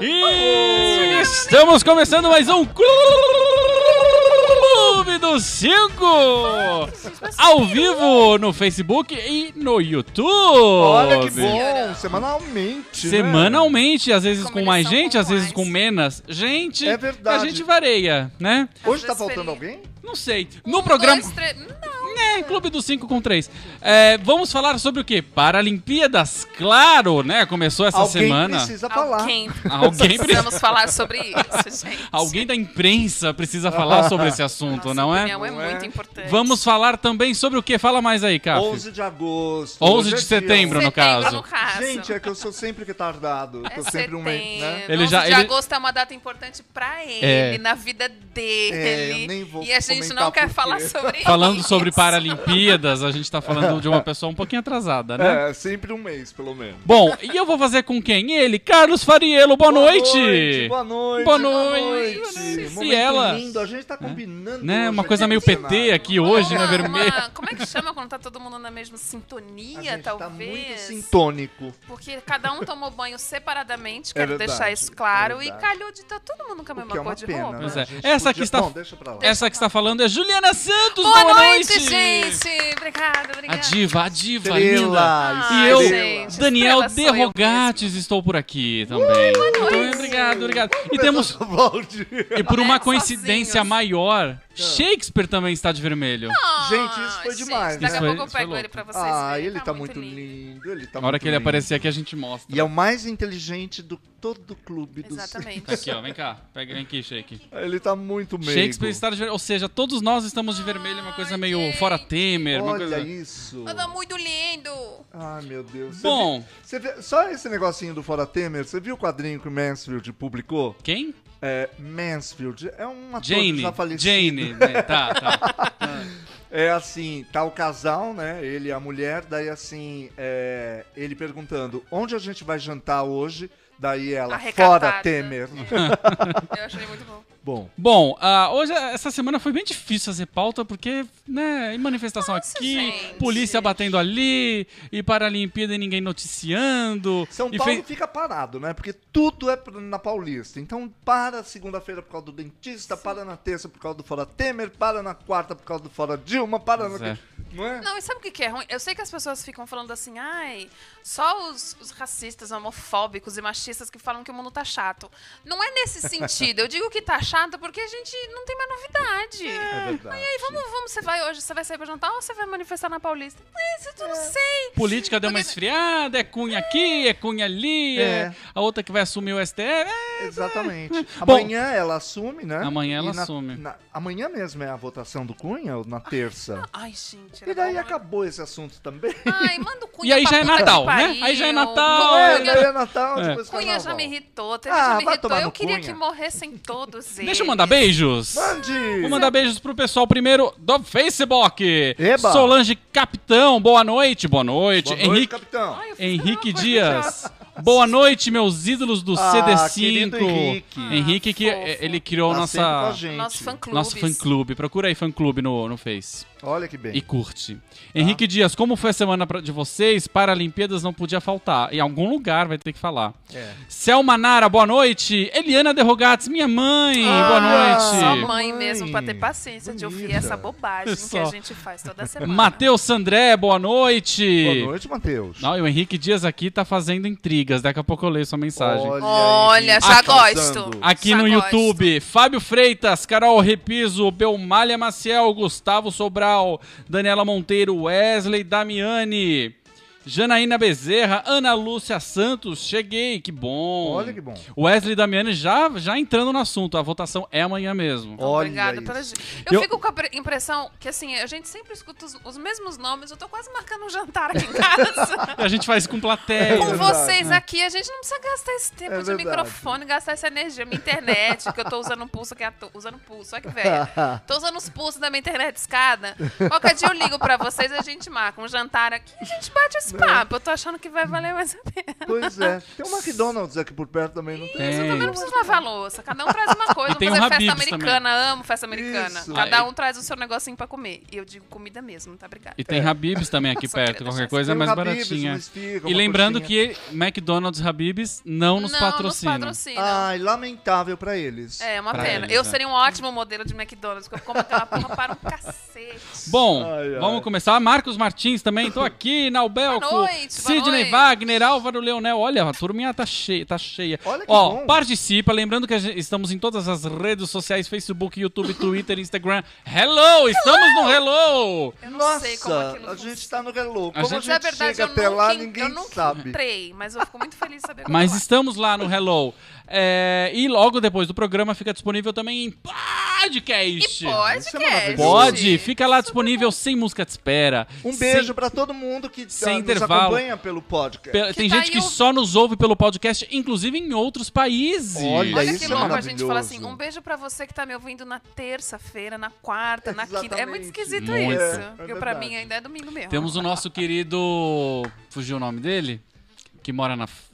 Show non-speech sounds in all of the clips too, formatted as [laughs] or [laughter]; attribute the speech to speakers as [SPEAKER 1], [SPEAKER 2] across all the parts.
[SPEAKER 1] E Estamos começando mais um Clube dos Cinco! Ao vivo no Facebook e no YouTube!
[SPEAKER 2] Olha que bom! né? Semanalmente. né?
[SPEAKER 1] Semanalmente, às vezes
[SPEAKER 3] Como
[SPEAKER 1] com
[SPEAKER 3] eles
[SPEAKER 1] mais
[SPEAKER 3] são
[SPEAKER 1] gente, às vezes
[SPEAKER 3] pontuais.
[SPEAKER 1] com menos gente.
[SPEAKER 2] É verdade.
[SPEAKER 1] A gente varia, né?
[SPEAKER 2] Hoje tá
[SPEAKER 3] Às vezes
[SPEAKER 2] faltando
[SPEAKER 3] feliz.
[SPEAKER 2] alguém?
[SPEAKER 1] Não sei. No programa.
[SPEAKER 3] Dois, três- Não.
[SPEAKER 1] É, Clube dos 5 com 3. vamos falar sobre o quê? Paralimpíadas, claro, né? Começou essa
[SPEAKER 2] alguém
[SPEAKER 1] semana.
[SPEAKER 2] precisa falar.
[SPEAKER 1] [laughs]
[SPEAKER 3] Alguém.
[SPEAKER 1] Alguém
[SPEAKER 3] Precisamos falar sobre
[SPEAKER 1] [laughs]
[SPEAKER 3] isso, gente.
[SPEAKER 1] Alguém da imprensa precisa
[SPEAKER 2] [laughs]
[SPEAKER 1] falar sobre esse assunto,
[SPEAKER 3] Nossa
[SPEAKER 1] não é?
[SPEAKER 3] opinião é
[SPEAKER 2] Não é?
[SPEAKER 3] muito importante.
[SPEAKER 1] Vamos falar também sobre o que? Fala mais aí, Caf.
[SPEAKER 2] 11 de agosto.
[SPEAKER 1] 11 Tá.
[SPEAKER 2] hoje
[SPEAKER 1] de
[SPEAKER 2] é dia.
[SPEAKER 1] setembro, né? no
[SPEAKER 3] Setembro,
[SPEAKER 1] caso.
[SPEAKER 3] no caso.
[SPEAKER 2] Gente, é que eu sou sempre retardado. Eu
[SPEAKER 3] É
[SPEAKER 2] tô sempre um mês, né?
[SPEAKER 3] setembro.
[SPEAKER 1] Ele já-
[SPEAKER 3] 11 de
[SPEAKER 1] ele-
[SPEAKER 3] agosto é uma data importante pra ele,
[SPEAKER 1] É.
[SPEAKER 3] na vida dele.
[SPEAKER 2] É, eu nem vou
[SPEAKER 3] e a gente
[SPEAKER 2] comentar
[SPEAKER 3] não quer
[SPEAKER 2] por
[SPEAKER 3] falar
[SPEAKER 2] quê.
[SPEAKER 3] sobre
[SPEAKER 1] [laughs] Falando
[SPEAKER 3] isso.
[SPEAKER 1] sobre Paralimpíadas, a gente tá falando de uma pessoa um pouquinho atrasada, né?
[SPEAKER 2] É, sempre um mês, pelo menos.
[SPEAKER 1] Bom, e eu vou fazer com quem? Ele, Carlos Fariello, boa, noite!
[SPEAKER 2] Boa noite!
[SPEAKER 1] Boa
[SPEAKER 3] noite.
[SPEAKER 2] Momento
[SPEAKER 1] E ela?
[SPEAKER 2] lindo, a gente tá combinando.
[SPEAKER 1] Né,
[SPEAKER 2] hoje
[SPEAKER 1] uma coisa meio
[SPEAKER 2] no cenário.
[SPEAKER 1] PT aqui hoje, né,
[SPEAKER 3] Uma-
[SPEAKER 1] vermelho?
[SPEAKER 3] uma- como é que chama quando tá todo mundo na mesma
[SPEAKER 2] A
[SPEAKER 3] sintonia,
[SPEAKER 2] gente tá muito
[SPEAKER 3] talvez?
[SPEAKER 2] sintônico.
[SPEAKER 3] Porque cada um tomou banho separadamente,
[SPEAKER 2] É
[SPEAKER 3] quero
[SPEAKER 2] verdade,
[SPEAKER 3] deixar isso claro.
[SPEAKER 2] é
[SPEAKER 3] e
[SPEAKER 2] verdade.
[SPEAKER 3] calhou de tá todo mundo com a
[SPEAKER 2] O
[SPEAKER 3] mesma
[SPEAKER 2] que é
[SPEAKER 3] cor
[SPEAKER 2] uma
[SPEAKER 3] de
[SPEAKER 2] pena,
[SPEAKER 3] roupa.
[SPEAKER 2] né?
[SPEAKER 1] Pois
[SPEAKER 2] A
[SPEAKER 1] é.
[SPEAKER 2] gente
[SPEAKER 1] Essa que está-
[SPEAKER 2] Bom, deixa pra lá.
[SPEAKER 1] Essa que está falando é Juliana Santos,
[SPEAKER 3] Boa,
[SPEAKER 1] boa,
[SPEAKER 3] noite, gente! Obrigada,
[SPEAKER 1] A
[SPEAKER 3] obrigada.
[SPEAKER 1] diva, a diva linda.
[SPEAKER 2] Estrela,
[SPEAKER 3] Ah,
[SPEAKER 1] eu-
[SPEAKER 2] estrela.
[SPEAKER 3] gente.
[SPEAKER 1] Daniel
[SPEAKER 3] estrela sou eu
[SPEAKER 1] Derrogates, estou por aqui também.
[SPEAKER 3] noite.
[SPEAKER 1] Muito obrigado, obrigado. E temos,
[SPEAKER 2] Valdir.
[SPEAKER 1] e por uma
[SPEAKER 3] Sozinhos.
[SPEAKER 1] coincidência maior, Shakespeare também está de vermelho.
[SPEAKER 3] Ah,
[SPEAKER 2] Gente, isso foi demais,
[SPEAKER 3] Daqui a
[SPEAKER 1] né?
[SPEAKER 3] pouco eu
[SPEAKER 1] Isso foi-
[SPEAKER 3] pego ele
[SPEAKER 1] isso
[SPEAKER 3] pra
[SPEAKER 1] foi
[SPEAKER 3] vocês.
[SPEAKER 2] Ah,
[SPEAKER 3] verem,
[SPEAKER 2] ele tá, muito lindo. Ele tá
[SPEAKER 1] Na hora
[SPEAKER 2] muito
[SPEAKER 1] que ele
[SPEAKER 2] lindo.
[SPEAKER 1] aparecer aqui, a gente mostra.
[SPEAKER 2] E é o mais inteligente do todo o clube do
[SPEAKER 3] Exatamente.
[SPEAKER 1] Aqui, ó, vem cá. Pega vem aqui, Shake.
[SPEAKER 2] [laughs] Ele tá muito meigo.
[SPEAKER 1] Shakespeare está de vermelho. Ou seja, todos nós estamos de vermelho, uma coisa meio
[SPEAKER 3] gente.
[SPEAKER 1] fora Temer, uma
[SPEAKER 2] Olha
[SPEAKER 1] coisa.
[SPEAKER 2] isso.
[SPEAKER 3] Tava muito lindo.
[SPEAKER 2] Ai, meu Deus. Você
[SPEAKER 1] Bom,
[SPEAKER 2] viu- você viu- só esse negocinho do Fora Temer, você viu o quadrinho que o Mansfield publicou?
[SPEAKER 1] quem?
[SPEAKER 2] É, Mansfield é um ator
[SPEAKER 1] Jane.
[SPEAKER 2] já falecido.
[SPEAKER 1] Jane, né? Tá, tá.
[SPEAKER 2] [laughs] É assim, tá o casal, né? Ele e a mulher, daí assim, é, ele perguntando onde a gente vai jantar hoje, daí ela,
[SPEAKER 3] Arrecatada.
[SPEAKER 2] fora Temer.
[SPEAKER 3] Eu achei muito bom.
[SPEAKER 2] Bom,
[SPEAKER 1] Bom, ah, hoje, essa semana foi bem difícil fazer pauta, porque, né, manifestação
[SPEAKER 3] Nossa,
[SPEAKER 1] aqui,
[SPEAKER 3] gente.
[SPEAKER 1] polícia batendo ali, e Paralimpíada e ninguém noticiando.
[SPEAKER 2] São
[SPEAKER 1] e
[SPEAKER 2] Paulo
[SPEAKER 1] fez-
[SPEAKER 2] fica parado, né? Porque tudo é na Paulista. Então para segunda-feira por causa do dentista, para na terça por causa do fora Temer, para na quarta por causa do fora Dilma, para
[SPEAKER 1] Pois
[SPEAKER 2] na...
[SPEAKER 1] é.
[SPEAKER 2] Não é?
[SPEAKER 3] Não, e sabe o que, que é ruim? Eu sei que as pessoas ficam falando assim, ai, só os, os racistas, homofóbicos e machistas que falam que o mundo tá chato. Não é nesse sentido. Eu digo que tá chato porque a gente não tem mais novidade.
[SPEAKER 2] É verdade.
[SPEAKER 3] E vamos, vamos, você vai hoje, você vai sair pra jantar ou você vai manifestar na Paulista? É, Isso,
[SPEAKER 2] É.
[SPEAKER 3] eu não sei.
[SPEAKER 1] Política deu uma
[SPEAKER 3] Porque-
[SPEAKER 1] esfriada, é cunha aqui, é cunha ali, é.
[SPEAKER 2] É.
[SPEAKER 1] a outra que vai assumir o STF. É,
[SPEAKER 3] né?
[SPEAKER 2] Exatamente.
[SPEAKER 1] Bom-
[SPEAKER 2] Amanhã ela assume, né?
[SPEAKER 1] Amanhã ela
[SPEAKER 2] E na-
[SPEAKER 1] assume.
[SPEAKER 2] na- Amanhã mesmo é a votação do Cunha, ou na
[SPEAKER 3] Ah,
[SPEAKER 2] terça?
[SPEAKER 3] Ai, gente.
[SPEAKER 2] E
[SPEAKER 3] era
[SPEAKER 2] daí
[SPEAKER 3] bom, né?
[SPEAKER 2] acabou esse
[SPEAKER 1] [laughs]
[SPEAKER 2] assunto também. [laughs]
[SPEAKER 3] Ai, manda o Cunha
[SPEAKER 1] né? E aí
[SPEAKER 3] pra
[SPEAKER 1] já é
[SPEAKER 3] puta que
[SPEAKER 1] Natal, né?
[SPEAKER 3] pariu.
[SPEAKER 1] Aí já é Natal,
[SPEAKER 3] Cunha-
[SPEAKER 2] é,
[SPEAKER 1] olha.
[SPEAKER 2] daí é Natal,
[SPEAKER 1] É.
[SPEAKER 2] depois
[SPEAKER 3] Cunha já
[SPEAKER 2] carnaval.
[SPEAKER 3] me irritou, teve
[SPEAKER 2] Ah,
[SPEAKER 3] já me
[SPEAKER 2] vai
[SPEAKER 3] irritou.
[SPEAKER 2] tomar no
[SPEAKER 3] Eu queria
[SPEAKER 2] Cunha.
[SPEAKER 3] que morressem todos
[SPEAKER 1] [laughs]
[SPEAKER 3] eles.
[SPEAKER 1] Deixa eu mandar beijos.
[SPEAKER 2] Mande!
[SPEAKER 1] Vou mandar beijos pro pessoal primeiro do Facebook.
[SPEAKER 2] Eba.
[SPEAKER 1] Solange Capitão, boa noite, boa noite.
[SPEAKER 2] Boa noite,
[SPEAKER 1] Henrique,
[SPEAKER 2] capitão.
[SPEAKER 3] Ai, eu fiz
[SPEAKER 1] Henrique
[SPEAKER 3] uma coisa
[SPEAKER 1] Dias. Boa noite, meus ídolos do
[SPEAKER 2] Ah,
[SPEAKER 1] CD5.
[SPEAKER 2] querido Henrique.
[SPEAKER 1] Henrique que
[SPEAKER 3] Ah, fofo.
[SPEAKER 1] eh, ele criou
[SPEAKER 2] Tá sempre com a
[SPEAKER 1] nossa
[SPEAKER 2] gente.
[SPEAKER 3] Nosso fã-clube.
[SPEAKER 1] nosso fã clube. Procura aí fã clube no no Face
[SPEAKER 2] Olha que bem.
[SPEAKER 1] e curte. Henrique
[SPEAKER 2] Tá.
[SPEAKER 1] Dias, como foi a semana pra- de vocês? Paralimpíadas não podia faltar. Em algum lugar vai ter que falar.
[SPEAKER 2] É.
[SPEAKER 1] Selma Nara, boa noite. Eliana Derrogates, minha mãe,
[SPEAKER 2] Ah,
[SPEAKER 1] boa
[SPEAKER 3] Só
[SPEAKER 1] noite.
[SPEAKER 3] mãe
[SPEAKER 2] Mãe.
[SPEAKER 3] mesmo pra ter paciência de ouvir
[SPEAKER 2] Bonita.
[SPEAKER 3] essa bobagem que
[SPEAKER 1] Só.
[SPEAKER 3] a gente faz toda semana.
[SPEAKER 1] Matheus Sandré, boa noite.
[SPEAKER 2] Boa noite, Matheus.
[SPEAKER 1] Não, e o Henrique Dias aqui tá fazendo intrigas. Daqui a pouco eu leio sua mensagem.
[SPEAKER 3] Olha,
[SPEAKER 2] aí,
[SPEAKER 3] já
[SPEAKER 2] causando.
[SPEAKER 3] gosto.
[SPEAKER 1] Aqui
[SPEAKER 3] Já
[SPEAKER 1] no
[SPEAKER 3] gosto.
[SPEAKER 1] YouTube, Fábio Freitas, Carol Repiso, Belmalha Maciel, Gustavo Sobral, Daniela Monteiro, Wesley Damiani, Janaína Bezerra, Ana Lúcia Santos, cheguei, que bom.
[SPEAKER 2] Olha que bom.
[SPEAKER 1] Wesley Damiani já, já entrando no assunto, a votação é amanhã mesmo.
[SPEAKER 3] Então,
[SPEAKER 2] Olha
[SPEAKER 3] Obrigada
[SPEAKER 2] isso.
[SPEAKER 3] pela dica. Eu,
[SPEAKER 1] Eu-
[SPEAKER 3] fico com a pre- impressão que, assim, a gente sempre escuta os, os mesmos nomes. Eu tô quase marcando um jantar aqui em casa.
[SPEAKER 1] E a gente faz com plateia.
[SPEAKER 3] com
[SPEAKER 2] É verdade. né?
[SPEAKER 3] vocês aqui. A gente não precisa gastar esse tempo
[SPEAKER 2] É
[SPEAKER 3] de
[SPEAKER 2] verdade.
[SPEAKER 3] microfone, gastar essa energia. Minha internet, que eu tô usando um pulso aqui. Tô usando pulso, olha que velho. Tô usando os pulsos da minha internet escada. Qualquer dia eu ligo pra vocês e a gente marca um jantar aqui e a gente bate esse
[SPEAKER 2] Né?
[SPEAKER 3] papo. Eu tô achando que vai valer mais a pena.
[SPEAKER 2] Pois é. Tem um McDonald's aqui por perto também, não tem?
[SPEAKER 3] Eu
[SPEAKER 1] Tem.
[SPEAKER 3] também não preciso lavar a louça. Cada um traz uma coisa.
[SPEAKER 1] E tem
[SPEAKER 3] Vou
[SPEAKER 1] o
[SPEAKER 3] fazer festa
[SPEAKER 1] Habib's também.
[SPEAKER 3] americana, amo festa americana.
[SPEAKER 2] Isso.
[SPEAKER 3] Cada
[SPEAKER 1] Ah,
[SPEAKER 3] um traz o seu negocinho pra comer. E eu digo comida mesmo, tá? Obrigada.
[SPEAKER 1] E tem Habibs também aqui
[SPEAKER 3] Só
[SPEAKER 1] perto,
[SPEAKER 3] queria
[SPEAKER 1] qualquer
[SPEAKER 3] deixar
[SPEAKER 1] coisa é
[SPEAKER 2] Tem um
[SPEAKER 1] mais
[SPEAKER 2] Habib's,
[SPEAKER 1] baratinha.
[SPEAKER 2] uma esfirra,
[SPEAKER 1] E
[SPEAKER 2] uma
[SPEAKER 1] lembrando
[SPEAKER 2] coxinha.
[SPEAKER 1] que McDonald's Habibs não um nos
[SPEAKER 3] não,
[SPEAKER 1] patrocina.
[SPEAKER 3] nos patrocina.
[SPEAKER 2] Ai, lamentável pra eles.
[SPEAKER 3] É, uma
[SPEAKER 1] Pra
[SPEAKER 3] pena.
[SPEAKER 1] eles,
[SPEAKER 3] eu
[SPEAKER 1] né?
[SPEAKER 3] seria um ótimo modelo de McDonald's, porque eu como aquela porra para um cacete.
[SPEAKER 1] Bom,
[SPEAKER 2] Ai, ai.
[SPEAKER 1] vamos começar. Ah, Marcos Martins também, tô aqui, Naubelco,
[SPEAKER 3] Boa noite, boa
[SPEAKER 1] Sidney
[SPEAKER 3] noite.
[SPEAKER 1] Wagner, Álvaro Leonel. Olha, a turminha tá cheia, tá cheia.
[SPEAKER 2] Olha que
[SPEAKER 1] Ó,
[SPEAKER 2] bom.
[SPEAKER 1] participa, lembrando que a gente- estamos em todas as redes sociais, Facebook, YouTube, Twitter, Instagram. Hello, estamos no Hello!
[SPEAKER 3] Eu não
[SPEAKER 2] Nossa,
[SPEAKER 3] sei como aquilo
[SPEAKER 2] a
[SPEAKER 3] funciona.
[SPEAKER 2] gente tá no relógio.
[SPEAKER 1] A
[SPEAKER 2] Como a
[SPEAKER 1] gente-
[SPEAKER 2] gente,
[SPEAKER 3] Mas, na verdade,
[SPEAKER 2] chega
[SPEAKER 3] eu
[SPEAKER 2] até
[SPEAKER 3] nunca,
[SPEAKER 2] lá,
[SPEAKER 3] en-
[SPEAKER 2] ninguém
[SPEAKER 3] eu nunca
[SPEAKER 2] sabe.
[SPEAKER 3] entrei, mas eu fico muito feliz de saber como é.
[SPEAKER 1] Mas
[SPEAKER 3] lá.
[SPEAKER 1] estamos lá no Hello. É, e logo depois do programa fica disponível também em podcast.
[SPEAKER 3] E pode,
[SPEAKER 2] Isso é
[SPEAKER 3] Cast.
[SPEAKER 2] maravilhoso.
[SPEAKER 1] Pode, fica
[SPEAKER 3] é
[SPEAKER 1] lá disponível sem música de espera.
[SPEAKER 2] Um
[SPEAKER 1] sem-
[SPEAKER 2] beijo pra todo mundo que
[SPEAKER 1] Sem
[SPEAKER 2] ah, nos
[SPEAKER 1] intervalo.
[SPEAKER 2] acompanha pelo podcast.
[SPEAKER 1] Pe- Tem
[SPEAKER 3] tá
[SPEAKER 1] gente
[SPEAKER 3] aí
[SPEAKER 1] que
[SPEAKER 3] o-
[SPEAKER 1] só nos ouve pelo podcast, inclusive em outros países.
[SPEAKER 2] Olha
[SPEAKER 3] Olha
[SPEAKER 2] isso
[SPEAKER 3] que
[SPEAKER 2] é
[SPEAKER 3] louco a gente fala assim,
[SPEAKER 2] maravilhoso.
[SPEAKER 3] um beijo pra você que tá me ouvindo na terça-feira, na quarta, na quinta. É muito
[SPEAKER 2] Exatamente.
[SPEAKER 3] esquisito
[SPEAKER 1] Muito.
[SPEAKER 3] isso.
[SPEAKER 2] É, é
[SPEAKER 3] porque pra
[SPEAKER 2] verdade.
[SPEAKER 3] mim ainda é domingo mesmo.
[SPEAKER 1] Temos o nosso querido. Fugiu o nome dele? Que mora na F-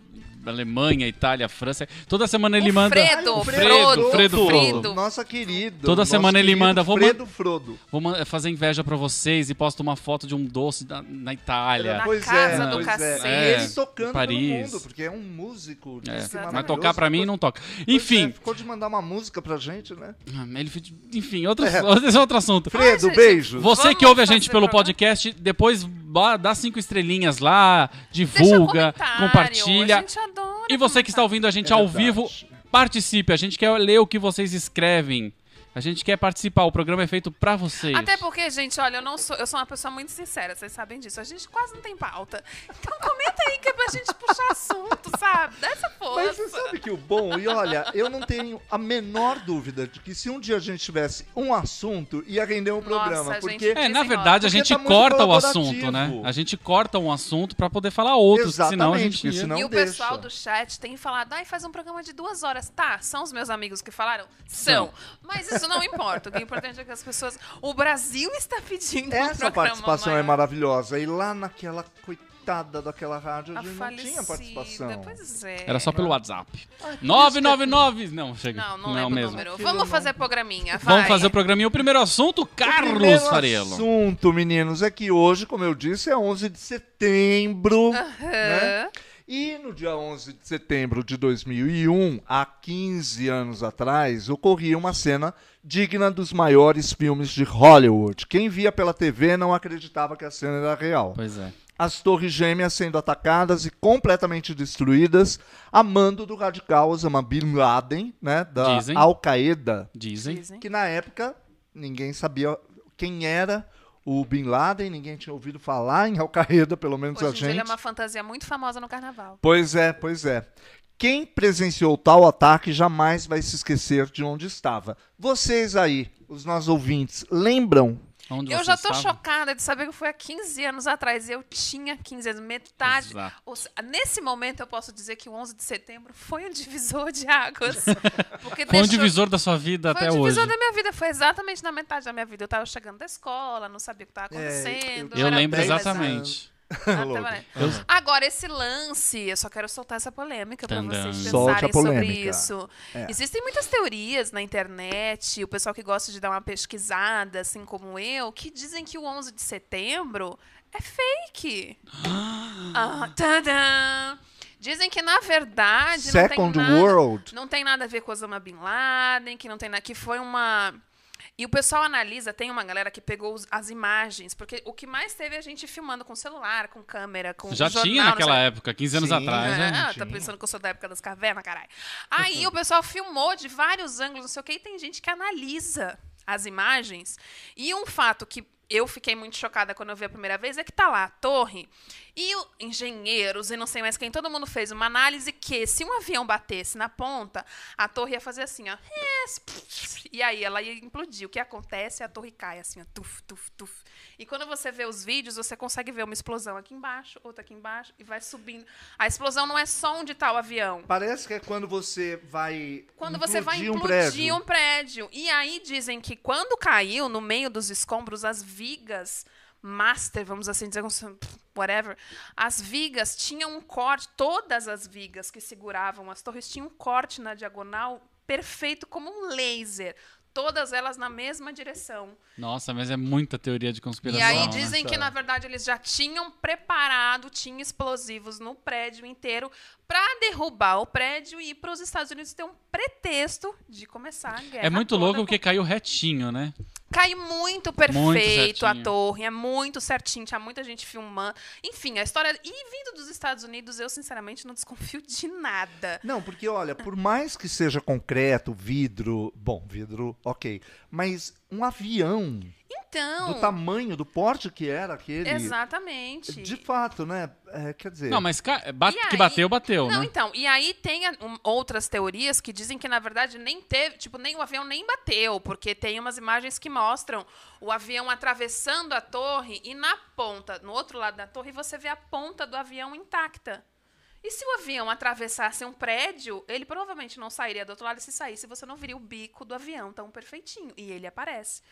[SPEAKER 1] Alemanha, Itália, França. Toda semana ele
[SPEAKER 3] O
[SPEAKER 1] manda.
[SPEAKER 2] Olha,
[SPEAKER 3] Fredo.
[SPEAKER 2] Ah, o
[SPEAKER 1] Fredo, Fredo,
[SPEAKER 3] Fredo.
[SPEAKER 2] Nossa querida.
[SPEAKER 1] Toda semana ele manda, vou
[SPEAKER 2] Fredo Frodo.
[SPEAKER 1] Vou man- fazer inveja pra vocês e posta uma foto de um doce da- na Itália.
[SPEAKER 2] é
[SPEAKER 3] Na casa do
[SPEAKER 2] pois
[SPEAKER 3] cacete.
[SPEAKER 2] É.
[SPEAKER 1] É,
[SPEAKER 2] Ele tocando
[SPEAKER 1] Paris.
[SPEAKER 2] pelo mundo, porque é um músico.
[SPEAKER 1] É,
[SPEAKER 2] disse que
[SPEAKER 3] Exatamente.
[SPEAKER 1] Vai
[SPEAKER 2] maravilhoso.
[SPEAKER 1] tocar pra mim não toca.
[SPEAKER 2] Pois é,
[SPEAKER 1] Enfim, ah,
[SPEAKER 2] ficou de mandar uma música pra gente, né?
[SPEAKER 1] ele, fi- enfim, outro, esse é outro assunto.
[SPEAKER 2] Fredo,
[SPEAKER 3] gente,
[SPEAKER 2] beijo.
[SPEAKER 1] Você
[SPEAKER 3] Vamos
[SPEAKER 1] que ouve a
[SPEAKER 3] fazer
[SPEAKER 1] gente pelo
[SPEAKER 3] programa?
[SPEAKER 1] podcast, depois ba- dá cinco estrelinhas lá,
[SPEAKER 3] Deixa um
[SPEAKER 1] divulga,
[SPEAKER 3] comentário, A
[SPEAKER 1] compartilha.
[SPEAKER 3] gente adora
[SPEAKER 1] E você que está
[SPEAKER 3] comentário.
[SPEAKER 1] ouvindo a gente
[SPEAKER 2] É
[SPEAKER 1] ao
[SPEAKER 2] verdade.
[SPEAKER 1] vivo, participe. A gente quer ler o que vocês escrevem. A gente quer participar. O programa é feito pra vocês.
[SPEAKER 3] Até porque, gente, olha, eu não sou, eu sou uma pessoa muito sincera, vocês sabem disso. A gente quase não tem pauta. Então comenta aí que é pra gente puxar assunto, sabe? Dá essa
[SPEAKER 2] Mas
[SPEAKER 3] força.
[SPEAKER 2] você sabe que o bom, e olha, eu não tenho a menor dúvida de que se um dia a gente tivesse um assunto, ia render um programa.
[SPEAKER 3] gente.
[SPEAKER 2] porque
[SPEAKER 1] É, na
[SPEAKER 3] Desenrola.
[SPEAKER 1] verdade, a
[SPEAKER 2] Porque
[SPEAKER 1] gente
[SPEAKER 2] tá muito
[SPEAKER 1] corta o
[SPEAKER 2] colaborativo.
[SPEAKER 1] assunto, né? A gente corta um assunto pra poder falar outro, porque senão a
[SPEAKER 2] Exatamente,
[SPEAKER 1] gente...
[SPEAKER 2] porque
[SPEAKER 1] ia-
[SPEAKER 2] senão- não
[SPEAKER 3] e o
[SPEAKER 2] deixa.
[SPEAKER 3] pessoal do chat tem falado, ai, faz um programa de duas horas. Tá, são os meus amigos que falaram? São. Mas isso não importa. O que é importante é que as pessoas. O Brasil está pedindo. um
[SPEAKER 2] Essa
[SPEAKER 3] programa
[SPEAKER 2] participação é
[SPEAKER 3] maior.
[SPEAKER 2] maravilhosa. E lá naquela coitada daquela rádio, a
[SPEAKER 3] A
[SPEAKER 2] gente não
[SPEAKER 3] falecida.
[SPEAKER 2] tinha participação.
[SPEAKER 3] Pois é.
[SPEAKER 1] Era só pelo WhatsApp. 999... Não, chega.
[SPEAKER 3] Não, não, lembro o
[SPEAKER 1] mesmo.
[SPEAKER 3] número.
[SPEAKER 2] Aquilo
[SPEAKER 3] Vamos
[SPEAKER 2] não-
[SPEAKER 3] fazer programinha, vai.
[SPEAKER 1] Vamos fazer o programinha. O primeiro assunto,
[SPEAKER 2] O
[SPEAKER 1] Carlos
[SPEAKER 2] primeiro
[SPEAKER 1] Farelo.
[SPEAKER 2] assunto, meninos, é que hoje, como eu disse, é 11 de setembro. né? E no dia 11 de setembro de 2001, há 15 anos atrás, ocorria uma cena digna dos maiores filmes de Hollywood. Quem via pela TV não acreditava que a cena era real.
[SPEAKER 1] Pois é.
[SPEAKER 2] As torres gêmeas sendo atacadas e completamente destruídas, a mando do radical Osama Bin Laden, né, da
[SPEAKER 1] Dizem.
[SPEAKER 2] Al-Qaeda,
[SPEAKER 1] Dizem.
[SPEAKER 3] Dizem.
[SPEAKER 2] que na época ninguém sabia quem era o Bin Laden, ninguém tinha ouvido falar em Al-Qaeda, pelo menos
[SPEAKER 3] Hoje
[SPEAKER 2] a
[SPEAKER 3] em dia
[SPEAKER 2] gente.
[SPEAKER 3] ele é uma fantasia muito famosa no carnaval.
[SPEAKER 2] Pois é, pois é. Quem presenciou tal ataque jamais vai se esquecer de onde estava. Vocês aí, os nossos ouvintes, lembram?
[SPEAKER 1] Onde
[SPEAKER 3] eu
[SPEAKER 1] você
[SPEAKER 3] já tô
[SPEAKER 1] estava?
[SPEAKER 3] chocada de saber que foi há 15 anos atrás. Eu tinha 15 anos, metade.
[SPEAKER 1] Exato.
[SPEAKER 3] Ou se- nesse momento eu posso dizer que o 11 de setembro foi um divisor de águas.
[SPEAKER 1] [laughs]
[SPEAKER 3] Porque
[SPEAKER 1] Foi um
[SPEAKER 3] deixou-
[SPEAKER 1] divisor da sua vida
[SPEAKER 3] Foi
[SPEAKER 1] até
[SPEAKER 3] o divisor
[SPEAKER 1] hoje.
[SPEAKER 3] da minha vida, foi exatamente na metade da minha vida. Eu tava chegando da escola, não sabia o que tava
[SPEAKER 2] É,
[SPEAKER 3] acontecendo.
[SPEAKER 2] eu-
[SPEAKER 1] Eu
[SPEAKER 3] era
[SPEAKER 1] lembro
[SPEAKER 3] presa.
[SPEAKER 1] exatamente.
[SPEAKER 2] [laughs]
[SPEAKER 3] Ah, tá
[SPEAKER 2] Logo.
[SPEAKER 3] bom. Agora, esse lance, eu só quero soltar essa polêmica pra
[SPEAKER 1] Tandam.
[SPEAKER 2] Solte
[SPEAKER 3] vocês
[SPEAKER 2] a
[SPEAKER 3] pensarem sobre
[SPEAKER 2] polêmica.
[SPEAKER 3] isso.
[SPEAKER 2] É.
[SPEAKER 3] Existem muitas teorias na internet, o pessoal que gosta de dar uma pesquisada, assim como eu, que dizem que o 11 de setembro é fake. ah, tadã! Dizem que, na verdade, Ah, não
[SPEAKER 2] Second
[SPEAKER 3] tem nada...
[SPEAKER 2] World.
[SPEAKER 3] Não tem nada a ver com Osama Bin Laden, que não tem nada. Que foi uma. E o pessoal analisa, tem uma galera que pegou os- as imagens, porque o que mais teve é a gente filmando com celular, com câmera, com
[SPEAKER 1] Já
[SPEAKER 3] jornal,
[SPEAKER 1] tinha
[SPEAKER 3] não
[SPEAKER 1] naquela
[SPEAKER 3] sei-
[SPEAKER 1] época, 15 anos
[SPEAKER 2] Sim.
[SPEAKER 1] atrás. né?
[SPEAKER 3] Ah,
[SPEAKER 2] gente.
[SPEAKER 3] tá pensando que eu sou da época das cavernas, caralho. Aí o pessoal filmou de vários ângulos, não sei o que, e tem gente que analisa as imagens. E um fato que eu fiquei muito chocada quando eu vi a primeira vez é que tá lá a torre E o- engenheiros e não sei mais quem, todo mundo fez uma análise que se um avião batesse na ponta, a torre ia fazer assim, ó. E aí ela ia implodir. O que acontece? A torre cai assim, ó, tuf, tuf, tuf. E quando você vê os vídeos, você consegue ver uma explosão aqui embaixo, outra aqui embaixo, e vai subindo. A explosão não é só onde tá o avião.
[SPEAKER 2] Parece que é quando você vai.
[SPEAKER 3] Quando você vai
[SPEAKER 2] implodir um
[SPEAKER 3] implodir
[SPEAKER 2] prédio.
[SPEAKER 3] um prédio. E aí dizem que quando caiu no meio dos escombros, as vigas master, vamos assim dizer, como- whatever, as vigas tinham um corte, todas as vigas que seguravam as torres tinham um corte na diagonal perfeito como um laser. Todas elas na mesma direção.
[SPEAKER 1] Nossa, mas é muita teoria de
[SPEAKER 3] E
[SPEAKER 1] conspiração.
[SPEAKER 3] aí
[SPEAKER 1] né?
[SPEAKER 3] dizem que, na verdade, eles já tinham preparado, tinha explosivos no prédio inteiro para derrubar o prédio e ir para os Estados Unidos ter um pretexto de começar a guerra.
[SPEAKER 1] É muito
[SPEAKER 3] toda
[SPEAKER 1] louco
[SPEAKER 3] com-
[SPEAKER 1] porque caiu retinho, né?
[SPEAKER 3] Cai muito perfeito a
[SPEAKER 1] certinho.
[SPEAKER 3] torre, é muito certinho, tinha muita gente filmando. Enfim, a história. E vindo dos Estados Unidos, eu sinceramente não desconfio de nada.
[SPEAKER 2] Não, porque olha, por mais que seja concreto, vidro. Bom, vidro, ok. Mas um avião do
[SPEAKER 3] Então.
[SPEAKER 2] tamanho, do porte que era aquele.
[SPEAKER 3] Exatamente.
[SPEAKER 2] De fato, né? É, quer dizer.
[SPEAKER 1] Não, mas ca- bate-
[SPEAKER 3] E aí-
[SPEAKER 1] que bateu, bateu,
[SPEAKER 3] Não,
[SPEAKER 1] né?
[SPEAKER 3] então, e aí tem a- um- outras teorias que dizem que, na verdade, nem teve, tipo, nem o avião nem bateu, porque tem umas imagens que mostram o avião atravessando a torre e na ponta, no outro lado da torre, você vê a ponta do avião intacta. E se o avião atravessasse um prédio, ele provavelmente não sairia do outro lado, e se saísse, você não viria o bico do avião tão perfeitinho. E ele aparece.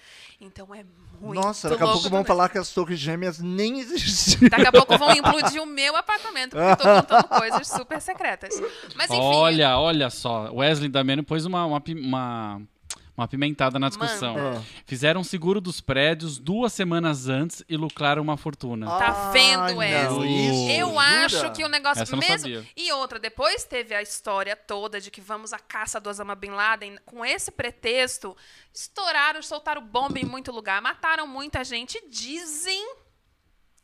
[SPEAKER 3] Então é muito
[SPEAKER 2] Nossa, daqui a pouco
[SPEAKER 3] louco
[SPEAKER 2] vão
[SPEAKER 3] também.
[SPEAKER 2] falar que as torres gêmeas nem [laughs] existiam.
[SPEAKER 3] Daqui a pouco vão implodir o meu apartamento, porque eu tô contando coisas
[SPEAKER 1] [laughs]
[SPEAKER 3] super secretas. então, Mas enfim.
[SPEAKER 1] Olha, olha só. Wesley também pôs uma, uma, pi- uma, uma pimentada na discussão.
[SPEAKER 3] Manda.
[SPEAKER 1] Fizeram um seguro dos prédios duas semanas antes e lucraram uma fortuna.
[SPEAKER 3] Tá vendo, Wesley?
[SPEAKER 2] Ah, isso,
[SPEAKER 3] Eu
[SPEAKER 2] jura?
[SPEAKER 3] acho que o negócio
[SPEAKER 1] Essa eu não
[SPEAKER 3] mesmo.
[SPEAKER 1] sabia.
[SPEAKER 3] E outra, depois teve a história toda de que vamos à caça do Osama Bin Laden com esse pretexto, estouraram, soltaram bomba em muito lugar, mataram muita gente, dizem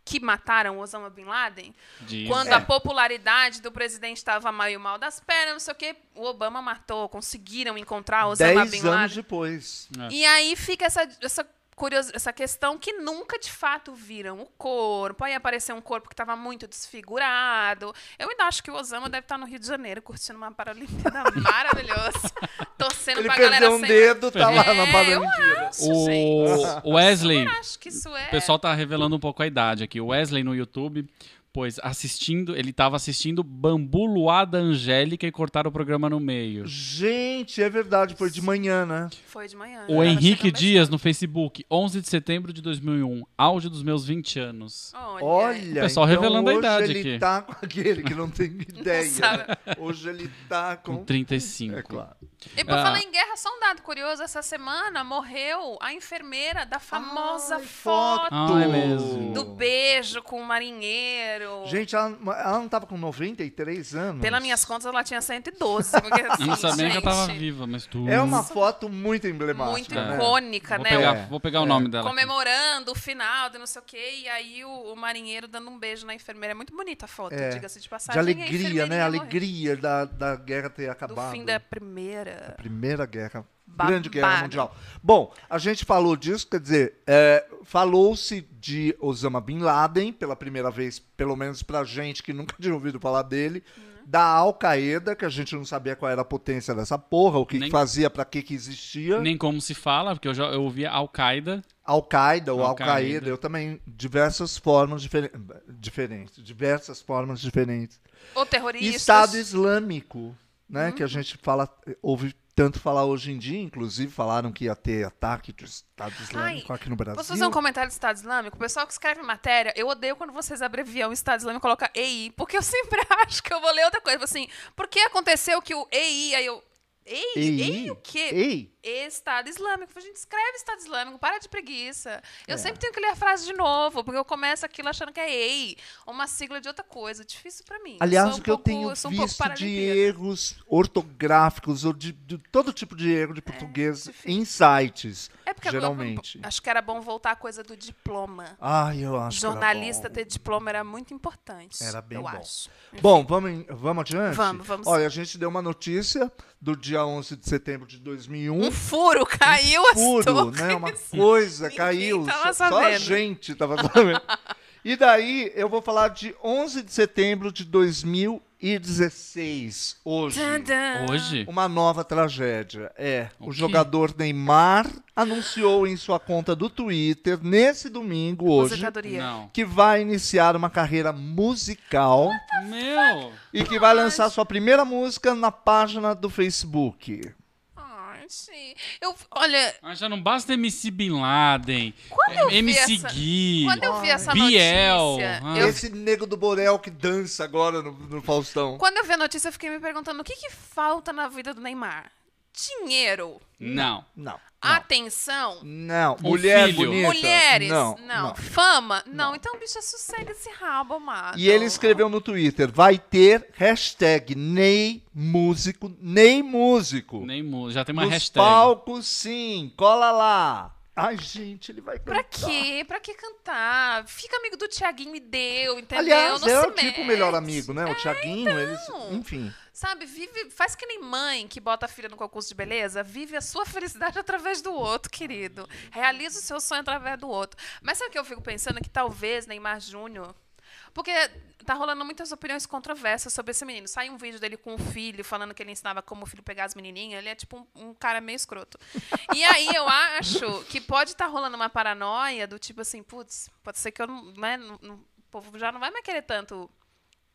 [SPEAKER 3] que mataram o Osama Bin Laden.
[SPEAKER 1] Diz.
[SPEAKER 2] É.
[SPEAKER 1] É.
[SPEAKER 3] Quando a popularidade do presidente estava meio mal das pernas, não sei o quê, o Obama matou, conseguiram encontrar o Osama
[SPEAKER 2] Dez
[SPEAKER 3] Bin Laden.
[SPEAKER 2] anos depois.
[SPEAKER 3] E aí fica essa, essa, curios, essa questão que nunca de fato viram o corpo. Aí apareceu um corpo que estava muito desfigurado. Eu ainda acho que o Osama deve estar no Rio de Janeiro curtindo uma Paralimpíada maravilhosa. Torcendo
[SPEAKER 2] Ele
[SPEAKER 3] pra galera
[SPEAKER 2] perdeu um
[SPEAKER 3] sem-
[SPEAKER 2] dedo, tá lá
[SPEAKER 3] É,
[SPEAKER 2] na
[SPEAKER 3] eu
[SPEAKER 2] Paralimpíada.
[SPEAKER 3] acho, gente.
[SPEAKER 1] O Wesley,
[SPEAKER 3] Eu acho que isso é.
[SPEAKER 1] o pessoal tá revelando um pouco a idade aqui. O Wesley no YouTube, pois assistindo, ele tava assistindo Bambu Luada Angélica e cortaram o programa no meio.
[SPEAKER 2] Gente, é verdade, foi de manhã, né?
[SPEAKER 3] Foi de manhã.
[SPEAKER 1] O
[SPEAKER 3] tava
[SPEAKER 1] Henrique
[SPEAKER 3] chegando da
[SPEAKER 1] Dias no Facebook, 11 de setembro de 2001, auge dos meus 20 anos.
[SPEAKER 3] escola. Olha. aí.
[SPEAKER 2] Olha,
[SPEAKER 1] O pessoal
[SPEAKER 2] então
[SPEAKER 1] revelando a
[SPEAKER 2] hoje
[SPEAKER 1] idade
[SPEAKER 2] ele
[SPEAKER 1] aqui.
[SPEAKER 2] tá com aquele que não tem
[SPEAKER 3] [laughs]
[SPEAKER 2] ideia.
[SPEAKER 3] sabe.
[SPEAKER 2] né? Hoje ele tá com...
[SPEAKER 1] Com 35.
[SPEAKER 2] É claro.
[SPEAKER 3] E por
[SPEAKER 1] Ah.
[SPEAKER 3] falar em guerra, só um dado curioso: essa semana morreu a enfermeira da famosa
[SPEAKER 2] Ai,
[SPEAKER 3] foto
[SPEAKER 1] Ah, é mesmo.
[SPEAKER 3] do beijo com o marinheiro.
[SPEAKER 2] Gente, ela, ela não tava com 93 anos?
[SPEAKER 3] Pelas minhas contas, ela tinha 112.
[SPEAKER 1] [laughs]
[SPEAKER 3] Porque, assim,
[SPEAKER 1] Eu não sabia nem que
[SPEAKER 3] gente,
[SPEAKER 1] eu tava viva, mas tu.
[SPEAKER 2] É uma foto muito emblemática.
[SPEAKER 3] Muito
[SPEAKER 2] né?
[SPEAKER 3] icônica,
[SPEAKER 1] Vou
[SPEAKER 3] né?
[SPEAKER 1] pegar,
[SPEAKER 2] É,
[SPEAKER 1] vou pegar o
[SPEAKER 2] é.
[SPEAKER 1] nome dela. aqui.
[SPEAKER 3] Comemorando o final de não sei o quê. E aí o, o marinheiro dando um beijo na enfermeira. É muito bonita a foto,
[SPEAKER 2] É.
[SPEAKER 3] diga-se de
[SPEAKER 2] De
[SPEAKER 3] passagem. E a
[SPEAKER 2] alegria, né?
[SPEAKER 3] enfermeirinha
[SPEAKER 2] A alegria da, da guerra ter
[SPEAKER 3] morreu
[SPEAKER 2] acabado.
[SPEAKER 3] Do fim da primeira.
[SPEAKER 2] Primeira Guerra.
[SPEAKER 3] Babado.
[SPEAKER 2] Grande Guerra Mundial. Bom, a gente falou disso, quer dizer, é, falou-se de Osama Bin Laden pela primeira vez, pelo menos pra gente que nunca [laughs] tinha ouvido falar dele, da Al-Qaeda, que a gente não sabia qual era a potência dessa porra, o que,
[SPEAKER 1] Nem-
[SPEAKER 2] que fazia, pra que que existia.
[SPEAKER 1] Nem como se fala, porque eu já eu ouvia Al-Qaeda.
[SPEAKER 2] Al-Qaeda ou
[SPEAKER 1] Al-Qaeda.
[SPEAKER 2] Al-Qaeda, eu também, diversas formas diferen- diferentes, diversas formas diferentes.
[SPEAKER 3] Ou terroristas.
[SPEAKER 2] Estado Islâmico, né?
[SPEAKER 3] Uhum.
[SPEAKER 2] Que a gente fala, ouve tanto falar hoje em dia, inclusive falaram que ia ter ataque do Estado Islâmico aqui no Brasil.
[SPEAKER 3] Posso fazer um comentário do Estado Islâmico? O pessoal que escreve matéria, eu odeio quando vocês abreviam o Estado Islâmico e colocam EI, porque eu sempre [laughs] acho que eu vou ler outra coisa. Tipo Assim, por que aconteceu que o EI, aí eu. EI? EI, o quê?
[SPEAKER 2] Ei,
[SPEAKER 3] Estado Islâmico. Eu falei, Gente, escreve Estado Islâmico, para de preguiça.
[SPEAKER 2] É.
[SPEAKER 3] Eu sempre tenho que ler a frase de novo, porque eu começo aquilo achando que é EI, uma sigla de outra coisa. Difícil pra mim.
[SPEAKER 2] aliás,
[SPEAKER 3] sou um
[SPEAKER 2] o que eu
[SPEAKER 3] pouco-
[SPEAKER 2] tenho
[SPEAKER 3] sou um pouco
[SPEAKER 2] visto de
[SPEAKER 3] paralimpíada.
[SPEAKER 2] erros ortográficos ou de, de todo tipo de erro de português
[SPEAKER 3] É, difícil.
[SPEAKER 2] em sites,
[SPEAKER 3] É porque eu- eu-
[SPEAKER 2] geralmente.
[SPEAKER 3] acho que era bom voltar a coisa do diploma.
[SPEAKER 2] Ai, eu acho que era
[SPEAKER 3] Jornalista
[SPEAKER 2] bom.
[SPEAKER 3] ter diploma era muito importante.
[SPEAKER 2] Era bem
[SPEAKER 3] eu
[SPEAKER 2] bom.
[SPEAKER 3] acho.
[SPEAKER 2] Bom, vamos, em- vamos adiante?
[SPEAKER 3] Vamos, vamos
[SPEAKER 2] Olha, a gente deu uma notícia do dia 11 de setembro de 2001.
[SPEAKER 3] Um furo caiu as
[SPEAKER 2] puro,
[SPEAKER 3] torres.
[SPEAKER 2] né? Uma coisa
[SPEAKER 3] Ninguém
[SPEAKER 2] caiu.
[SPEAKER 3] tava
[SPEAKER 2] só- Só a
[SPEAKER 3] sabendo.
[SPEAKER 2] gente tava sabendo. E daí eu vou falar de 11 de setembro de 2016, hoje.
[SPEAKER 3] Tan, tan.
[SPEAKER 1] Hoje?
[SPEAKER 2] Uma nova tragédia. É, o,
[SPEAKER 1] quê?
[SPEAKER 2] jogador Neymar anunciou em sua conta do Twitter, nesse domingo, hoje,
[SPEAKER 3] Aposentadoria.
[SPEAKER 1] Não.
[SPEAKER 2] que vai iniciar uma carreira musical
[SPEAKER 3] Tá
[SPEAKER 1] Meu!
[SPEAKER 2] e que vai lançar sua primeira música na página do Facebook.
[SPEAKER 3] Ai, sim. Eu, olha,
[SPEAKER 1] Mas já não basta MC Bin Laden,
[SPEAKER 3] quando eu vi
[SPEAKER 1] MC
[SPEAKER 3] essa...
[SPEAKER 1] Gui.
[SPEAKER 3] Quando eu vi essa
[SPEAKER 1] Biel,
[SPEAKER 3] notícia,
[SPEAKER 1] ah.
[SPEAKER 3] eu-
[SPEAKER 2] Esse nego do Borel que dança agora no, no Faustão.
[SPEAKER 3] quando eu vi a notícia, eu fiquei me perguntando o que, que falta na vida do Neymar? Dinheiro,
[SPEAKER 1] Não.
[SPEAKER 2] Não. não.
[SPEAKER 3] atenção,
[SPEAKER 2] Não,
[SPEAKER 1] Um
[SPEAKER 2] mulher
[SPEAKER 1] filho.
[SPEAKER 2] bonita.
[SPEAKER 3] mulheres,
[SPEAKER 2] Não,
[SPEAKER 3] não, fama, não. Então, bicho, sossega esse rabo, mano.
[SPEAKER 2] E ele escreveu no Twitter: vai ter hashtag Ney Músico, Ney Músico.
[SPEAKER 1] Nem mu- já tem uma
[SPEAKER 2] Tipo, Nos
[SPEAKER 1] hashtag.
[SPEAKER 2] palcos, sim, cola lá. Ai, gente, ele vai
[SPEAKER 3] Pra
[SPEAKER 2] cantar.
[SPEAKER 3] quê? Pra que cantar? Fica amigo do Tiaguinho e deu, entendeu?
[SPEAKER 2] Aliás,
[SPEAKER 3] não
[SPEAKER 2] é
[SPEAKER 3] se
[SPEAKER 2] o tipo
[SPEAKER 3] mete.
[SPEAKER 2] o melhor amigo, né? O Thiaguinho, eles.
[SPEAKER 3] então.
[SPEAKER 2] Enfim.
[SPEAKER 3] Sabe, vive, faz que nem mãe que bota a filha no concurso de beleza, vive a sua [laughs] felicidade através do outro, querido. Realiza o seu sonho através do outro. Mas sabe o que eu fico pensando? Que talvez Neymar Júnior. Porque tá rolando muitas opiniões controversas sobre esse menino. Sai um vídeo dele com o filho, falando que ele ensinava como o filho pegar as menininhas. Ele é tipo um, um cara meio escroto. E aí eu acho que pode estar rolando uma paranoia do tipo assim, putz, pode ser que eu não, né, não- não- o povo já não vai mais querer tanto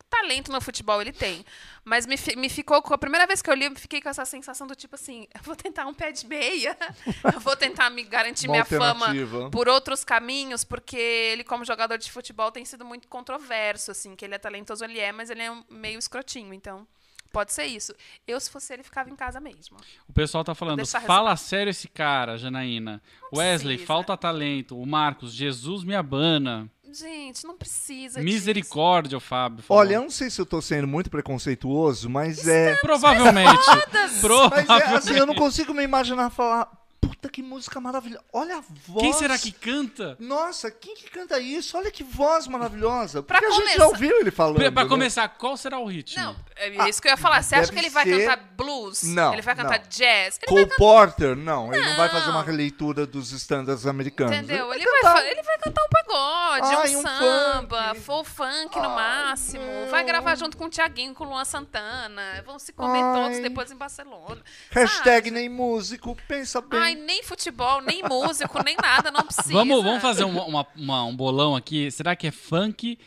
[SPEAKER 3] talento no futebol ele tem. Mas me, fi- me ficou com. A primeira vez que eu li, eu fiquei com essa sensação do tipo assim: eu vou tentar um pé de meia, [laughs] eu vou tentar me garantir
[SPEAKER 2] Uma
[SPEAKER 3] minha fama
[SPEAKER 2] alternativa.
[SPEAKER 3] por outros caminhos, porque ele, como jogador de futebol, tem sido muito controverso, assim, que ele é talentoso, ele é, mas ele é um meio escrotinho, então. Pode ser isso. Eu, se fosse ele, ficava em casa mesmo.
[SPEAKER 1] O pessoal tá falando,
[SPEAKER 3] Deixa eu
[SPEAKER 1] fala sério esse cara, Janaína.
[SPEAKER 3] Não
[SPEAKER 1] Wesley,
[SPEAKER 3] precisa.
[SPEAKER 1] falta talento. O Marcos, Jesus me abana.
[SPEAKER 3] Gente, não precisa. disso.
[SPEAKER 1] Misericórdia, o Fábio. falou.
[SPEAKER 2] Olha, eu não sei se eu tô sendo muito preconceituoso, mas é. assim,
[SPEAKER 1] Provavelmente.
[SPEAKER 3] Todas-
[SPEAKER 2] Mas [laughs] é, assim, eu não
[SPEAKER 1] Provavelmente.
[SPEAKER 2] consigo me imaginar falar. Puta que música maravilhosa. Olha a voz.
[SPEAKER 1] Quem será que canta?
[SPEAKER 2] Nossa, quem que canta isso? Olha que voz maravilhosa.
[SPEAKER 3] Pra
[SPEAKER 2] Porque a gente já
[SPEAKER 3] começar-
[SPEAKER 2] ouviu ele falando.
[SPEAKER 1] Pra, pra
[SPEAKER 2] né?
[SPEAKER 1] começar, qual será o ritmo?
[SPEAKER 3] Não, é isso que eu ia falar. Você acha
[SPEAKER 2] deve
[SPEAKER 3] que ele vai
[SPEAKER 2] ser-
[SPEAKER 3] cantar blues?
[SPEAKER 2] Não,
[SPEAKER 3] Ele vai
[SPEAKER 2] não.
[SPEAKER 3] cantar jazz? Ele
[SPEAKER 2] Cole Porter, não, ele não vai fazer uma
[SPEAKER 3] Não.
[SPEAKER 2] releitura dos estándares americanos. né?
[SPEAKER 3] Entendeu? Ele
[SPEAKER 2] cantar.
[SPEAKER 3] vai, fa- ele vai cantar um pagode,
[SPEAKER 2] Ai,
[SPEAKER 3] um,
[SPEAKER 2] um
[SPEAKER 3] samba,
[SPEAKER 2] funk.
[SPEAKER 3] full funk no
[SPEAKER 2] Ai,
[SPEAKER 3] máximo.
[SPEAKER 2] não.
[SPEAKER 3] Vai gravar junto com o Tiaguinho, com o Luan Santana. Vão se comer
[SPEAKER 2] Ai.
[SPEAKER 3] todos depois em Barcelona.
[SPEAKER 2] Hashtag nem músico, pensa bem.
[SPEAKER 3] Ah, Ai, nem futebol, nem músico, nem nada, não precisa.
[SPEAKER 1] Vamos, vamos fazer um, uma- uma- um bolão aqui. Será que é funk,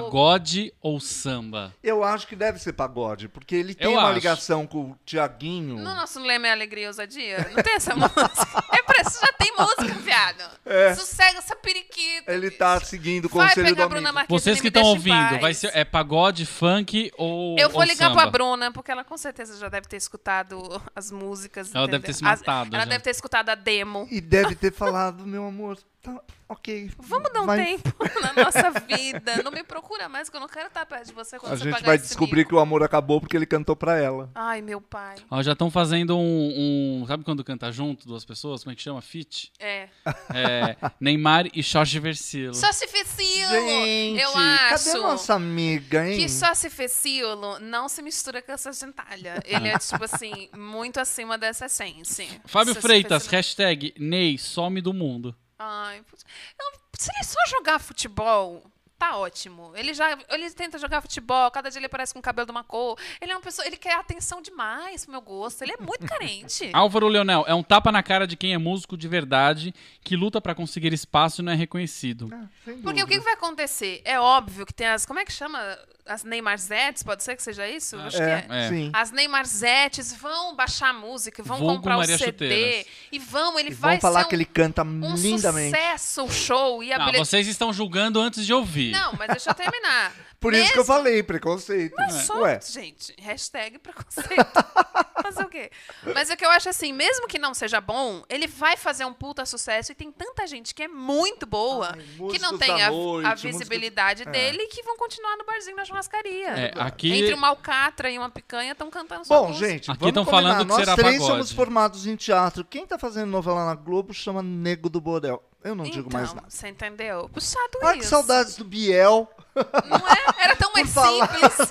[SPEAKER 1] pagode ou samba?
[SPEAKER 2] Eu acho que deve ser pagode, porque ele tem
[SPEAKER 1] Eu
[SPEAKER 2] uma
[SPEAKER 1] acho.
[SPEAKER 2] ligação com o Tiaguinho.
[SPEAKER 1] um-
[SPEAKER 3] No nosso lema é alegria e ousadia? Não tem essa [laughs] música? É pra isso, já tem música, viado. Sossega essa periquita.
[SPEAKER 2] É. Ele
[SPEAKER 3] bicho.
[SPEAKER 2] tá seguindo o
[SPEAKER 3] Vai
[SPEAKER 2] conselho do
[SPEAKER 3] pegar a
[SPEAKER 2] amigo.
[SPEAKER 3] Bruna Marquezine
[SPEAKER 1] Vocês
[SPEAKER 3] e
[SPEAKER 1] que
[SPEAKER 3] me
[SPEAKER 1] estão
[SPEAKER 3] deixa em
[SPEAKER 1] ouvindo,
[SPEAKER 3] paz.
[SPEAKER 1] vai ser é pagode, funk ou
[SPEAKER 3] Eu vou
[SPEAKER 1] ou
[SPEAKER 3] ligar
[SPEAKER 1] samba?
[SPEAKER 3] pra Bruna, porque ela com certeza já deve ter escutado as músicas.
[SPEAKER 1] Ela
[SPEAKER 3] entendeu?
[SPEAKER 1] deve ter se
[SPEAKER 3] As-
[SPEAKER 1] matado
[SPEAKER 3] ela
[SPEAKER 1] já.
[SPEAKER 3] deve ter escutado a demo.
[SPEAKER 2] E deve ter falado, meu amor, tá ok.
[SPEAKER 3] Vamos dar um
[SPEAKER 2] vai-
[SPEAKER 3] tempo [laughs] na nossa vida. Não me procura mais, que eu não quero estar perto de você quando
[SPEAKER 2] A
[SPEAKER 3] você
[SPEAKER 2] gente
[SPEAKER 3] pagar
[SPEAKER 2] vai
[SPEAKER 3] esse
[SPEAKER 2] descobrir
[SPEAKER 3] mico.
[SPEAKER 2] que o amor acabou porque ele cantou pra ela.
[SPEAKER 3] Ai, meu pai.
[SPEAKER 1] Ó, já estão fazendo um, um- Sabe quando canta junto duas pessoas? Como é que chama? Fit?
[SPEAKER 3] É.
[SPEAKER 1] É, Neymar e Jorge Versilo.
[SPEAKER 3] Só se fecilo,
[SPEAKER 2] Gente,
[SPEAKER 3] eu
[SPEAKER 2] cadê
[SPEAKER 3] acho.
[SPEAKER 2] nossa amiga, hein?
[SPEAKER 3] Que só se fecilo não se mistura com essa gentalha. Ele é,
[SPEAKER 2] [laughs]
[SPEAKER 3] tipo assim, muito acima dessa essência.
[SPEAKER 1] Fábio
[SPEAKER 3] Só se
[SPEAKER 1] Freitas,
[SPEAKER 3] fecilo-
[SPEAKER 1] hashtag Ney, some do mundo.
[SPEAKER 3] Ai, putz. Não, se ele só jogar futebol, tá ótimo. Ele já, ele tenta jogar futebol, cada dia ele parece com o cabelo de uma cor. Ele é uma pessoa, ele quer atenção demais pro meu gosto. Ele é muito carente.
[SPEAKER 1] Álvaro Leonel, é um tapa na cara de quem é músico de verdade, que luta pra conseguir espaço e não é reconhecido.
[SPEAKER 2] Ah, sem
[SPEAKER 3] Porque o que
[SPEAKER 2] dúvida.
[SPEAKER 3] que vai acontecer? É óbvio que tem as, como é que chama? As Neymarzettes, pode ser que seja isso? Acho que é.
[SPEAKER 1] É.
[SPEAKER 2] Sim.
[SPEAKER 3] As Neymarzettes vão baixar a música, vão
[SPEAKER 1] Vulgo
[SPEAKER 3] comprar
[SPEAKER 1] Maria
[SPEAKER 3] o CD
[SPEAKER 1] Chuteiras.
[SPEAKER 3] e vão, ele
[SPEAKER 2] E
[SPEAKER 3] vai
[SPEAKER 2] vão falar
[SPEAKER 3] ser um,
[SPEAKER 2] que ele canta
[SPEAKER 3] um
[SPEAKER 2] lindamente.
[SPEAKER 3] sucesso, o show e a
[SPEAKER 1] Ah,
[SPEAKER 3] bilhete-
[SPEAKER 1] vocês estão julgando antes de ouvir.
[SPEAKER 3] Não, mas deixa eu terminar.
[SPEAKER 2] [laughs] Por isso que eu falei, preconceito. É.
[SPEAKER 3] Mas só,
[SPEAKER 2] Ué,
[SPEAKER 3] gente, hashtag preconceito. [laughs] fazer o quê? Mas o que eu acho assim, mesmo que não seja bom, ele vai fazer um puta sucesso e tem tanta gente que é muito boa,
[SPEAKER 2] Ai,
[SPEAKER 3] que
[SPEAKER 2] músicos
[SPEAKER 3] não tem
[SPEAKER 2] da
[SPEAKER 3] a,
[SPEAKER 2] noite,
[SPEAKER 3] a
[SPEAKER 2] músicos-
[SPEAKER 3] visibilidade
[SPEAKER 2] É.
[SPEAKER 3] dele que vão continuar no barzinho, na churrascaria.
[SPEAKER 1] É, aqui-
[SPEAKER 3] Entre uma alcatra e uma picanha estão cantando sua
[SPEAKER 2] Bom,
[SPEAKER 3] música.
[SPEAKER 2] gente,
[SPEAKER 1] Aqui
[SPEAKER 2] vamos
[SPEAKER 1] tão
[SPEAKER 2] combinar.
[SPEAKER 1] falando que
[SPEAKER 2] Nós
[SPEAKER 1] será
[SPEAKER 2] três
[SPEAKER 1] pagode.
[SPEAKER 2] somos formados em teatro. Quem tá fazendo novela na Globo chama Nego do Borel. Eu não digo mais
[SPEAKER 3] Então,
[SPEAKER 2] nada.
[SPEAKER 3] Você entendeu? Puxado
[SPEAKER 2] Ah, que
[SPEAKER 3] isso.
[SPEAKER 2] saudades do Biel.
[SPEAKER 3] Não é?
[SPEAKER 2] [laughs]
[SPEAKER 3] Era tão mais
[SPEAKER 2] falar.
[SPEAKER 3] simples.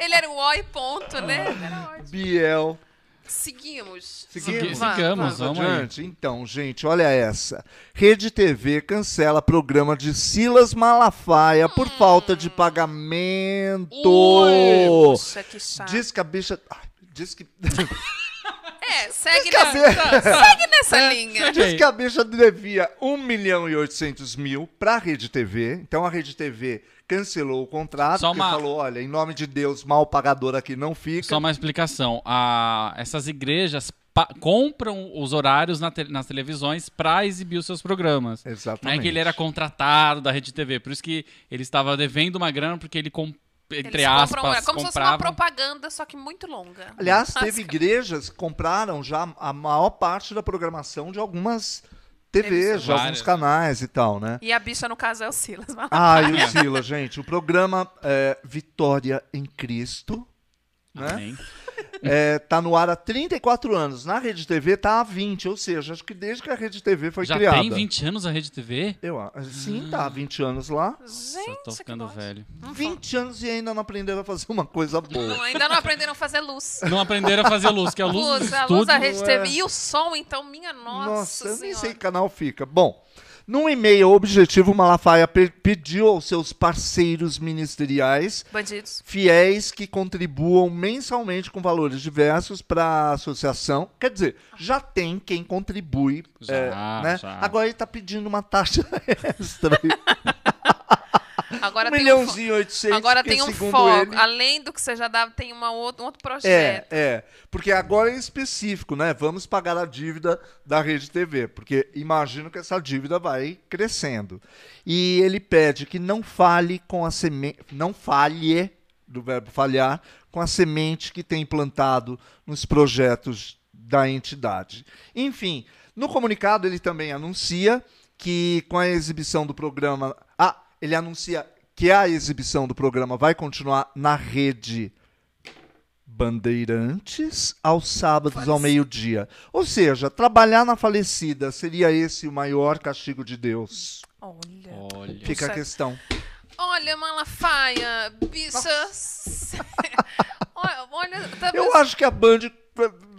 [SPEAKER 3] Ele era o O e ponto, né? Era ótimo.
[SPEAKER 2] Biel.
[SPEAKER 3] Seguimos.
[SPEAKER 1] Segui-
[SPEAKER 2] Seguimos.
[SPEAKER 3] Vamos,
[SPEAKER 1] Sigamos, vamos aí.
[SPEAKER 2] Adiante. Então, gente, olha essa. Rede TV cancela programa de Silas Malafaia por falta de pagamento.
[SPEAKER 3] Hum. Ui, puxa, que chato.
[SPEAKER 2] Diz que a bicha. Ai, Diz que,
[SPEAKER 3] É,
[SPEAKER 2] Diz
[SPEAKER 3] segue,
[SPEAKER 2] que a
[SPEAKER 3] nessa, segue
[SPEAKER 2] É.
[SPEAKER 3] nessa linha.
[SPEAKER 2] diz que a bicha devia 1 milhão e 800 mil pra Rede TV. Então a Rede TV cancelou o contrato
[SPEAKER 1] Só
[SPEAKER 2] porque
[SPEAKER 1] uma-
[SPEAKER 2] falou: olha, em nome de Deus, mal pagador aqui não fica.
[SPEAKER 1] Só uma explicação. A- essas igrejas pa- compram os horários na te- nas televisões pra exibir os seus programas. Não
[SPEAKER 2] Exatamente.
[SPEAKER 1] é que ele era contratado da Rede TV, por isso que ele estava devendo uma grana porque ele com- entre
[SPEAKER 3] Eles
[SPEAKER 1] aspas
[SPEAKER 3] compram- é como se fosse uma
[SPEAKER 1] comprava.
[SPEAKER 3] propaganda, só que muito longa.
[SPEAKER 2] Aliás, teve igrejas que compraram já a maior parte da programação de algumas TVs, de
[SPEAKER 1] Várias,
[SPEAKER 2] alguns
[SPEAKER 1] né?
[SPEAKER 2] canais e tal, né?
[SPEAKER 3] E a bicha, no caso, é o Silas. mas-
[SPEAKER 2] Ah, e o Sila, gente. O programa é, Vitória em Cristo né?
[SPEAKER 1] Amém.
[SPEAKER 2] é, tá no ar há 34 anos. Na Rede TV tá há 20, ou seja, acho que desde que a Rede TV foi
[SPEAKER 1] Já
[SPEAKER 2] criada.
[SPEAKER 1] tem 20 anos a Rede TV?
[SPEAKER 2] Eu, a- sim, tá há 20 anos lá.
[SPEAKER 3] Gente,
[SPEAKER 1] Só tô
[SPEAKER 3] que
[SPEAKER 1] ficando
[SPEAKER 3] bosta.
[SPEAKER 1] velho.
[SPEAKER 3] Não
[SPEAKER 2] 20 anos e ainda não aprenderam a fazer uma coisa boa.
[SPEAKER 3] Não, ainda não aprenderam a fazer luz.
[SPEAKER 1] Não aprenderam a fazer luz, que a luz, do
[SPEAKER 3] Luz, a
[SPEAKER 1] estúdio...
[SPEAKER 3] luz da rede
[SPEAKER 2] é.
[SPEAKER 3] TV. E o som, então, minha nossa,
[SPEAKER 2] eu nem
[SPEAKER 3] senhora.
[SPEAKER 2] sei que canal fica. Bom, num e-mail objetivo, Malafaia pe- pediu aos seus parceiros ministeriais
[SPEAKER 3] Bandidos.
[SPEAKER 2] fiéis que contribuam mensalmente com valores diversos para a associação. Quer dizer, já tem quem contribui,
[SPEAKER 1] Já,
[SPEAKER 2] é, né?
[SPEAKER 1] já.
[SPEAKER 2] Agora ele está pedindo uma taxa [laughs] extra. aí.
[SPEAKER 3] Agora
[SPEAKER 2] um
[SPEAKER 3] tem um fo-
[SPEAKER 2] milhãozinho e oitocentos,
[SPEAKER 3] Agora
[SPEAKER 2] porque
[SPEAKER 3] tem um
[SPEAKER 2] segundo
[SPEAKER 3] foco.
[SPEAKER 2] ele-
[SPEAKER 3] Além do que você já dá, tem uma outra, um outro
[SPEAKER 2] É,
[SPEAKER 3] projeto.
[SPEAKER 2] é, porque agora é específico, né? Vamos pagar a dívida da Rede TV, porque imagino que essa dívida vai crescendo. E ele pede que não fale com a semente, não falhe do verbo falhar com a semente que tem plantado nos projetos da entidade. Enfim, no comunicado ele também anuncia que com a exibição do programa, ah, ele anuncia que a exibição do programa vai continuar na rede Bandeirantes aos sábados ao meio-dia. Ou seja, trabalhar na falecida seria esse o maior castigo de Deus?
[SPEAKER 3] Olha.
[SPEAKER 1] Olha.
[SPEAKER 2] Fica a
[SPEAKER 3] Certo.
[SPEAKER 2] questão.
[SPEAKER 3] Olha, Malafaia, bichas.
[SPEAKER 2] [laughs]
[SPEAKER 3] olha, olha, tá
[SPEAKER 2] Eu acho que a Band eh,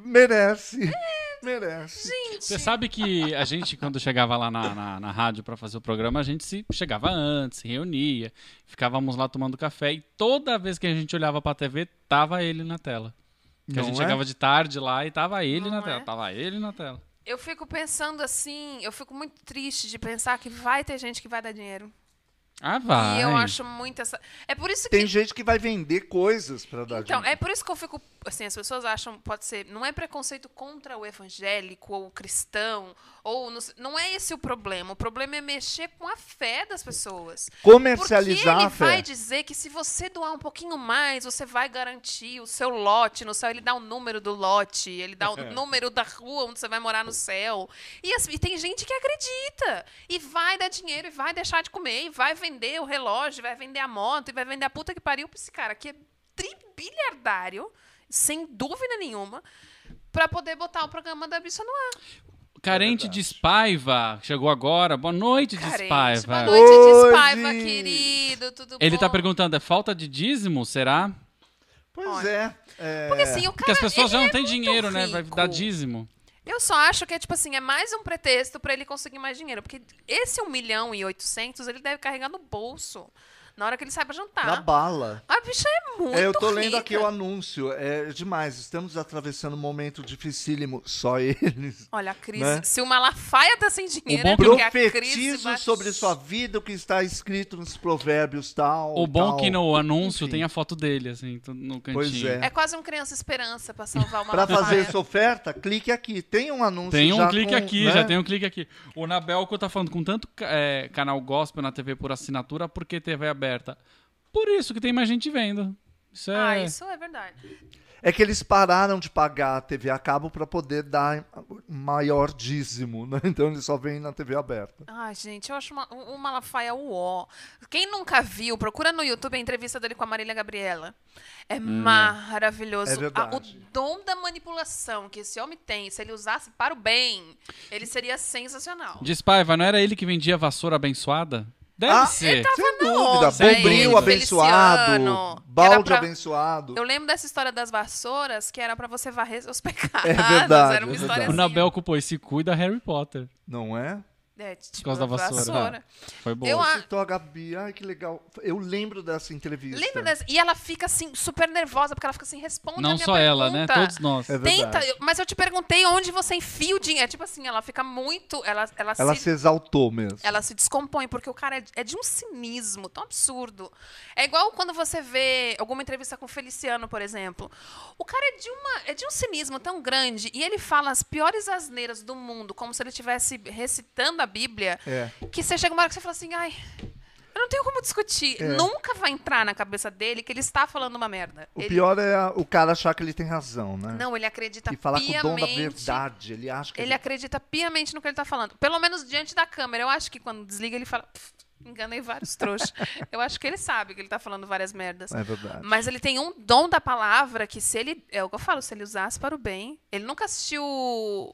[SPEAKER 2] merece.
[SPEAKER 3] É,
[SPEAKER 2] Merece.
[SPEAKER 1] Você sabe que a gente, quando chegava lá na, na, na rádio pra fazer o programa, a gente se chegava antes, se reunia, ficávamos lá tomando café e toda vez que a gente olhava pra TV, tava ele na tela. Que a
[SPEAKER 2] Não
[SPEAKER 1] gente
[SPEAKER 2] é?
[SPEAKER 1] chegava de tarde lá e tava ele na
[SPEAKER 3] Não é?
[SPEAKER 1] tela. Tava ele na tela.
[SPEAKER 3] Eu fico pensando assim, eu fico muito triste de pensar que vai ter gente que vai dar dinheiro.
[SPEAKER 1] Ah, vai.
[SPEAKER 3] E eu acho muito essa. É por isso que.
[SPEAKER 2] Tem gente que vai vender coisas pra dar
[SPEAKER 3] Então,
[SPEAKER 2] dinheiro.
[SPEAKER 3] é por isso que eu fico. Assim, as pessoas acham, pode ser. Não é preconceito contra o evangélico ou o cristão. Ou não, sei- não é esse o problema. O problema é mexer com a fé das pessoas.
[SPEAKER 2] Comercializar
[SPEAKER 3] é, Porque
[SPEAKER 2] a
[SPEAKER 3] ele
[SPEAKER 2] fé.
[SPEAKER 3] vai dizer que se você doar um pouquinho mais, você vai garantir o seu lote no céu. Ele dá o número do lote, ele dá o número da rua onde você vai morar no céu. E, as- e tem gente que acredita. E vai dar dinheiro, e vai deixar de comer, e vai vender o relógio, vai vender a moto, e vai vender a puta que pariu pra esse cara que é tribilhardário, sem dúvida nenhuma, pra poder botar o programa da bicha no ar.
[SPEAKER 1] Carente
[SPEAKER 2] É
[SPEAKER 1] de Spaiva chegou agora. Boa noite, de
[SPEAKER 3] Carente.
[SPEAKER 1] Spaiva.
[SPEAKER 3] Boa noite,
[SPEAKER 2] Oi,
[SPEAKER 3] Despaiva,
[SPEAKER 2] gente.
[SPEAKER 3] querido. Tudo
[SPEAKER 1] Ele
[SPEAKER 3] bom?
[SPEAKER 1] tá perguntando, é falta de dízimo, será?
[SPEAKER 2] Pois
[SPEAKER 3] Olha.
[SPEAKER 2] é. é.
[SPEAKER 3] Porque assim, o
[SPEAKER 1] Porque
[SPEAKER 3] cara.
[SPEAKER 1] as pessoas
[SPEAKER 3] ele
[SPEAKER 1] já não
[SPEAKER 3] é
[SPEAKER 1] têm
[SPEAKER 3] muito
[SPEAKER 1] dinheiro, né? Vai
[SPEAKER 3] rico.
[SPEAKER 1] dar dízimo.
[SPEAKER 3] Eu só acho que é tipo assim, é mais um pretexto pra ele conseguir mais dinheiro, porque esse 1 milhão e 800 ele deve carregar no bolso na hora que ele sai pra
[SPEAKER 2] Na
[SPEAKER 3] jantar.
[SPEAKER 2] bala.
[SPEAKER 3] A bicha é ah, muito
[SPEAKER 2] É, eu tô lendo
[SPEAKER 3] rica.
[SPEAKER 2] aqui o anúncio. É demais. Estamos atravessando um momento dificílimo. Só [laughs] eles.
[SPEAKER 3] Olha, a crise.
[SPEAKER 2] né?
[SPEAKER 3] Se o Malafaia tá sem dinheiro,
[SPEAKER 1] bom
[SPEAKER 3] é
[SPEAKER 1] que-
[SPEAKER 3] porque a crise
[SPEAKER 2] Profetizo
[SPEAKER 3] vai-
[SPEAKER 2] sobre sua vida o que está escrito nos provérbios tal.
[SPEAKER 1] O bom é
[SPEAKER 2] tal.
[SPEAKER 1] que no anúncio
[SPEAKER 2] Enfim.
[SPEAKER 1] tem a foto dele, assim, tudo no cantinho.
[SPEAKER 2] então, Pois é.
[SPEAKER 3] É quase um criança esperança pra salvar o
[SPEAKER 2] Para
[SPEAKER 3] Malafaia.
[SPEAKER 2] fazer essa oferta, clique aqui. Tem um anúncio
[SPEAKER 1] Tem um
[SPEAKER 2] já
[SPEAKER 1] clique
[SPEAKER 2] com,
[SPEAKER 1] aqui,
[SPEAKER 2] né?
[SPEAKER 1] já tem um clique aqui. O Nabelco tá falando com tanto ca- é, canal gospel na TV por assinatura, por que TV aberta? Por isso que tem mais gente vendo. Isso é.
[SPEAKER 3] Ah, isso é verdade.
[SPEAKER 2] É que eles pararam de pagar a TV a cabo para poder dar maior dízimo, né? [laughs] Então eles só vêm na TV aberta.
[SPEAKER 3] Ai, gente, eu acho uma- o o Malafaia o ó. Quem nunca viu, procura no YouTube a entrevista dele com a Marília Gabriela. É maravilhoso.
[SPEAKER 2] Uhum. É verdade.
[SPEAKER 3] A- o dom da manipulação que esse homem tem, se ele usasse para o bem, ele seria sensacional.
[SPEAKER 1] Diz Paiva, não era ele que vendia vassoura abençoada? Deve
[SPEAKER 2] Ah,
[SPEAKER 1] ser.
[SPEAKER 3] Tava
[SPEAKER 2] Sem
[SPEAKER 3] na
[SPEAKER 2] dúvida.
[SPEAKER 3] onda,
[SPEAKER 2] Bombril
[SPEAKER 3] hein,
[SPEAKER 2] abençoado.
[SPEAKER 3] Feliciano. Era
[SPEAKER 2] Balde
[SPEAKER 3] pra-
[SPEAKER 2] abençoado.
[SPEAKER 3] Eu lembro dessa história das vassouras, que era pra você varrer seus [laughs] pecados.
[SPEAKER 2] É verdade,
[SPEAKER 3] Era uma
[SPEAKER 2] é
[SPEAKER 3] história
[SPEAKER 2] verdade.
[SPEAKER 1] O
[SPEAKER 3] assim.
[SPEAKER 1] Nabel culpou esse cu e da Harry Potter.
[SPEAKER 2] Não é?
[SPEAKER 3] É, tipo,
[SPEAKER 1] causa da vassoura.
[SPEAKER 2] Ah,
[SPEAKER 1] Foi bom.
[SPEAKER 3] Eu a-
[SPEAKER 2] Citou a Gabi. Ai, que legal. Eu lembro dessa entrevista.
[SPEAKER 3] Lembra dessa? E ela fica assim, super nervosa, porque ela fica assim, responde a
[SPEAKER 1] Não
[SPEAKER 3] minha
[SPEAKER 1] só ela, né?
[SPEAKER 3] pergunta.
[SPEAKER 1] Todos nós.
[SPEAKER 2] É verdade.
[SPEAKER 3] Tenta, eu- mas eu te perguntei onde você enfia o dinheiro. É tipo assim, ela fica muito. Ela, ela,
[SPEAKER 2] Ela
[SPEAKER 3] se,
[SPEAKER 2] se exaltou mesmo.
[SPEAKER 3] ela se descompõe, porque o cara é, é de um cinismo tão absurdo. É igual quando você vê alguma entrevista com o Feliciano, por exemplo. O cara é de, uma, é de um cinismo tão grande e ele fala as piores asneiras do mundo, como se ele estivesse recitando a Bíblia,
[SPEAKER 2] É.
[SPEAKER 3] que você chega uma hora que você fala assim, ai. Eu não tenho como discutir.
[SPEAKER 2] É.
[SPEAKER 3] Nunca vai entrar na cabeça dele que ele está falando uma merda.
[SPEAKER 2] O
[SPEAKER 3] Ele-
[SPEAKER 2] pior é a- o cara achar que ele tem razão, né?
[SPEAKER 3] Não, ele acredita
[SPEAKER 2] e falar com o dom da
[SPEAKER 3] piamente
[SPEAKER 2] verdade. Ele acha que
[SPEAKER 3] ele acredita piamente no que ele tá falando. Pelo menos diante da câmera. Eu acho que quando desliga, ele fala. "Pff, Enganei vários trouxas. [laughs] Eu acho que ele sabe que ele tá falando várias merdas.
[SPEAKER 2] É verdade.
[SPEAKER 3] Mas ele tem um dom da palavra que, se ele. É o que eu falo, se ele usasse para o bem. Ele nunca assistiu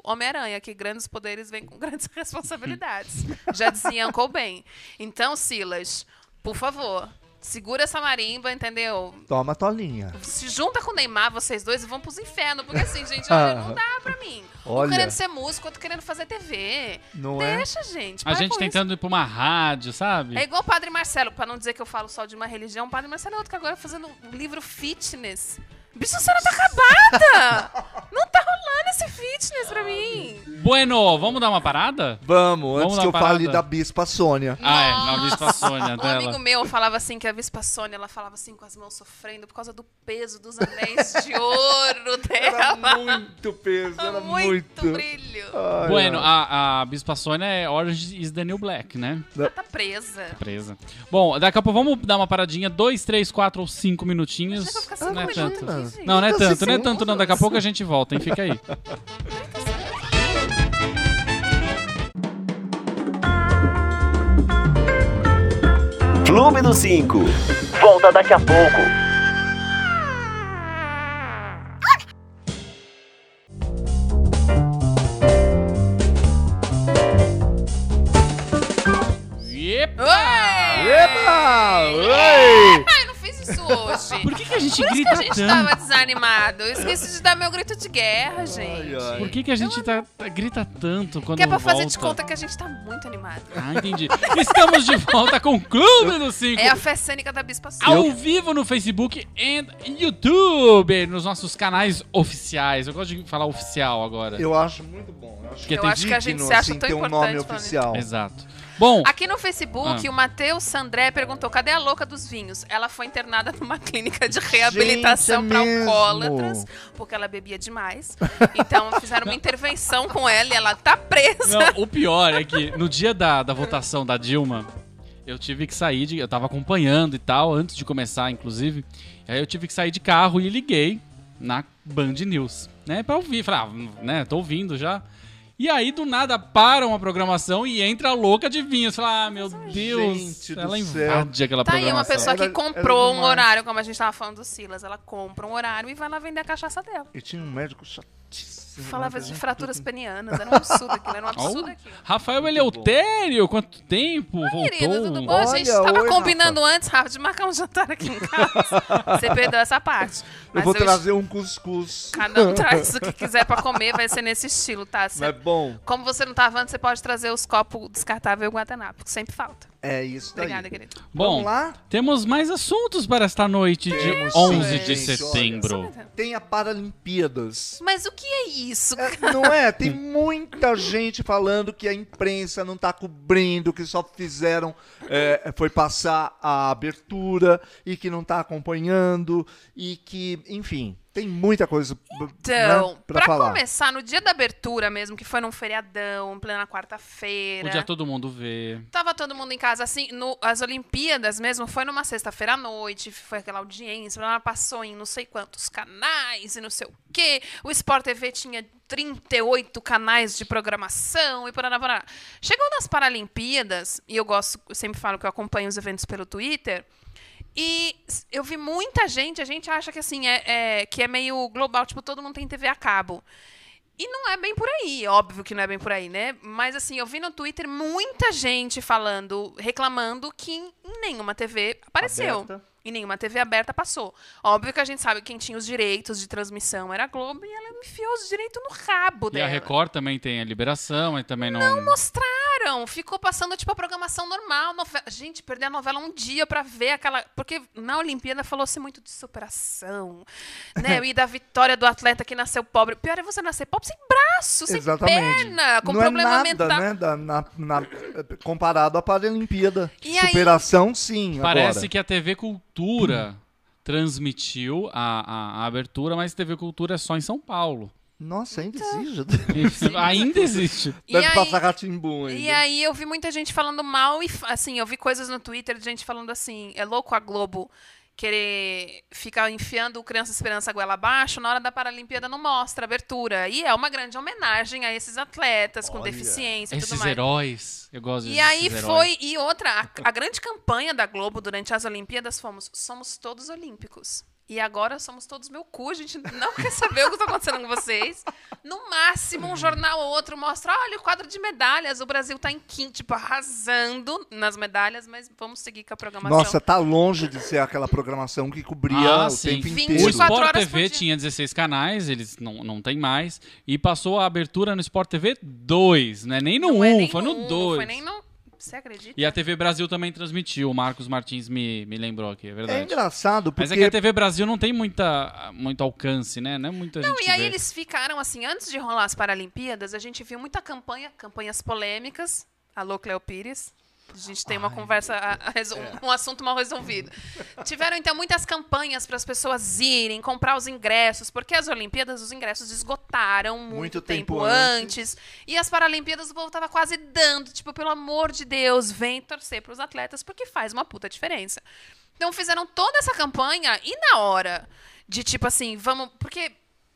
[SPEAKER 3] Homem-Aranha, que grandes poderes vêm com [laughs] grandes responsabilidades. Já dizia Uncle Ben. Então, Silas, por favor, segura essa marimba, entendeu?
[SPEAKER 2] Toma a tolinha.
[SPEAKER 3] se junta com o Neymar, vocês dois, e vão pros infernos. Porque assim, gente, olha, não dá pra mim.
[SPEAKER 2] Olha.
[SPEAKER 3] Um querendo ser músico, outro querendo fazer TV.
[SPEAKER 2] Não é?
[SPEAKER 3] Deixa, gente.
[SPEAKER 1] A
[SPEAKER 3] para
[SPEAKER 1] gente
[SPEAKER 3] com
[SPEAKER 1] tentando ir pra uma rádio, sabe?
[SPEAKER 3] isso. É igual o Padre Marcelo, pra não dizer que eu falo só de uma religião, o Padre Marcelo é outro que agora é fazendo um livro fitness. Bicho, você não tá
[SPEAKER 2] [laughs]
[SPEAKER 3] acabada! não tá rolando esse fitness pra mim.
[SPEAKER 1] Bueno, vamos dar uma parada?
[SPEAKER 2] Vamos, antes
[SPEAKER 1] Vamos
[SPEAKER 2] que
[SPEAKER 1] na
[SPEAKER 2] eu fale
[SPEAKER 1] parada.
[SPEAKER 2] da Bispa
[SPEAKER 3] [laughs]
[SPEAKER 2] Sônia.
[SPEAKER 1] Ah, é, na Vispa Sônia
[SPEAKER 3] Um amigo
[SPEAKER 1] dela.
[SPEAKER 3] meu falava assim que a Vespa Sônia, ela falava assim com as mãos sofrendo por causa do peso dos anéis de ouro
[SPEAKER 2] [laughs] Era
[SPEAKER 3] dela.
[SPEAKER 2] muito peso, era muito.
[SPEAKER 3] muito brilho.
[SPEAKER 2] Ai,
[SPEAKER 1] Bueno,
[SPEAKER 2] ai.
[SPEAKER 1] a, a Bispa Sônia é Orange is the New Black, né?
[SPEAKER 3] Ela tá presa.
[SPEAKER 1] Presa. Bom, daqui a pouco vamos dar uma paradinha, dois, três, quatro ou cinco minutinhos.
[SPEAKER 3] Será que eu vou ficar cinco
[SPEAKER 1] não é
[SPEAKER 3] minutos
[SPEAKER 1] tanto.
[SPEAKER 3] aqui, gente?
[SPEAKER 1] Não, não é
[SPEAKER 2] Tá Ah, se
[SPEAKER 1] tanto, não é
[SPEAKER 2] sentindo?
[SPEAKER 1] tanto não. Daqui a pouco a gente volta, hein? Fica aí.
[SPEAKER 4] Clube do 5. Volta daqui a pouco.
[SPEAKER 1] Yep.
[SPEAKER 3] Oi!
[SPEAKER 2] Eba! Oi!
[SPEAKER 3] Ah, eu não fiz isso hoje.
[SPEAKER 1] Por que, que a gente
[SPEAKER 3] É. Por isso que
[SPEAKER 1] grita
[SPEAKER 3] a gente
[SPEAKER 1] tanto?
[SPEAKER 3] tava desanimado. Eu esqueci de dar meu grito de guerra, gente.
[SPEAKER 2] ai.
[SPEAKER 1] Por que, que a gente tá, tá- grita tanto quando
[SPEAKER 3] Que é pra
[SPEAKER 1] volta?
[SPEAKER 3] fazer de conta que a gente tá muito animado.
[SPEAKER 1] Ah, entendi. Estamos de volta com o Clube do 5.
[SPEAKER 3] É a fé cênica da Bispa Sônia.
[SPEAKER 1] Ao vivo no Facebook e YouTube, nos nossos canais oficiais. Eu gosto de falar oficial agora.
[SPEAKER 2] Eu acho muito bom. Eu acho,
[SPEAKER 1] Porque
[SPEAKER 3] Eu
[SPEAKER 2] é
[SPEAKER 3] acho que a gente
[SPEAKER 2] digno,
[SPEAKER 3] se acha
[SPEAKER 2] assim,
[SPEAKER 3] tão
[SPEAKER 2] ter um
[SPEAKER 3] importante
[SPEAKER 2] nome
[SPEAKER 3] pra mim.
[SPEAKER 2] oficial.
[SPEAKER 1] Exato. Bom,
[SPEAKER 3] Aqui no Facebook,
[SPEAKER 1] Ah.
[SPEAKER 3] o Matheus Sandré perguntou: cadê a louca dos vinhos? Ela foi internada numa [laughs] clínica de reabilitação
[SPEAKER 2] Gente, é
[SPEAKER 3] pra
[SPEAKER 2] mesmo?
[SPEAKER 3] alcoólatras, porque ela bebia demais. Então fizeram uma intervenção com ela e ela tá presa.
[SPEAKER 1] não, o pior é que no dia da, da votação da Dilma, eu tive que sair de. Eu tava acompanhando e tal, antes de começar, inclusive. Aí eu tive que sair de carro e liguei na Band News, né? Pra ouvir. Falei, ah, né? Tô ouvindo já. E aí, do nada, param a programação e entra a louca de vinhos. Fala, ah, meu Deus.
[SPEAKER 2] Gente do
[SPEAKER 1] ela
[SPEAKER 2] céu.
[SPEAKER 1] invade aquela
[SPEAKER 3] Tá aí
[SPEAKER 1] programação.
[SPEAKER 3] uma pessoa que
[SPEAKER 2] Era- era
[SPEAKER 3] comprou um
[SPEAKER 2] demais.
[SPEAKER 3] horário, como a gente tava falando do Silas. Ela compra um horário e vai lá vender a cachaça dela.
[SPEAKER 2] E tinha um médico chatíssimo.
[SPEAKER 3] Falava
[SPEAKER 2] né,
[SPEAKER 3] de
[SPEAKER 2] gente?
[SPEAKER 3] fraturas penianas. Era um absurdo
[SPEAKER 2] [laughs]
[SPEAKER 3] aquilo, era um absurdo
[SPEAKER 1] Au.
[SPEAKER 3] aquilo.
[SPEAKER 1] Rafael
[SPEAKER 2] Muito
[SPEAKER 1] Eleutério, quanto tempo? Voltou.
[SPEAKER 3] Querido, tudo
[SPEAKER 2] um
[SPEAKER 3] bom? a gente
[SPEAKER 2] Olha,
[SPEAKER 3] tava
[SPEAKER 2] oi,
[SPEAKER 3] combinando antes, Rafa, de marcar um jantar aqui em casa. Você perdeu essa parte.
[SPEAKER 2] Eu
[SPEAKER 3] Mas
[SPEAKER 2] vou
[SPEAKER 3] eu-
[SPEAKER 2] trazer um cuscuz.
[SPEAKER 3] Cada um traz o que quiser pra comer, vai ser nesse estilo, tá? Cê-
[SPEAKER 2] Não é bom?
[SPEAKER 3] Como você não tava antes, você pode trazer os copos descartáveis e o guardanapo, que sempre falta.
[SPEAKER 2] É isso daí.
[SPEAKER 3] Obrigada, querido.
[SPEAKER 1] Bom,
[SPEAKER 2] Vamos lá?
[SPEAKER 1] temos mais assuntos para esta noite de
[SPEAKER 2] Temos,
[SPEAKER 1] 11 de
[SPEAKER 2] gente,
[SPEAKER 1] setembro.
[SPEAKER 2] Tem a Paralimpíadas.
[SPEAKER 3] Mas o que é isso?
[SPEAKER 2] É, não é? Tem muita gente falando que a imprensa não tá cobrindo, que só fizeram. é, foi passar a abertura e que não tá acompanhando e que, enfim, tem muita coisa b-
[SPEAKER 3] Então,
[SPEAKER 2] né, pra,
[SPEAKER 3] pra,
[SPEAKER 2] falar.
[SPEAKER 3] começar, no dia da abertura mesmo, que foi num feriadão, em plena quarta-feira.
[SPEAKER 1] Podia é todo mundo ver.
[SPEAKER 3] Tava todo mundo em casa, assim, no, as Olimpíadas mesmo, foi numa sexta-feira à noite, foi aquela audiência, ela passou em não sei quantos canais e não sei o quê. O Sport TV tinha 38 canais de programação e por aí Chegou nas Paralimpíadas, e eu gosto, eu sempre falo que eu acompanho os eventos pelo Twitter, e s- eu vi muita gente, a gente acha que assim, é, é- que é meio global, tipo, todo mundo tem TV a cabo. E não é bem por aí, óbvio que não é bem por aí, né? Mas assim, eu vi no Twitter muita gente falando, reclamando que em nenhuma TV apareceu.
[SPEAKER 2] Aberta.
[SPEAKER 3] Em nenhuma TV aberta passou. Óbvio que a gente sabe que quem tinha os direitos de transmissão era a Globo e ela enfiou os direitos no rabo
[SPEAKER 1] E
[SPEAKER 3] dela.
[SPEAKER 1] a Record também tem a liberação, e também não.
[SPEAKER 3] mostraram. Ficou passando, tipo, a programação normal. Novela. Gente, perder a novela um dia pra ver aquela. Porque na Olimpíada falou-se muito de superação,
[SPEAKER 2] [laughs]
[SPEAKER 3] né? E da vitória do atleta que nasceu pobre. Pior é você nascer pobre sem braço, sem
[SPEAKER 2] Exatamente.
[SPEAKER 3] perna, com
[SPEAKER 2] não
[SPEAKER 3] problema
[SPEAKER 2] é nada,
[SPEAKER 3] mental.
[SPEAKER 2] Né, da- na- na- comparado à Paralimpíada.
[SPEAKER 3] E aí-
[SPEAKER 2] Superação, sim.
[SPEAKER 1] Parece
[SPEAKER 2] agora.
[SPEAKER 1] que a TV Cultura transmitiu a, a- a abertura, mas TV Cultura é só em São Paulo.
[SPEAKER 2] Nossa, ainda exige.
[SPEAKER 1] Ainda existe.
[SPEAKER 3] Então, E
[SPEAKER 2] Deve
[SPEAKER 3] aí-
[SPEAKER 2] passar catimbu ainda.
[SPEAKER 3] E aí eu vi muita gente falando mal e f- assim, eu vi coisas no Twitter de gente falando assim, é louco a Globo querer ficar enfiando o Criança Esperança goela abaixo, na hora da Paralimpíada não mostra a abertura. E é uma grande homenagem a esses atletas com
[SPEAKER 2] Olha,
[SPEAKER 3] deficiência e tudo
[SPEAKER 1] Esses
[SPEAKER 3] mais.
[SPEAKER 1] heróis. Eu gosto
[SPEAKER 3] E
[SPEAKER 1] desses
[SPEAKER 3] aí
[SPEAKER 1] Né, heróis.
[SPEAKER 3] foi, e outra, a, a grande campanha da Globo durante as Olimpíadas fomos, somos todos olímpicos. E agora somos todos meu cu, a gente não [laughs] quer saber o que tá acontecendo com vocês. No máximo, um jornal ou outro mostra, olha o quadro de medalhas, o Brasil tá em quinto, tipo, arrasando nas medalhas, mas vamos seguir com a programação.
[SPEAKER 2] Nossa, tá longe de ser aquela programação que cobria
[SPEAKER 1] Ah,
[SPEAKER 2] o
[SPEAKER 1] sim.
[SPEAKER 2] tempo
[SPEAKER 3] 24
[SPEAKER 1] O
[SPEAKER 2] inteiro.
[SPEAKER 3] horas
[SPEAKER 1] Sport
[SPEAKER 3] por
[SPEAKER 1] TV
[SPEAKER 3] dia.
[SPEAKER 1] tinha 16 canais, eles não, não tem mais. E passou a abertura no Sport TV 2, né? Nem no 1,
[SPEAKER 3] Não é nem
[SPEAKER 1] foi
[SPEAKER 3] um,
[SPEAKER 1] no 2.
[SPEAKER 3] Foi nem no... Você acredita?
[SPEAKER 1] E a TV Brasil também transmitiu, o Marcos Martins me, me lembrou aqui, é
[SPEAKER 2] É
[SPEAKER 1] verdade.
[SPEAKER 2] engraçado
[SPEAKER 1] Mas
[SPEAKER 2] porque
[SPEAKER 1] é que a TV Brasil não tem muita, muito alcance, né? Não é muita
[SPEAKER 3] Não,
[SPEAKER 1] gente
[SPEAKER 3] e aí
[SPEAKER 1] vê.
[SPEAKER 3] eles ficaram assim, antes de rolar as Paralimpíadas, a gente viu muita campanha, campanhas polêmicas. Alô, Cleo Pires. A gente tem uma conversa, a- a resol- um assunto mal resolvido. Tiveram, então, muitas campanhas para as pessoas irem, comprar os ingressos, porque as Olimpíadas, os ingressos esgotaram muito,
[SPEAKER 2] Muito
[SPEAKER 3] tempo,
[SPEAKER 2] tempo
[SPEAKER 3] antes. E as Paralimpíadas, o povo tava quase dando, tipo, pelo amor de Deus, vem torcer para os atletas, porque faz uma puta diferença. Então fizeram toda essa campanha e na hora de tipo assim, vamos. Porque,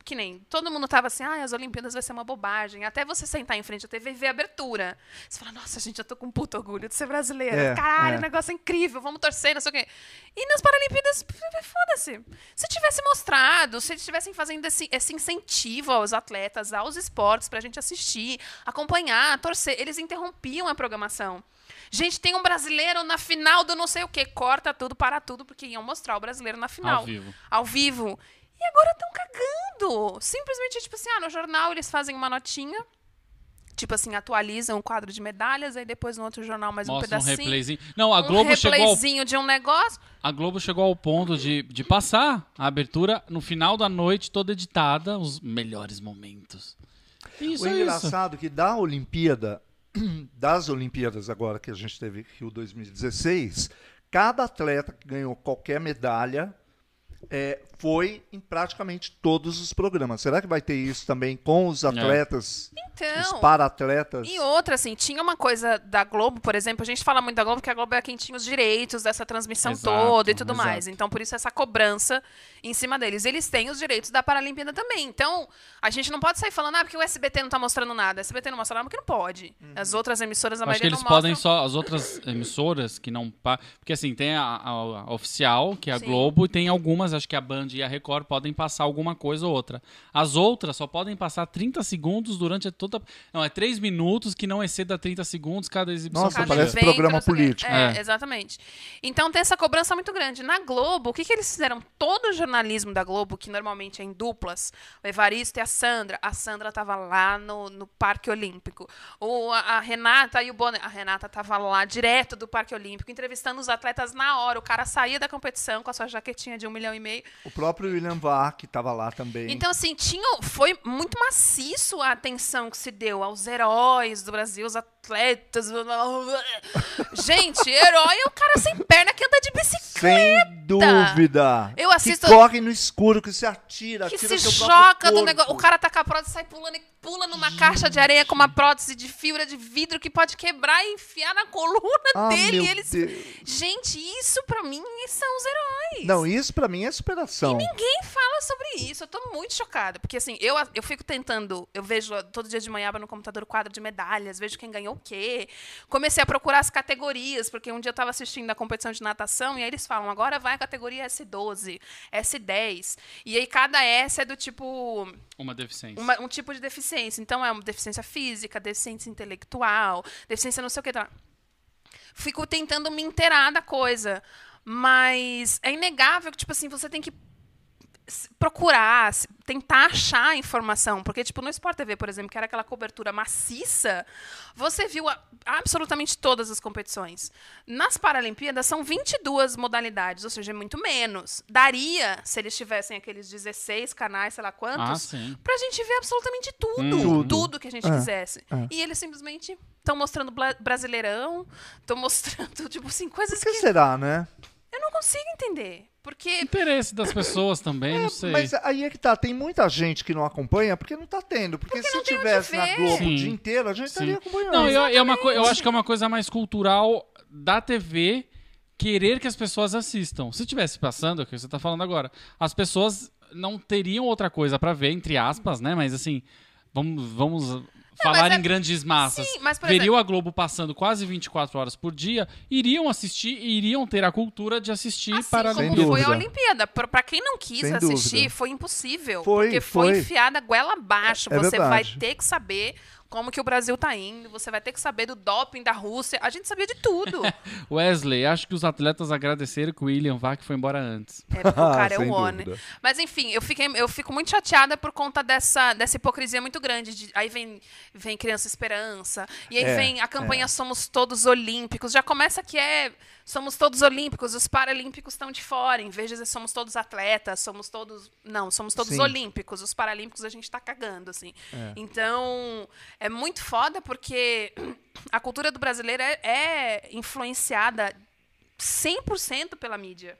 [SPEAKER 3] que nem, todo mundo tava assim, ah, as Olimpíadas vai ser uma bobagem. Até você sentar em frente à TV e ver a abertura. Você fala, nossa, gente, eu tô com um puto orgulho de ser brasileira.
[SPEAKER 2] É,
[SPEAKER 3] Caralho,
[SPEAKER 2] é.
[SPEAKER 3] o negócio é incrível, vamos torcer, não sei o quê. E nas Paralimpíadas, f- foda-se. Se tivesse mostrado, se eles estivessem fazendo esse, esse incentivo aos atletas, aos esportes, pra gente assistir, acompanhar, torcer, eles interrompiam a programação. Gente, tem um brasileiro na final do não sei o quê. Corta tudo, para tudo, porque iam mostrar o brasileiro na final.
[SPEAKER 1] Ao vivo.
[SPEAKER 3] Ao vivo. E agora estão cagando. Simplesmente, tipo assim, ah, no jornal eles fazem uma notinha. Tipo assim, atualizam o quadro de medalhas, aí depois no outro jornal mais um
[SPEAKER 1] Mostra um
[SPEAKER 3] pedacinho.
[SPEAKER 1] replayzinho. Não, a
[SPEAKER 3] um
[SPEAKER 1] Globo, chegou ao,
[SPEAKER 3] replayzinho de um negócio.
[SPEAKER 1] a Globo chegou ao ponto de, de passar a abertura no final da noite, toda editada, os melhores momentos. Isso,
[SPEAKER 2] o
[SPEAKER 1] é isso.
[SPEAKER 2] engraçado é que da Olimpíada, [clears throat] das Olimpíadas agora que a gente teve Rio 2016, cada atleta que ganhou qualquer medalha é, foi em praticamente todos os programas. Será que vai ter isso também com
[SPEAKER 1] É.
[SPEAKER 2] os atletas, os
[SPEAKER 3] Então.
[SPEAKER 2] para-atletas?
[SPEAKER 3] E outra, assim, tinha uma coisa da Globo, por exemplo, a gente fala muito da Globo porque a Globo é quem tinha os direitos dessa transmissão
[SPEAKER 1] Exato,
[SPEAKER 3] toda e tudo
[SPEAKER 1] exato.
[SPEAKER 3] mais. Então, por isso essa cobrança em cima deles. Eles têm os direitos da Paralimpíada também. Então, a gente não pode sair falando, ah, porque o SBT não tá mostrando nada. O SBT não mostra nada porque não pode. As outras emissoras, a
[SPEAKER 1] Uhum. Acho que
[SPEAKER 3] maioria
[SPEAKER 1] eles
[SPEAKER 3] não
[SPEAKER 1] podem
[SPEAKER 3] mostram.
[SPEAKER 1] só. As outras emissoras que não. pa- Porque assim, tem a, a- a oficial, que é a
[SPEAKER 3] Sim.
[SPEAKER 1] Globo, e tem algumas, acho que a Band e a Record podem passar alguma coisa ou outra. As outras só podem passar 30 segundos durante toda. Não, é 3 minutos que não exceda 30 segundos cada exibição.
[SPEAKER 2] Nossa,
[SPEAKER 1] por
[SPEAKER 3] Cada
[SPEAKER 1] dia.
[SPEAKER 2] parece programa
[SPEAKER 3] não sei o quê.
[SPEAKER 2] político.
[SPEAKER 3] É,
[SPEAKER 1] É.
[SPEAKER 3] exatamente. Então tem essa cobrança muito grande. Na Globo, o que, que eles fizeram? Todo o jornalismo da Globo, que normalmente é em duplas, o Evaristo e a Sandra. A Sandra tava lá no, no Parque Olímpico. O, a, a Renata e o Bonner. A Renata tava lá direto do Parque Olímpico, entrevistando os atletas na hora. O cara saía da competição com a sua jaquetinha de um milhão e meio.
[SPEAKER 2] O próprio William Vac estava lá também.
[SPEAKER 3] Então, assim, tinha, foi muito maciço a atenção que se deu aos heróis do Brasil, os atletas. blá, blá,
[SPEAKER 2] [laughs]
[SPEAKER 3] blá. Gente, herói é o cara sem perna que anda de bicicleta.
[SPEAKER 2] Sem dúvida.
[SPEAKER 3] Eu assisto-
[SPEAKER 2] Que corre no escuro, que se atira,
[SPEAKER 3] Que
[SPEAKER 2] atira
[SPEAKER 3] se
[SPEAKER 2] seu próprio
[SPEAKER 3] joga do
[SPEAKER 2] corpo.
[SPEAKER 3] negócio. O cara tá com a prótese, sai pulando e pula numa caixa de areia com uma prótese de fibra de vidro que pode quebrar e enfiar na coluna
[SPEAKER 2] Ah,
[SPEAKER 3] dele.
[SPEAKER 2] meu
[SPEAKER 3] E eles...
[SPEAKER 2] Deus.
[SPEAKER 3] Gente, isso pra mim são os heróis.
[SPEAKER 2] Não, isso pra mim é superação.
[SPEAKER 3] Ninguém fala sobre isso. Eu tô muito chocada. Porque, assim, eu, eu fico tentando. Eu vejo todo dia de manhã abro no computador o quadro de medalhas, vejo quem ganhou o quê. Comecei a procurar as categorias, porque um dia eu tava assistindo a competição de natação e aí eles falam, agora vai a categoria S12, S10. E aí cada S é do tipo.
[SPEAKER 1] Uma deficiência.
[SPEAKER 3] uma- um tipo de deficiência. Então é uma deficiência física, deficiência intelectual, deficiência não sei o que. Tá. Fico tentando me inteirar da coisa. Mas é inegável que, tipo assim, você tem que se- procurar, se- tentar achar a informação, porque tipo no Sport TV, por exemplo, que era aquela cobertura maciça, você viu a- absolutamente todas as competições. Nas Paralimpíadas são 22 modalidades, ou seja, é muito menos. Daria se eles tivessem aqueles 16 canais, sei lá
[SPEAKER 1] Ah,
[SPEAKER 3] quantos,
[SPEAKER 1] sim.
[SPEAKER 3] pra gente ver absolutamente tudo,
[SPEAKER 2] Tudo.
[SPEAKER 3] tudo, que a gente
[SPEAKER 2] É,
[SPEAKER 3] quisesse. E eles simplesmente estão mostrando bla- Brasileirão, estão mostrando [laughs] tipo assim coisas
[SPEAKER 2] Por
[SPEAKER 3] que
[SPEAKER 2] que será, né?
[SPEAKER 3] eu não consigo entender, porque
[SPEAKER 1] Interesse das pessoas também, não sei.
[SPEAKER 2] Mas aí é que tá, tem muita gente que não acompanha porque não tá tendo. Porque, se
[SPEAKER 3] não tem onde
[SPEAKER 2] tivesse na
[SPEAKER 3] ver.
[SPEAKER 2] Globo
[SPEAKER 1] Sim.
[SPEAKER 2] o dia inteiro, a gente estaria acompanhando.
[SPEAKER 1] Não, eu, é uma co- eu acho que é uma coisa mais cultural da TV querer que as pessoas assistam. Se tivesse passando, é o que você tá falando agora, as pessoas não teriam outra coisa pra ver, entre aspas, né? Mas assim, vamos, vamos falar
[SPEAKER 3] mas é-
[SPEAKER 1] em grandes massas.
[SPEAKER 3] Sim, mas, por
[SPEAKER 1] Veriam a Globo passando quase 24 horas por dia, iriam assistir e iriam ter a cultura de assistir
[SPEAKER 3] Assim
[SPEAKER 1] para
[SPEAKER 3] como
[SPEAKER 2] Sem
[SPEAKER 3] foi a
[SPEAKER 2] dúvida.
[SPEAKER 3] Olimpíada. Pra pra quem não quis
[SPEAKER 2] Sem
[SPEAKER 3] assistir,
[SPEAKER 2] dúvida.
[SPEAKER 3] foi impossível.
[SPEAKER 2] Foi,
[SPEAKER 3] porque foi,
[SPEAKER 2] foi.
[SPEAKER 3] enfiada goela abaixo.
[SPEAKER 2] É
[SPEAKER 3] você vai
[SPEAKER 2] verdade.
[SPEAKER 3] ter que saber como que o Brasil tá indo, você vai ter que saber do doping da Rússia. A gente sabia de
[SPEAKER 2] [laughs]
[SPEAKER 3] tudo. é
[SPEAKER 1] Wesley, acho que os atletas agradeceram que o William Vac foi embora antes.
[SPEAKER 3] porque o cara é
[SPEAKER 2] Ah, Sem
[SPEAKER 3] o one.
[SPEAKER 2] dúvida.
[SPEAKER 3] Mas enfim, eu, fiquei, eu fico muito chateada por conta dessa, dessa hipocrisia muito grande. de- aí vem, vem Criança Esperança, e aí
[SPEAKER 2] É,
[SPEAKER 3] vem a campanha Somos Todos Olímpicos. Já começa que é Somos Todos Olímpicos, os Paralímpicos estão de fora. Em vez de dizer Somos Todos Atletas, somos todos. Não, somos todos
[SPEAKER 2] Sim.
[SPEAKER 3] Olímpicos. Os Paralímpicos a gente tá cagando, assim. Então, é muito foda porque [clears throat] a cultura do brasileiro é, é influenciada 100% pela mídia.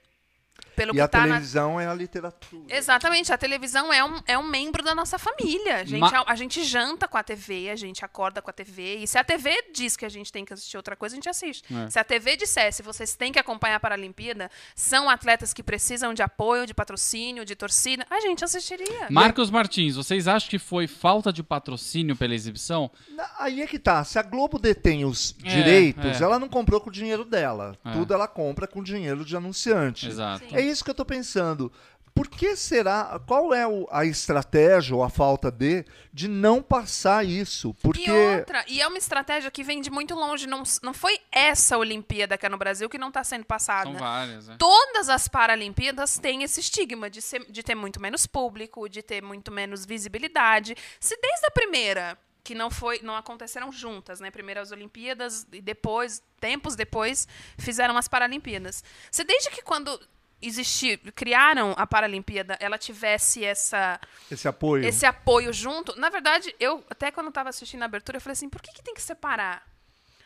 [SPEAKER 3] Pelo
[SPEAKER 2] E
[SPEAKER 3] que
[SPEAKER 2] a
[SPEAKER 3] tá na
[SPEAKER 2] televisão é a literatura.
[SPEAKER 3] Exatamente, a televisão é um, é um membro da nossa família. A gente,
[SPEAKER 1] Ma-
[SPEAKER 3] a, gente janta com a TV, a gente acorda com a TV. E se a TV diz que a gente tem que assistir outra coisa, a gente assiste.
[SPEAKER 1] É.
[SPEAKER 3] Se a TV dissesse, vocês têm que acompanhar a Paralimpíada, são atletas que precisam de apoio, de patrocínio, de torcida, a gente assistiria.
[SPEAKER 1] Marcos Martins, vocês acham que foi falta de patrocínio pela exibição?
[SPEAKER 2] Na- Aí é que tá. Se a Globo detém os
[SPEAKER 1] É,
[SPEAKER 2] direitos,
[SPEAKER 1] é.
[SPEAKER 2] ela não comprou com o dinheiro dela.
[SPEAKER 1] É.
[SPEAKER 2] Tudo ela compra com o dinheiro de anunciante.
[SPEAKER 1] Exato.
[SPEAKER 3] Sim.
[SPEAKER 2] É isso que eu tô pensando. Por que será? Qual é o- a estratégia ou a falta de de não passar isso? Porque
[SPEAKER 3] E outra, e é uma estratégia que vem de muito longe. Não, não foi essa Olimpíada que é no Brasil que não está sendo passada.
[SPEAKER 1] São várias, né?
[SPEAKER 3] Todas as Paralimpíadas têm esse estigma de, ser- de ter muito menos público, de ter muito menos visibilidade. Se desde a primeira, que não foi, não aconteceram juntas, né? Primeiro as Olimpíadas e depois, tempos depois, fizeram as Paralimpíadas. Se desde que quando existir, criaram a Paralimpíada, ela tivesse essa
[SPEAKER 2] esse apoio.
[SPEAKER 3] esse apoio junto. Na verdade, eu até quando estava assistindo a abertura, eu falei assim, por que, que tem que separar?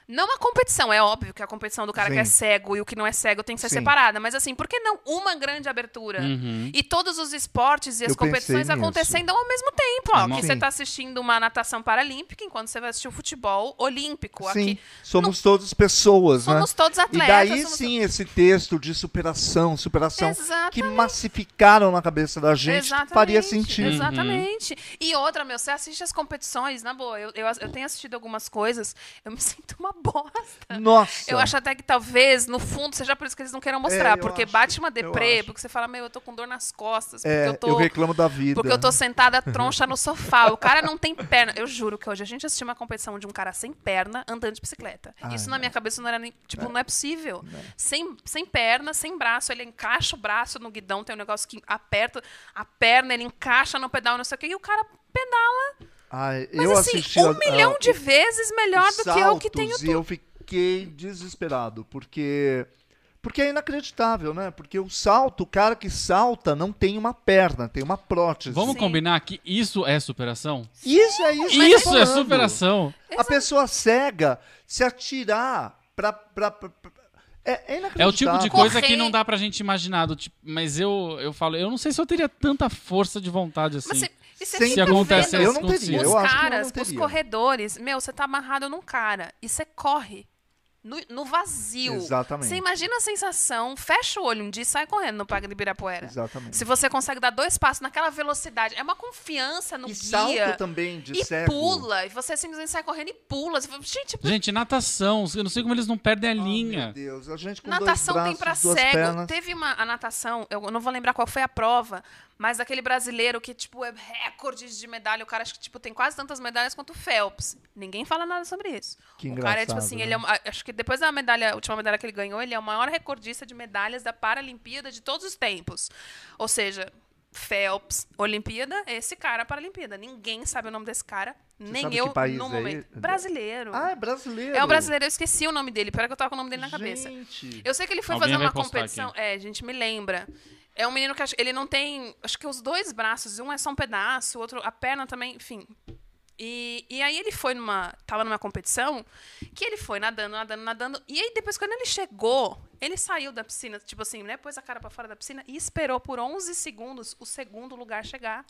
[SPEAKER 3] Não a competição, é óbvio que a competição do cara que
[SPEAKER 2] Sim.
[SPEAKER 3] é cego e o que não é cego tem que ser
[SPEAKER 2] Sim. Uhum.
[SPEAKER 3] separada, mas assim, por que não uma grande abertura? E todos os esportes e as
[SPEAKER 2] Eu pensei
[SPEAKER 3] competições
[SPEAKER 2] nisso.
[SPEAKER 3] acontecendo ao mesmo tempo, ó,
[SPEAKER 2] Sim.
[SPEAKER 3] que você tá assistindo uma natação paralímpica enquanto você vai assistir o futebol olímpico
[SPEAKER 2] Sim,
[SPEAKER 3] aqui.
[SPEAKER 2] somos todos pessoas,
[SPEAKER 3] Somos
[SPEAKER 2] né?
[SPEAKER 3] todos
[SPEAKER 2] E
[SPEAKER 3] atletas.
[SPEAKER 2] daí
[SPEAKER 3] somos
[SPEAKER 2] sim esse texto de superação, superação que
[SPEAKER 3] Exatamente.
[SPEAKER 2] massificaram na cabeça da gente faria sentido.
[SPEAKER 3] Exatamente. E outra, meu, você assiste as competições, na boa. Eu, eu, eu tenho assistido algumas coisas, eu me [laughs] sinto uma bosta.
[SPEAKER 2] Nossa.
[SPEAKER 3] Eu acho até que talvez, no fundo, seja por isso que eles não queiram
[SPEAKER 2] É,
[SPEAKER 3] mostrar.
[SPEAKER 2] eu
[SPEAKER 3] porque
[SPEAKER 2] acho,
[SPEAKER 3] bate uma
[SPEAKER 2] eu
[SPEAKER 3] deprê,
[SPEAKER 2] acho.
[SPEAKER 3] porque você fala, meu, eu tô com dor nas costas, porque
[SPEAKER 2] É,
[SPEAKER 3] eu tô.
[SPEAKER 2] eu reclamo da vida.
[SPEAKER 3] Porque eu
[SPEAKER 2] [laughs]
[SPEAKER 3] tô sentada troncha no sofá. O cara não tem perna. Eu juro que hoje a gente assistiu uma competição de um cara sem perna andando de bicicleta.
[SPEAKER 2] Ah,
[SPEAKER 3] Isso na minha cabeça não era nem. Tipo, não é possível. Sem, sem perna, sem braço. Ele encaixa o braço no guidão, tem um negócio que aperta a perna, ele encaixa no pedal, não sei o quê. E o cara pedala.
[SPEAKER 2] Ai,
[SPEAKER 3] Mas
[SPEAKER 2] eu assisti
[SPEAKER 3] assim, um
[SPEAKER 2] a- a-
[SPEAKER 3] milhão de vezes melhor
[SPEAKER 2] os
[SPEAKER 3] do que eu que tenho
[SPEAKER 2] saltos, E eu fiquei desesperado, porque. Porque é inacreditável, né? Porque o salto, o cara que salta não tem uma perna, tem uma prótese.
[SPEAKER 1] Vamos
[SPEAKER 3] Sim.
[SPEAKER 1] combinar que isso é superação?
[SPEAKER 2] Isso é isso. que eu tô
[SPEAKER 1] Isso é
[SPEAKER 2] falando.
[SPEAKER 1] superação.
[SPEAKER 2] A pessoa cega se atirar pra. pra, pra- pra- É, é
[SPEAKER 1] É
[SPEAKER 2] inacreditável.
[SPEAKER 1] o tipo de coisa
[SPEAKER 3] Correr.
[SPEAKER 1] que não dá pra gente imaginar. do tipo- mas eu, eu falo, eu não sei se eu teria tanta força de vontade assim.
[SPEAKER 3] Mas cê- e cê
[SPEAKER 2] Sem
[SPEAKER 3] fica
[SPEAKER 1] acontece
[SPEAKER 3] vendo
[SPEAKER 1] isso
[SPEAKER 2] eu não teria.
[SPEAKER 1] Os
[SPEAKER 3] Os
[SPEAKER 2] eu acho que eu não
[SPEAKER 3] caras, os
[SPEAKER 2] teria.
[SPEAKER 3] corredores, meu, você tá amarrado num cara e você corre. no, no vazio.
[SPEAKER 2] Exatamente.
[SPEAKER 3] Você imagina a sensação, fecha o olho um dia e sai correndo no Parque do Ibirapuera.
[SPEAKER 2] Exatamente.
[SPEAKER 3] Se você consegue dar dois passos naquela velocidade, é uma confiança no
[SPEAKER 2] e
[SPEAKER 3] guia.
[SPEAKER 2] salto também de
[SPEAKER 3] e
[SPEAKER 2] cego.
[SPEAKER 3] pula, e você simplesmente sai correndo e pula. Você fala, gente,
[SPEAKER 1] Gente, natação. Eu não sei como eles não perdem a
[SPEAKER 2] Ah,
[SPEAKER 1] linha.
[SPEAKER 2] meu Deus, a gente com
[SPEAKER 3] natação
[SPEAKER 2] dois
[SPEAKER 3] tem pra
[SPEAKER 2] braços, duas
[SPEAKER 3] cego.
[SPEAKER 2] pernas.
[SPEAKER 3] Teve uma a natação, eu não vou lembrar qual foi a prova, mas aquele brasileiro que tipo é recorde de medalha, o cara acho que tipo tem quase tantas medalhas quanto o Phelps. Ninguém fala nada sobre isso.
[SPEAKER 2] Que
[SPEAKER 3] o cara é tipo
[SPEAKER 2] engraçado,
[SPEAKER 3] assim,
[SPEAKER 2] né?
[SPEAKER 3] ele é, um- a- acho que depois da medalha, a última medalha que ele ganhou, ele é o maior recordista de medalhas da Paralimpíada de todos os tempos. Ou seja, Phelps, Olimpíada, esse cara é Paralimpíada. Ninguém sabe o nome desse cara, nem
[SPEAKER 2] sabe
[SPEAKER 3] eu
[SPEAKER 2] que país
[SPEAKER 3] no
[SPEAKER 2] é
[SPEAKER 3] momento.
[SPEAKER 2] ele?
[SPEAKER 3] Brasileiro.
[SPEAKER 2] Ah, é brasileiro.
[SPEAKER 3] É um brasileiro, eu esqueci o nome dele, pior que eu tava com o nome dele na cabeça.
[SPEAKER 2] Gente.
[SPEAKER 3] Eu sei que ele foi
[SPEAKER 1] Alguém
[SPEAKER 3] fazer
[SPEAKER 1] vai
[SPEAKER 3] uma
[SPEAKER 1] postar
[SPEAKER 3] competição. É, gente, me lembra. É um menino que acho- ele não tem. Acho que os dois braços, um é só um pedaço, o outro, a perna também, enfim. E, e aí ele foi numa. Tava numa competição que ele foi nadando, nadando, nadando. E aí depois, quando ele chegou, ele saiu da piscina, tipo assim, né? Pôs a cara pra fora da piscina e esperou por 11 segundos o segundo lugar chegar.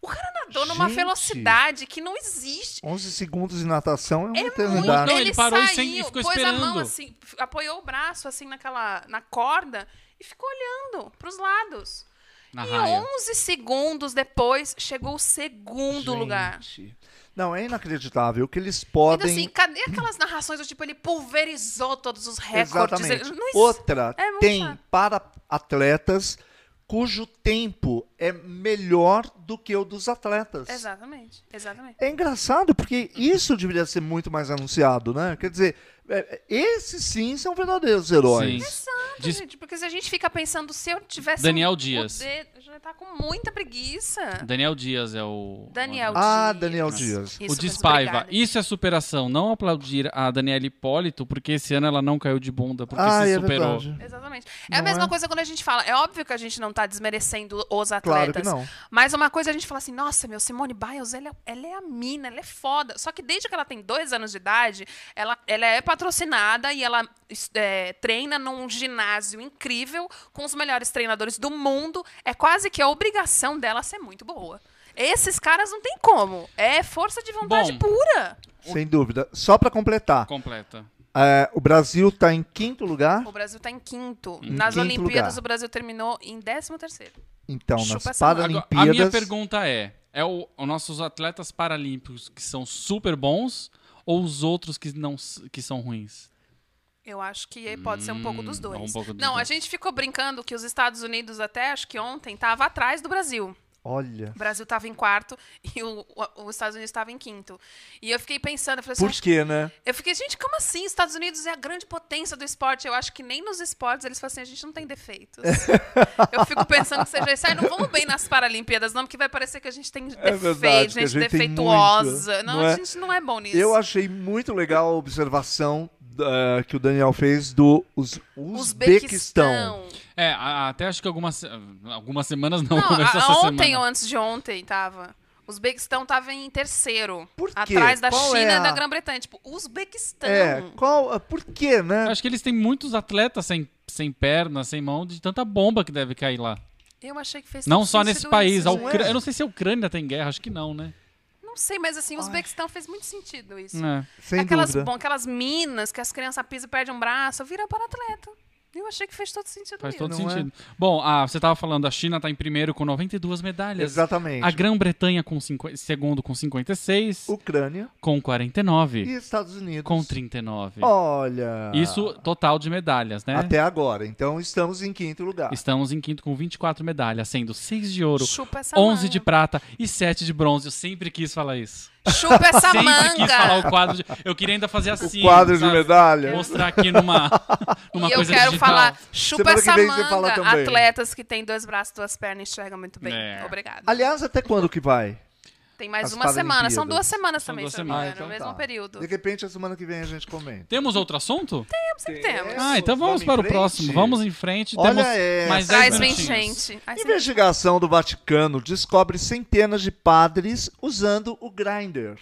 [SPEAKER 3] O cara nadou numa
[SPEAKER 2] Gente!
[SPEAKER 3] velocidade que não existe.
[SPEAKER 2] 11 segundos de natação é uma
[SPEAKER 3] Muito.
[SPEAKER 2] eternidade.
[SPEAKER 1] Não, ele parou e
[SPEAKER 3] saiu,
[SPEAKER 1] sem- e ficou
[SPEAKER 3] pôs a mão
[SPEAKER 1] esperando.
[SPEAKER 3] assim, f- apoiou o braço assim naquela na corda e ficou olhando pros lados.
[SPEAKER 1] Na
[SPEAKER 3] e
[SPEAKER 1] raia.
[SPEAKER 3] 11 segundos depois chegou o segundo
[SPEAKER 2] Gente.
[SPEAKER 3] lugar.
[SPEAKER 2] Não, é inacreditável. O que eles
[SPEAKER 3] Então
[SPEAKER 2] podem.
[SPEAKER 3] assim, cadê aquelas narrações do tipo ele pulverizou todos os recordes?
[SPEAKER 2] Exatamente.
[SPEAKER 3] Ele- não existe.
[SPEAKER 2] Outra
[SPEAKER 3] É muito
[SPEAKER 2] tem
[SPEAKER 3] chato.
[SPEAKER 2] para atletas cujo tempo é melhor do que o dos atletas.
[SPEAKER 3] Exatamente. Exatamente.
[SPEAKER 2] É engraçado, porque isso deveria ser muito mais anunciado, né? Quer dizer, é, é, esses sim são verdadeiros heróis.
[SPEAKER 1] Sim. Diz-
[SPEAKER 3] Gente, porque se a gente fica pensando se eu tivesse
[SPEAKER 1] Daniel
[SPEAKER 3] um
[SPEAKER 1] Dias.
[SPEAKER 3] poder, eu já tá com muita preguiça.
[SPEAKER 1] Daniel Dias é o.
[SPEAKER 3] Daniel
[SPEAKER 2] Ah,
[SPEAKER 3] Dias.
[SPEAKER 2] Daniel Dias.
[SPEAKER 3] Isso
[SPEAKER 1] o
[SPEAKER 3] mesmo,
[SPEAKER 1] Despaiva.
[SPEAKER 3] obrigada.
[SPEAKER 1] Isso é superação. Não aplaudir a Daniela Hipólito, porque esse ano ela não caiu de bunda, porque
[SPEAKER 2] Ah,
[SPEAKER 1] se
[SPEAKER 2] é
[SPEAKER 1] superou.
[SPEAKER 2] verdade.
[SPEAKER 3] Exatamente. É a
[SPEAKER 2] Não
[SPEAKER 3] mesma
[SPEAKER 2] é?
[SPEAKER 3] coisa quando a gente fala. É óbvio que a gente não tá desmerecendo os
[SPEAKER 2] Claro
[SPEAKER 3] atletas.
[SPEAKER 2] que não.
[SPEAKER 3] Mas uma coisa a gente fala assim, nossa, meu, Simone Biles, ela é, ela é a mina, ela é foda. Só que desde que ela tem dois anos de idade, ela, ela é patrocinada e ela es- é, treina num ginásio incrível com os melhores treinadores do mundo. É quase que a obrigação dela ser muito boa. Esses caras não tem como. É força de vontade
[SPEAKER 1] Bom.
[SPEAKER 3] pura.
[SPEAKER 2] Sem dúvida. Só para completar,
[SPEAKER 1] Completa.
[SPEAKER 2] é, o Brasil está em quinto lugar.
[SPEAKER 3] O Brasil tá em quinto. Nas
[SPEAKER 2] quinto
[SPEAKER 3] Olimpíadas,
[SPEAKER 2] lugar.
[SPEAKER 3] o Brasil terminou em décimo terceiro.
[SPEAKER 2] Então,
[SPEAKER 3] Chupa
[SPEAKER 2] nas
[SPEAKER 3] essa manga.
[SPEAKER 1] Agora,
[SPEAKER 2] Paralimpíadas.
[SPEAKER 1] a minha pergunta é: é o, os nossos atletas paralímpicos que são super bons ou os outros que, não, s- que são ruins?
[SPEAKER 3] Eu acho que aí pode ser um pouco
[SPEAKER 2] Hum,
[SPEAKER 3] dos dois.
[SPEAKER 1] um pouco dos
[SPEAKER 3] não,
[SPEAKER 1] dois.
[SPEAKER 3] a gente ficou brincando que os Estados Unidos até acho que ontem tava atrás do Brasil.
[SPEAKER 2] Olha.
[SPEAKER 3] O Brasil tava em quarto [laughs] e o- o- os Estados Unidos tava em quinto. E eu fiquei pensando, eu
[SPEAKER 1] é
[SPEAKER 3] falei assim,
[SPEAKER 2] Por
[SPEAKER 3] "Acho
[SPEAKER 2] quê, né?
[SPEAKER 3] eu fiquei, gente, como assim? Os Estados Unidos é a grande potência do esporte. Eu acho que nem nos esportes eles falam assim, a gente não
[SPEAKER 2] [laughs]
[SPEAKER 3] tem defeitos. eu fico pensando que seja isso. Ai, não vamos bem nas Paralimpíadas, não, porque vai parecer que a gente tem defeitos,
[SPEAKER 2] É verdade, que a
[SPEAKER 3] gente,
[SPEAKER 2] gente tem muito,
[SPEAKER 3] defeituosa. não,
[SPEAKER 2] não é?
[SPEAKER 3] a gente não é bom nisso.
[SPEAKER 2] Eu achei muito legal a observação eh, que o Daniel fez do Uz- Uzbequistão.
[SPEAKER 3] Uzbequistão.
[SPEAKER 1] É, a- até acho que algumas, se- algumas semanas não,
[SPEAKER 3] Não,
[SPEAKER 1] [laughs] começou
[SPEAKER 3] a-
[SPEAKER 1] essa
[SPEAKER 3] ontem
[SPEAKER 1] semana.
[SPEAKER 3] ou antes de ontem tava. O Uzbequistão tava em terceiro.
[SPEAKER 2] Por quê?
[SPEAKER 3] Atrás da
[SPEAKER 2] Qual
[SPEAKER 3] China
[SPEAKER 2] é
[SPEAKER 3] e da
[SPEAKER 2] a-
[SPEAKER 3] Grã-Bretanha. Tipo, Uzbequistão.
[SPEAKER 2] É, qual, por quê, né?
[SPEAKER 1] Acho que eles têm muitos atletas sem, sem perna, sem mão, de tanta bomba que deve cair lá.
[SPEAKER 3] Eu achei que fez
[SPEAKER 1] Não
[SPEAKER 3] muito
[SPEAKER 1] só
[SPEAKER 3] sentido
[SPEAKER 1] nesse país.
[SPEAKER 3] isso.
[SPEAKER 1] a
[SPEAKER 2] não
[SPEAKER 1] Ucra-
[SPEAKER 2] é?
[SPEAKER 1] Eu não sei se a Ucrânia tem guerra, acho que não, né?
[SPEAKER 3] Não sei, mas assim, o Uzbequistão fez muito sentido isso.
[SPEAKER 1] É.
[SPEAKER 2] Sem
[SPEAKER 3] aquelas,
[SPEAKER 2] dúvida.
[SPEAKER 3] bom, aquelas minas que as crianças pisam e perdem um braço, vira para atleta. Eu achei que fez todo sentido
[SPEAKER 1] Faz
[SPEAKER 3] mesmo.
[SPEAKER 1] todo
[SPEAKER 2] Não é?
[SPEAKER 1] sentido. Bom, ah, você tava falando, a China tá em primeiro com 92 medalhas.
[SPEAKER 2] Exatamente.
[SPEAKER 1] A Grã-Bretanha com cinqu- segundo com 56,
[SPEAKER 2] Ucrânia
[SPEAKER 1] com
[SPEAKER 2] e
[SPEAKER 1] 49,
[SPEAKER 2] Estados Unidos.
[SPEAKER 1] com 39.
[SPEAKER 2] Olha.
[SPEAKER 1] Isso total de medalhas, né?
[SPEAKER 2] Até agora. Então estamos em quinto lugar.
[SPEAKER 1] Estamos em quinto com 24 medalhas, sendo 6 de ouro,
[SPEAKER 3] Chupa essa
[SPEAKER 1] 11 de
[SPEAKER 3] manga.
[SPEAKER 1] prata e 7 de bronze. Eu sempre quis falar isso. [laughs]
[SPEAKER 3] Chupa essa
[SPEAKER 1] sempre quis falar o
[SPEAKER 3] manga.
[SPEAKER 1] quadro de... Eu queria ainda fazer assim.
[SPEAKER 2] o quadro de
[SPEAKER 1] sabe?
[SPEAKER 2] medalha.
[SPEAKER 1] Mostrar aqui
[SPEAKER 2] [laughs]
[SPEAKER 1] numa, numa
[SPEAKER 3] e eu
[SPEAKER 1] coisa
[SPEAKER 3] quero
[SPEAKER 1] digital.
[SPEAKER 3] falar, chupa
[SPEAKER 2] Semana que
[SPEAKER 3] essa
[SPEAKER 2] vem você
[SPEAKER 3] manga.
[SPEAKER 2] fala também.
[SPEAKER 3] Atletas que têm dois braços, duas pernas enxergam muito bem.
[SPEAKER 1] É.
[SPEAKER 3] Obrigada.
[SPEAKER 2] Aliás, até quando que vai?
[SPEAKER 3] Tem mais
[SPEAKER 2] As
[SPEAKER 3] uma semana. São
[SPEAKER 2] Paralimpíadas.
[SPEAKER 3] duas semanas
[SPEAKER 1] São
[SPEAKER 3] também,
[SPEAKER 1] duas
[SPEAKER 3] se eu não me
[SPEAKER 1] semanas.
[SPEAKER 3] engano,
[SPEAKER 2] Ah,
[SPEAKER 3] no
[SPEAKER 2] então
[SPEAKER 3] mesmo
[SPEAKER 2] tá.
[SPEAKER 3] período.
[SPEAKER 2] De repente, a semana que vem a gente comenta.
[SPEAKER 1] Temos outro assunto?
[SPEAKER 3] Sempre temos.
[SPEAKER 1] Ah, então vamos
[SPEAKER 2] Vamos em
[SPEAKER 1] para o
[SPEAKER 2] frente?
[SPEAKER 1] próximo. Vamos em frente.
[SPEAKER 2] Olha
[SPEAKER 1] Temos
[SPEAKER 2] essa.
[SPEAKER 1] mais 10
[SPEAKER 3] Traz
[SPEAKER 1] minutinhos.
[SPEAKER 3] Vincente. Ai, sempre-
[SPEAKER 2] Investigação do Vaticano descobre centenas de padres usando o Grindr.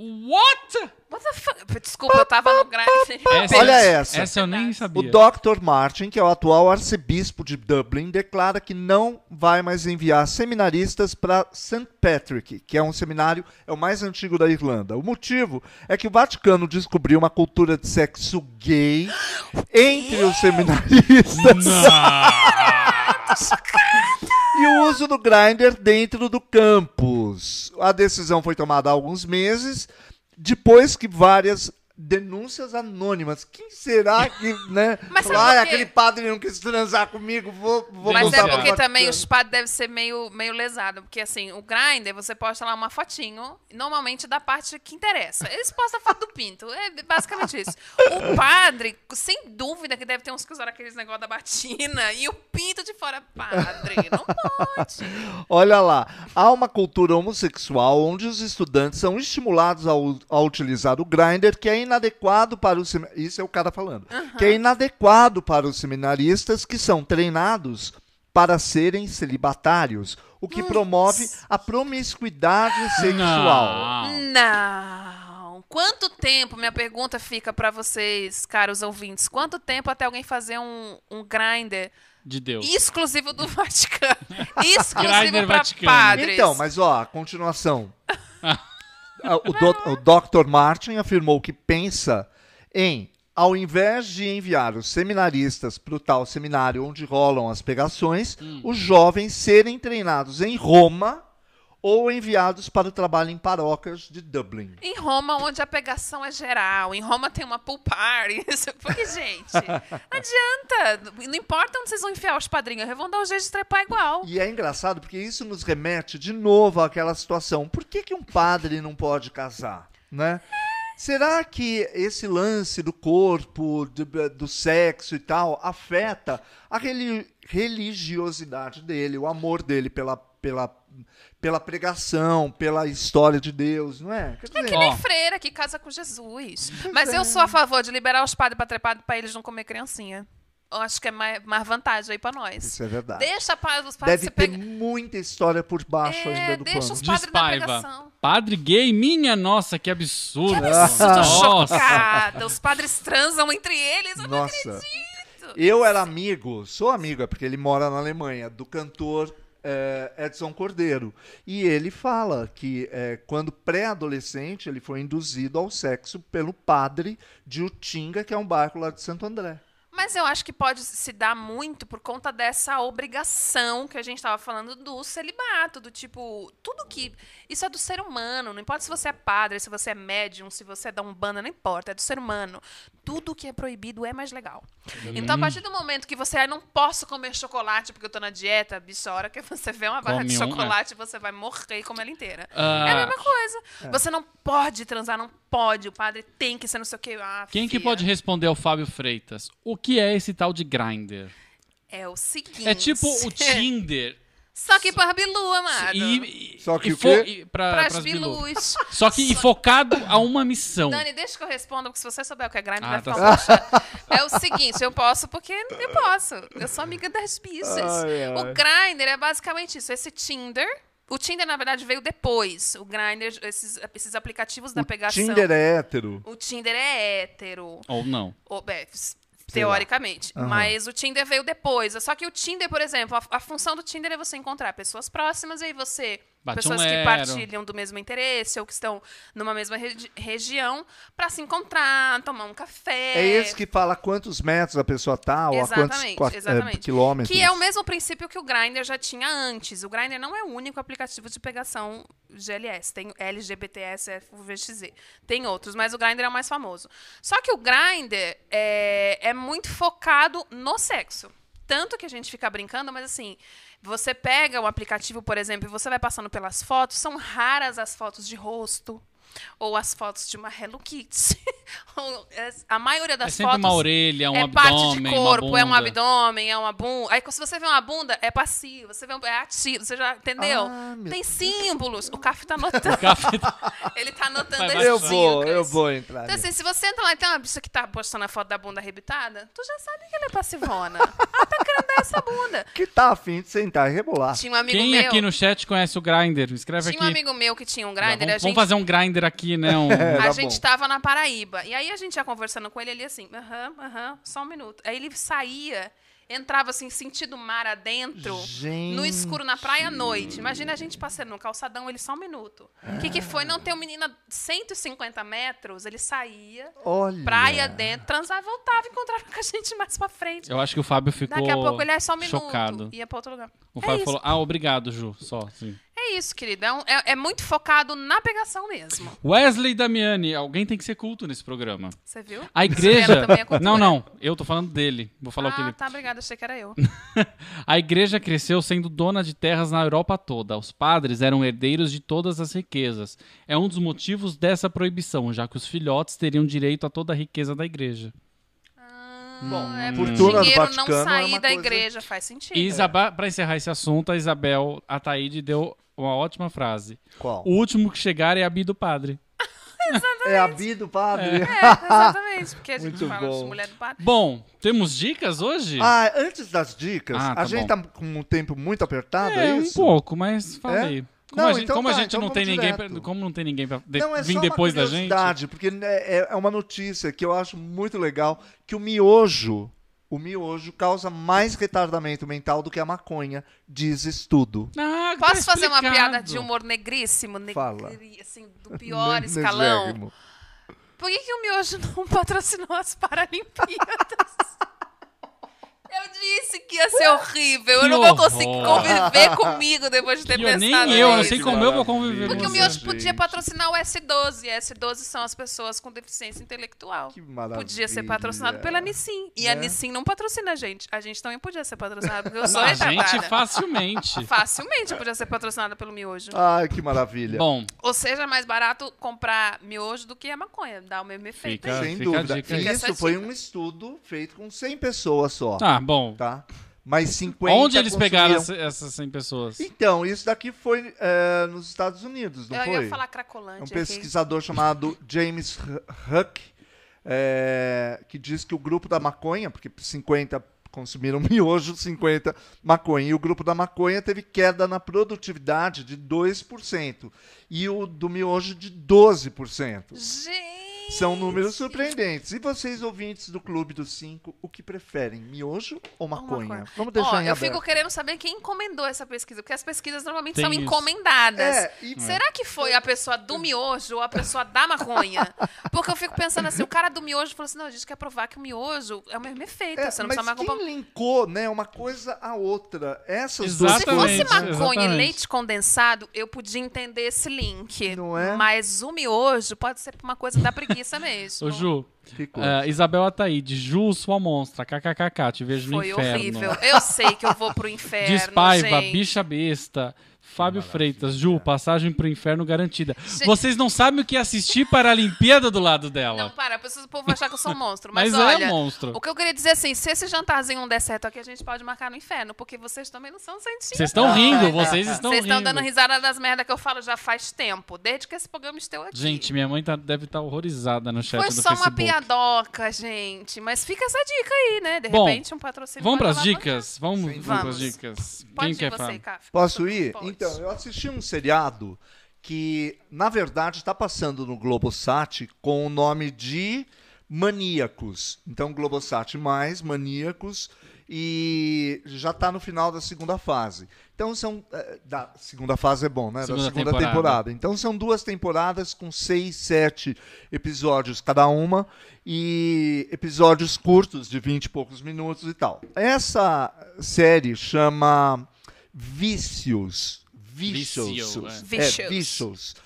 [SPEAKER 1] What?
[SPEAKER 3] What the fuck? [laughs] Desculpa, eu tava no grave.
[SPEAKER 1] Essa,
[SPEAKER 2] Olha essa.
[SPEAKER 1] Essa eu nem
[SPEAKER 2] O
[SPEAKER 1] sabia.
[SPEAKER 2] Dr. Martin, que é o atual arcebispo de Dublin, declara que não vai mais enviar seminaristas para St. Patrick, que é um seminário, é o mais antigo da Irlanda. O motivo é que o Vaticano descobriu uma cultura de sexo gay entre os seminaristas e o uso do grinder dentro do campus. A decisão foi tomada há alguns meses, depois que várias denúncias anônimas. Quem será que, né?
[SPEAKER 3] Mas sabe
[SPEAKER 2] falou, "Ai,
[SPEAKER 3] por quê?"
[SPEAKER 2] aquele padre não quis transar comigo, vou, vou
[SPEAKER 3] Mas é
[SPEAKER 2] contar pro
[SPEAKER 3] porque
[SPEAKER 2] Vaticano."
[SPEAKER 3] também os padres devem ser meio, meio lesado. Porque assim, o grinder, você posta lá uma fotinho, normalmente da parte que interessa. Eles postam a foto do pinto. É basicamente isso. O padre, sem dúvida, que deve ter uns que usaram aqueles negócios da batina e o pinto de fora. Padre, não pode.
[SPEAKER 2] [laughs] Olha lá, há uma cultura homossexual onde os estudantes são estimulados a, u- a utilizar o grinder que é inadequado para os semi- isso é o cara falando, que é inadequado para os seminaristas que são treinados para serem celibatários, o que promove a promiscuidade sexual.
[SPEAKER 1] Não.
[SPEAKER 3] Não. Quanto tempo, minha pergunta fica pra vocês, caros ouvintes, quanto tempo até alguém fazer um, um grinder
[SPEAKER 1] De Deus.
[SPEAKER 3] exclusivo do [laughs] Vaticano? exclusivo
[SPEAKER 1] Grinder
[SPEAKER 3] pra
[SPEAKER 1] Vaticano.
[SPEAKER 3] padres.
[SPEAKER 2] Então, mas ó, a continuação. [laughs] Ah, o, do- o Dr. Martin afirmou que pensa em, ao invés de enviar os seminaristas para o tal seminário onde rolam as pegações, os jovens serem treinados em Roma ou enviados para o trabalho em paróquias de Dublin.
[SPEAKER 3] Em Roma, onde a pegação é geral. Em Roma tem uma pool party. [laughs] Isso- Porque, gente, não adianta. Não importa onde vocês vão enfiar os padrinhos. Eles vão dar um jeito de trepar igual.
[SPEAKER 2] E é engraçado porque isso nos remete de novo àquela situação. Por que, que um padre não pode casar, né? Será que esse lance do corpo, de- do sexo e tal, afeta a reli- religiosidade dele, o amor dele pela, pela, pela pregação, pela história de Deus, não é? Quer dizer,
[SPEAKER 1] Ó,
[SPEAKER 3] Tem freira que casa com Jesus. Mas eu sou a favor de liberar os padres pra trepar pra eles não comer criancinha. Eu acho que é mais, mais vantagem aí pra nós.
[SPEAKER 2] isso é verdade.
[SPEAKER 3] Deixa pa- os padres
[SPEAKER 2] Deve
[SPEAKER 3] se
[SPEAKER 2] ter
[SPEAKER 3] pegar.
[SPEAKER 2] muita história por baixo
[SPEAKER 3] É,
[SPEAKER 2] ainda do
[SPEAKER 3] deixa
[SPEAKER 2] pano.
[SPEAKER 3] os padres na
[SPEAKER 1] Despaiva.
[SPEAKER 3] pregação.
[SPEAKER 1] Padre gay, minha nossa, que absurdo. [laughs]
[SPEAKER 3] Tô
[SPEAKER 1] Nossa.
[SPEAKER 3] chocada. Os padres transam entre eles. Eu não
[SPEAKER 2] Nossa. Eu era amigo, sou amigo, é porque ele mora na Alemanha, do cantor eh, Edson Cordeiro. E ele fala que eh, quando pré-adolescente ele foi induzido ao sexo pelo padre de Utinga, que é um bairro lá de Santo André.
[SPEAKER 3] Mas eu acho que pode se dar muito por conta dessa obrigação que a gente estava falando do celibato, do tipo, tudo que. Isso é do ser humano, não importa se você é padre, se você é médium, se você é da Umbanda, não importa, é do ser humano. Tudo que é proibido é mais legal.
[SPEAKER 1] Uhum.
[SPEAKER 3] Então, a partir do momento que você, ah, não posso comer chocolate porque eu tô na dieta, bicho, a hora que você vê uma barra
[SPEAKER 1] Come
[SPEAKER 3] de
[SPEAKER 1] um, é.
[SPEAKER 3] chocolate, você vai morrer e comer ela inteira. É a
[SPEAKER 1] Ah,
[SPEAKER 3] mesma coisa. Você não pode transar, não pode, o padre tem que ser não sei o quê. Ah,
[SPEAKER 1] quem que
[SPEAKER 3] filha,
[SPEAKER 1] pode responder ao Fábio Freitas? O que é esse tal de grinder?
[SPEAKER 3] É o seguinte.
[SPEAKER 1] É tipo
[SPEAKER 3] [laughs]
[SPEAKER 1] o Tinder.
[SPEAKER 3] Só que para Bilu, amado.
[SPEAKER 1] E, e-
[SPEAKER 2] Só que
[SPEAKER 1] e
[SPEAKER 2] o
[SPEAKER 1] fo-
[SPEAKER 2] quê?
[SPEAKER 1] e pra-
[SPEAKER 3] Para
[SPEAKER 1] pras
[SPEAKER 3] Ah, as
[SPEAKER 1] bilu.
[SPEAKER 3] Bilus.
[SPEAKER 1] Só que e focado a uma missão.
[SPEAKER 3] Dani, deixa que eu responda, porque se você souber o que é grind,
[SPEAKER 1] Ah,
[SPEAKER 3] vai
[SPEAKER 1] tá
[SPEAKER 3] ficar puxado. É o seguinte, eu posso porque eu posso. Eu sou amiga das bichas.
[SPEAKER 2] Ai, ai.
[SPEAKER 3] O Grindr é basicamente isso. Esse Tinder... O Tinder, na verdade, veio depois. O Grindr, esses, esses aplicativos da
[SPEAKER 2] O
[SPEAKER 3] pegação...
[SPEAKER 2] Tinder é hétero.
[SPEAKER 3] O Tinder é hétero.
[SPEAKER 1] Ou não.
[SPEAKER 3] Ou, é, s- teoricamente. Mas o Tinder veio depois. Só que o Tinder, por exemplo, a, a função do Tinder é você encontrar pessoas próximas e aí você.
[SPEAKER 1] Bate
[SPEAKER 3] pessoas
[SPEAKER 1] um
[SPEAKER 3] que
[SPEAKER 1] ero.
[SPEAKER 3] partilham do mesmo interesse ou que estão numa mesma regi- região pra se encontrar, tomar um café.
[SPEAKER 2] É esse que fala quantos metros a pessoa tá, ou a quantos
[SPEAKER 3] Exatamente,
[SPEAKER 2] qua- eh,
[SPEAKER 3] exatamente.
[SPEAKER 2] quilômetros.
[SPEAKER 3] Que é o mesmo princípio que o Grindr já tinha antes. O Grindr não é o único aplicativo de pegação GLS. Tem LGBTS, FUVXZ. Tem outros, mas o Grindr é o mais famoso. Só que o Grindr é, é muito focado no sexo. Tanto que a gente fica brincando, mas assim, você pega o aplicativo, por exemplo, e você vai passando pelas fotos, são raras as fotos de rosto, ou as fotos de uma Hello Kitty. [laughs] Ou, é, a maioria das
[SPEAKER 1] é sempre
[SPEAKER 3] fotos
[SPEAKER 1] uma orelha, um
[SPEAKER 3] é
[SPEAKER 1] abdômen,
[SPEAKER 3] parte de
[SPEAKER 1] uma
[SPEAKER 3] corpo, é um
[SPEAKER 1] bunda.
[SPEAKER 3] abdômen, é uma bunda. Aí se você vê uma bunda, é passivo, você vê um, é ativo, você já entendeu?
[SPEAKER 2] Ah, meu
[SPEAKER 3] Tem símbolos. O Café tá anotando. [laughs] Ele tá anotando
[SPEAKER 1] Vai,
[SPEAKER 3] as
[SPEAKER 1] vai.
[SPEAKER 2] Eu
[SPEAKER 3] dicas.
[SPEAKER 2] vou, eu vou entrar.
[SPEAKER 3] Então,
[SPEAKER 2] nisso.
[SPEAKER 3] assim, se
[SPEAKER 2] [laughs]
[SPEAKER 3] você entra lá e tem uma bicha que tá postando a foto da bunda arrebitada, tu já sabe que ela é passivona. Ela tá quero dar essa bunda.
[SPEAKER 2] Que tá afim de sentar e rebolar.
[SPEAKER 3] Tinha um amigo
[SPEAKER 1] Quem
[SPEAKER 3] meu.
[SPEAKER 1] aqui no chat conhece o Grindr? Escreve
[SPEAKER 3] Tinha um
[SPEAKER 1] aqui.
[SPEAKER 3] amigo meu que tinha um
[SPEAKER 1] Já,
[SPEAKER 3] grinder.
[SPEAKER 1] vamos,
[SPEAKER 3] a
[SPEAKER 1] vamos
[SPEAKER 3] gente
[SPEAKER 1] fazer um Grindr aqui, né?
[SPEAKER 3] [laughs]
[SPEAKER 1] Um...
[SPEAKER 2] É,
[SPEAKER 3] A
[SPEAKER 2] dá
[SPEAKER 3] gente
[SPEAKER 2] bom.
[SPEAKER 3] tava na Paraíba. E aí a gente ia conversando com ele, ele assim, aham, aham, só um minuto. Aí ele saía, entrava assim, sentido mar adentro, no escuro na praia à noite. Imagina a gente passando no calçadão, ele só um minuto. O
[SPEAKER 2] Ah.
[SPEAKER 3] que, que foi? Não, tem um menino a 150 metros, ele saía,
[SPEAKER 2] Olha.
[SPEAKER 3] praia dentro, transava, voltava, encontrava com a gente mais pra frente.
[SPEAKER 1] Eu acho que o Fábio ficou
[SPEAKER 3] Daqui a pouco ele é só um minuto.
[SPEAKER 1] chocado.
[SPEAKER 3] Ia pra outro lugar.
[SPEAKER 1] O
[SPEAKER 3] É
[SPEAKER 1] Fábio
[SPEAKER 3] isso.
[SPEAKER 1] falou, ah, obrigado, Ju, só. assim.
[SPEAKER 3] É isso, queridão. É, é muito focado na pegação mesmo.
[SPEAKER 1] Wesley Damiani, alguém tem que ser culto nesse programa.
[SPEAKER 3] Você viu?
[SPEAKER 1] A
[SPEAKER 3] Estrela
[SPEAKER 1] igreja...
[SPEAKER 3] também é cultura.
[SPEAKER 1] não, não, eu tô falando dele. Vou falar o que
[SPEAKER 3] Ah,
[SPEAKER 1] ele...
[SPEAKER 3] tá, obrigada. Achei que era eu.
[SPEAKER 1] A igreja cresceu sendo dona de terras na Europa toda. Os padres eram herdeiros de todas as riquezas. É um dos motivos dessa proibição, já que os filhotes teriam direito a toda a riqueza da igreja.
[SPEAKER 3] Bom,
[SPEAKER 1] Hum.
[SPEAKER 3] é pro
[SPEAKER 2] fortuna do
[SPEAKER 3] dinheiro não
[SPEAKER 2] Vaticano é
[SPEAKER 3] sair
[SPEAKER 2] uma
[SPEAKER 3] da
[SPEAKER 2] coisa-
[SPEAKER 3] igreja, faz sentido.
[SPEAKER 1] E para encerrar esse assunto, a Isabel Ataíde deu uma ótima frase.
[SPEAKER 2] Qual?
[SPEAKER 1] O último que chegar é a bi do padre.
[SPEAKER 2] É a Bi do padre.
[SPEAKER 1] [laughs]
[SPEAKER 3] É, exatamente, porque a gente
[SPEAKER 2] Muito
[SPEAKER 3] fala de
[SPEAKER 2] bom.
[SPEAKER 3] mulher do padre.
[SPEAKER 1] Bom, temos dicas hoje?
[SPEAKER 2] Ah, antes das dicas,
[SPEAKER 1] Ah, tá
[SPEAKER 2] a gente tá com um tempo muito apertado, é,
[SPEAKER 1] é, um
[SPEAKER 2] isso?
[SPEAKER 1] pouco, mas fala
[SPEAKER 2] É?
[SPEAKER 1] aí. Como
[SPEAKER 2] Não,
[SPEAKER 1] a gente,
[SPEAKER 2] então
[SPEAKER 1] como a
[SPEAKER 2] tá,
[SPEAKER 1] gente
[SPEAKER 2] então
[SPEAKER 1] não tem
[SPEAKER 2] vamos
[SPEAKER 1] ninguém,
[SPEAKER 2] direto.
[SPEAKER 1] pra- como não tem ninguém pra de-
[SPEAKER 2] Não, é
[SPEAKER 1] vir
[SPEAKER 2] só
[SPEAKER 1] depois
[SPEAKER 2] uma
[SPEAKER 1] da gente?
[SPEAKER 2] curiosidade, porque né, é, é uma notícia que eu acho muito legal, que o miojo, o miojo causa mais retardamento mental do que a maconha, diz estudo.
[SPEAKER 1] Ah, tá
[SPEAKER 3] Posso fazer uma
[SPEAKER 1] explicado.
[SPEAKER 3] piada de humor negríssimo? Negri...
[SPEAKER 2] Fala.
[SPEAKER 3] Assim, do pior
[SPEAKER 2] Ne-
[SPEAKER 3] escalão.
[SPEAKER 2] negérrimo.
[SPEAKER 3] Por que, que o Miojo não [laughs] patrocinou as Paralimpíadas? Eu disse que ia ser horrível.
[SPEAKER 1] Que
[SPEAKER 3] eu não vou conseguir
[SPEAKER 1] horror.
[SPEAKER 3] conviver comigo depois de ter
[SPEAKER 1] E eu nem
[SPEAKER 3] pensado
[SPEAKER 1] eu, eu não
[SPEAKER 3] nisso.
[SPEAKER 1] sei como eu vou conviver
[SPEAKER 3] Porque
[SPEAKER 1] com
[SPEAKER 3] o
[SPEAKER 1] você.
[SPEAKER 3] Miojo podia patrocinar o S12. E S12 são as pessoas com deficiência intelectual.
[SPEAKER 2] Que maravilha.
[SPEAKER 3] Podia ser patrocinado pela Nissin. E a
[SPEAKER 2] Né?
[SPEAKER 3] Nissin não patrocina a gente. A gente também podia ser patrocinado, porque
[SPEAKER 1] [laughs]
[SPEAKER 3] eu sou
[SPEAKER 1] A gente
[SPEAKER 3] retardada.
[SPEAKER 2] [laughs]
[SPEAKER 1] facilmente.
[SPEAKER 3] Facilmente podia ser patrocinada pelo miojo.
[SPEAKER 2] Ai, que maravilha.
[SPEAKER 1] Bom,
[SPEAKER 3] Ou seja, é mais barato comprar miojo do que a maconha. Dá o mesmo efeito.
[SPEAKER 1] Fica-
[SPEAKER 2] Sem
[SPEAKER 1] a
[SPEAKER 2] dúvida.
[SPEAKER 1] dica
[SPEAKER 3] aí.
[SPEAKER 2] E
[SPEAKER 3] Fica essa
[SPEAKER 2] Isso foi
[SPEAKER 3] dica.
[SPEAKER 2] um estudo feito com 100 pessoas só,
[SPEAKER 1] tá bom.
[SPEAKER 2] tá? Mas 50
[SPEAKER 1] Onde eles pegaram
[SPEAKER 2] consumiram-
[SPEAKER 1] essa- essas 100 pessoas?
[SPEAKER 2] Então, isso daqui foi é, nos Estados Unidos, não
[SPEAKER 3] Eu
[SPEAKER 2] foi?
[SPEAKER 3] ia falar
[SPEAKER 2] É um
[SPEAKER 3] cracolândia. aqui.
[SPEAKER 2] pesquisador chamado James Hu- Huck, é, que diz que o grupo da maconha, porque 50 consumiram [laughs] miojo, 50 maconha, e o grupo da maconha teve queda na produtividade de 2%, e o do miojo de 12%.
[SPEAKER 3] Gente!
[SPEAKER 2] São números surpreendentes. E vocês, ouvintes do Clube dos Cinco, o que preferem, miojo ou
[SPEAKER 3] Uma
[SPEAKER 2] maconha?
[SPEAKER 3] coisa.
[SPEAKER 2] Vamos deixar
[SPEAKER 3] Ó,
[SPEAKER 2] em
[SPEAKER 3] eu
[SPEAKER 2] aberto.
[SPEAKER 3] fico querendo saber quem encomendou essa pesquisa, porque as pesquisas normalmente
[SPEAKER 1] Tem
[SPEAKER 3] são
[SPEAKER 1] isso.
[SPEAKER 3] encomendadas.
[SPEAKER 2] É, e-
[SPEAKER 3] Será que foi a pessoa do miojo ou a pessoa da maconha? Porque eu fico pensando assim, o cara do miojo falou assim, não, a gente quer provar que o miojo é o mesmo efeito,
[SPEAKER 2] É,
[SPEAKER 3] você não
[SPEAKER 2] mas
[SPEAKER 3] precisa mais comprar...
[SPEAKER 2] quem linkou, né, uma coisa a outra? Essas
[SPEAKER 3] Se
[SPEAKER 2] duas coisas...
[SPEAKER 3] fosse
[SPEAKER 1] Exatamente,
[SPEAKER 3] maconha
[SPEAKER 1] exatamente.
[SPEAKER 3] e leite condensado, eu podia entender esse link.
[SPEAKER 2] Não é?
[SPEAKER 3] Mas o miojo pode ser uma coisa da preguiça mesmo.
[SPEAKER 1] Ô, Ju,
[SPEAKER 2] Que coisa.
[SPEAKER 1] ah, Isabel Ataíde, Ju, sua monstra, kkkk, te vejo no
[SPEAKER 3] Foi
[SPEAKER 1] inferno.
[SPEAKER 3] horrível. Eu sei que eu vou pro inferno,
[SPEAKER 1] Despaiva,
[SPEAKER 3] gente.
[SPEAKER 1] bicha besta, Fábio Freitas, Ju, passagem pro inferno garantida.
[SPEAKER 3] Gente-
[SPEAKER 1] Vocês não sabem o que é assistir para a Olimpíada do lado
[SPEAKER 3] Não,
[SPEAKER 1] dela.
[SPEAKER 3] para, as pessoas- o povo vai achar que eu sou um monstro. Mas,
[SPEAKER 1] mas
[SPEAKER 3] olha,
[SPEAKER 1] é monstro.
[SPEAKER 3] o que eu queria dizer assim, se esse jantarzinho não der certo aqui, a gente pode marcar no inferno, porque vocês também não são santinhos.
[SPEAKER 1] Vocês estão
[SPEAKER 3] não,
[SPEAKER 1] rindo,
[SPEAKER 3] olha.
[SPEAKER 1] vocês estão
[SPEAKER 3] Vocês
[SPEAKER 1] rindo.
[SPEAKER 3] estão dando risada das merdas que eu falo já faz tempo, desde que esse programa esteu aqui.
[SPEAKER 1] Gente, minha mãe tá- deve estar horrorizada no chat
[SPEAKER 3] Foi
[SPEAKER 1] do
[SPEAKER 3] só uma
[SPEAKER 1] Facebook.
[SPEAKER 3] piadoca, gente. Mas fica essa dica aí, né? De
[SPEAKER 1] Bom,
[SPEAKER 3] repente, um patrocínio.
[SPEAKER 1] Vamos
[SPEAKER 3] pode
[SPEAKER 1] pras
[SPEAKER 3] levar
[SPEAKER 1] dicas? Vamos, vamos,
[SPEAKER 3] dúvida.
[SPEAKER 1] pras dicas.
[SPEAKER 3] pra- Pode
[SPEAKER 1] Quem
[SPEAKER 3] ir
[SPEAKER 1] quer
[SPEAKER 3] você,
[SPEAKER 1] falar?
[SPEAKER 3] Cafi.
[SPEAKER 2] Posso ir?
[SPEAKER 3] Pode.
[SPEAKER 2] Então, eu assisti um seriado que, na verdade, está passando no Globosat com o nome de Maníacos. Então, Globosat mais Maníacos e já está no final da segunda fase. Então, são. eh, Da segunda fase é bom, né?
[SPEAKER 1] Segunda
[SPEAKER 2] da segunda
[SPEAKER 1] temporada.
[SPEAKER 2] temporada. Então, são duas temporadas com seis, sete episódios cada uma e episódios curtos de vinte e poucos minutos e tal. Essa série chama vícios. Vícios.
[SPEAKER 1] Vício, é.
[SPEAKER 2] é.
[SPEAKER 3] Vícios.
[SPEAKER 2] vícios.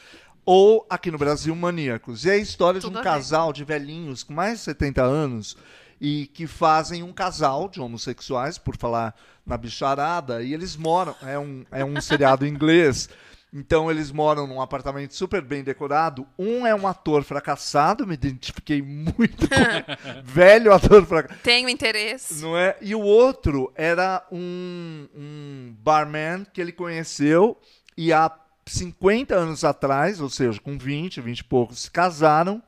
[SPEAKER 2] Ou, aqui no Brasil, maníacos. E é a história
[SPEAKER 3] Tudo
[SPEAKER 2] de
[SPEAKER 3] a
[SPEAKER 2] um
[SPEAKER 3] ver.
[SPEAKER 2] casal de velhinhos com mais de 70 anos e que fazem um casal de homossexuais, por falar na bicharada, e eles moram. É um, é um seriado inglês. Então eles moram num apartamento super bem decorado. Um é um ator fracassado, me identifiquei muito
[SPEAKER 3] [laughs]
[SPEAKER 2] com velho ator fracassado.
[SPEAKER 3] Tenho interesse.
[SPEAKER 2] Não é? E o outro era um, um barman que ele conheceu e há 50 anos atrás, ou seja, com 20, 20 e poucos, se casaram.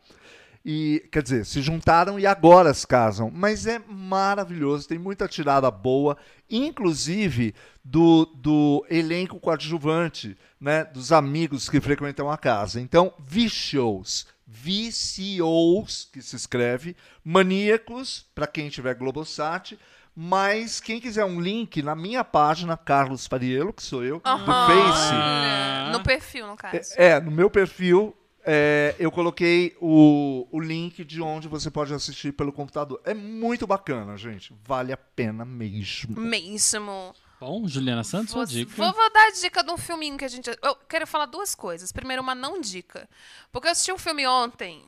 [SPEAKER 2] E, quer dizer, se juntaram e agora se casam. Mas é maravilhoso, tem muita tirada boa, inclusive do, do elenco coadjuvante, né? Dos amigos que frequentam a casa. Então, vi-shows. VCOs, que se escreve, maníacos, para quem tiver Globosat, mas quem quiser um link, na minha página, Carlos Fariello, que sou eu, do
[SPEAKER 3] Aham.
[SPEAKER 2] Face.
[SPEAKER 3] É, No perfil, no caso.
[SPEAKER 2] É, é, no meu perfil, é, eu coloquei o, o link de onde você pode assistir pelo computador. É muito bacana, gente. Vale a pena mesmo.
[SPEAKER 3] Mesmo.
[SPEAKER 1] Bom, Juliana Santos, sua
[SPEAKER 3] Vou,
[SPEAKER 1] dica.
[SPEAKER 3] vou- vou dar a dica de um filminho que a gente. Eu quero falar duas coisas. Primeiro, uma não dica. Porque eu assisti um filme ontem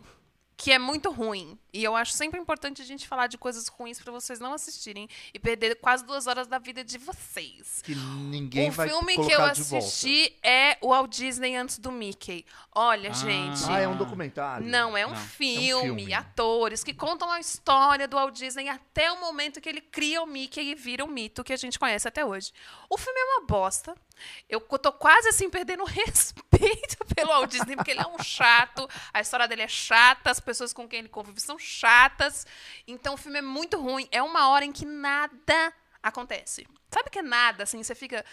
[SPEAKER 3] que é muito ruim. E eu acho sempre importante a gente falar de coisas ruins pra vocês não assistirem e perder quase duas horas da vida de vocês.
[SPEAKER 2] Que ninguém
[SPEAKER 3] o
[SPEAKER 2] vai
[SPEAKER 3] Um filme que eu
[SPEAKER 2] colocar de volta.
[SPEAKER 3] assisti é o Walt Disney antes do Mickey. Olha,
[SPEAKER 1] Ah.
[SPEAKER 3] gente.
[SPEAKER 2] Ah, é um documentário.
[SPEAKER 3] Não, é um,
[SPEAKER 1] Não, é um
[SPEAKER 3] filme,
[SPEAKER 2] filme.
[SPEAKER 3] atores que contam a história do Walt Disney até o momento que ele cria o Mickey e vira o mito que a gente conhece até hoje. O filme é uma bosta. Eu co- tô quase assim perdendo o [laughs] respeito pelo Walt Disney, porque ele é um chato, a história dele é chata, as pessoas com quem ele convive são chatas. Então o filme é muito ruim. É uma hora em que nada acontece. Sabe que é nada, assim, você fica.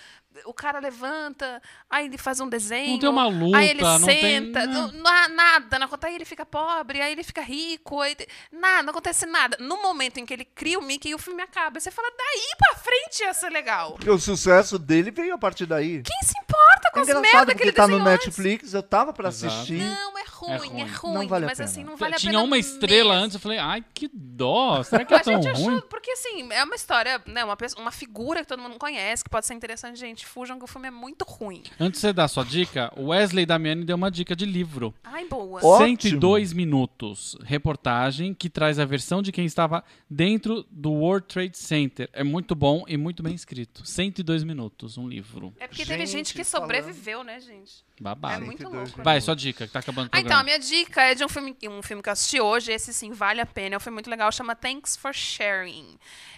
[SPEAKER 3] O cara levanta, aí ele faz um desenho.
[SPEAKER 1] Não tem uma luta,
[SPEAKER 3] aí ele
[SPEAKER 1] não tem-
[SPEAKER 3] senta.
[SPEAKER 1] né?
[SPEAKER 3] não- na- nada, não acontece. Aí ele fica pobre, aí ele fica rico, aí te- nada, não acontece nada. No momento em que ele cria o Mickey, o filme acaba. Você fala, daí pra frente ia ser legal.
[SPEAKER 2] Porque o sucesso dele veio a partir daí.
[SPEAKER 3] Quem se importa com
[SPEAKER 2] É
[SPEAKER 3] as
[SPEAKER 2] engraçado
[SPEAKER 3] merda que
[SPEAKER 2] porque
[SPEAKER 3] ele
[SPEAKER 2] tá no
[SPEAKER 3] desenhou antes?
[SPEAKER 2] Netflix, eu tava pra
[SPEAKER 1] Exato.
[SPEAKER 2] assistir.
[SPEAKER 3] Não, é ruim, é ruim,
[SPEAKER 1] ruim.
[SPEAKER 2] Não vale a
[SPEAKER 3] mas
[SPEAKER 2] pena.
[SPEAKER 3] assim, não vale a pena
[SPEAKER 1] Tinha uma estrela
[SPEAKER 3] mesmo.
[SPEAKER 1] antes, eu falei, ai, que dó, será que é
[SPEAKER 3] A
[SPEAKER 1] tão
[SPEAKER 3] gente
[SPEAKER 1] ruim?
[SPEAKER 3] achou, porque assim, é uma história, né? Uma, pessoa- uma figura que todo mundo conhece, que pode ser interessante, gente. Fujam que o filme é muito ruim.
[SPEAKER 1] Antes de você dar sua dica, o Wesley Damiani deu uma dica de livro.
[SPEAKER 3] Ai, boa.
[SPEAKER 2] Ó. Ótimo.
[SPEAKER 1] 102 minutos. Reportagem que traz a versão de quem estava dentro do World Trade Center. É muito bom e muito bem escrito. 102 minutos, um livro.
[SPEAKER 3] É porque teve gente
[SPEAKER 2] Gente,
[SPEAKER 3] que
[SPEAKER 2] falando.
[SPEAKER 3] sobreviveu, né, gente? É
[SPEAKER 1] Babado.
[SPEAKER 3] muito
[SPEAKER 2] 102
[SPEAKER 3] louco. né?
[SPEAKER 1] Vai, sua dica, que tá acabando o
[SPEAKER 3] Ah, então,
[SPEAKER 1] programa.
[SPEAKER 3] a minha dica é de um filme, um filme que eu assisti hoje, esse sim, vale a pena, é um filme muito legal, chama Thanks for Sharing.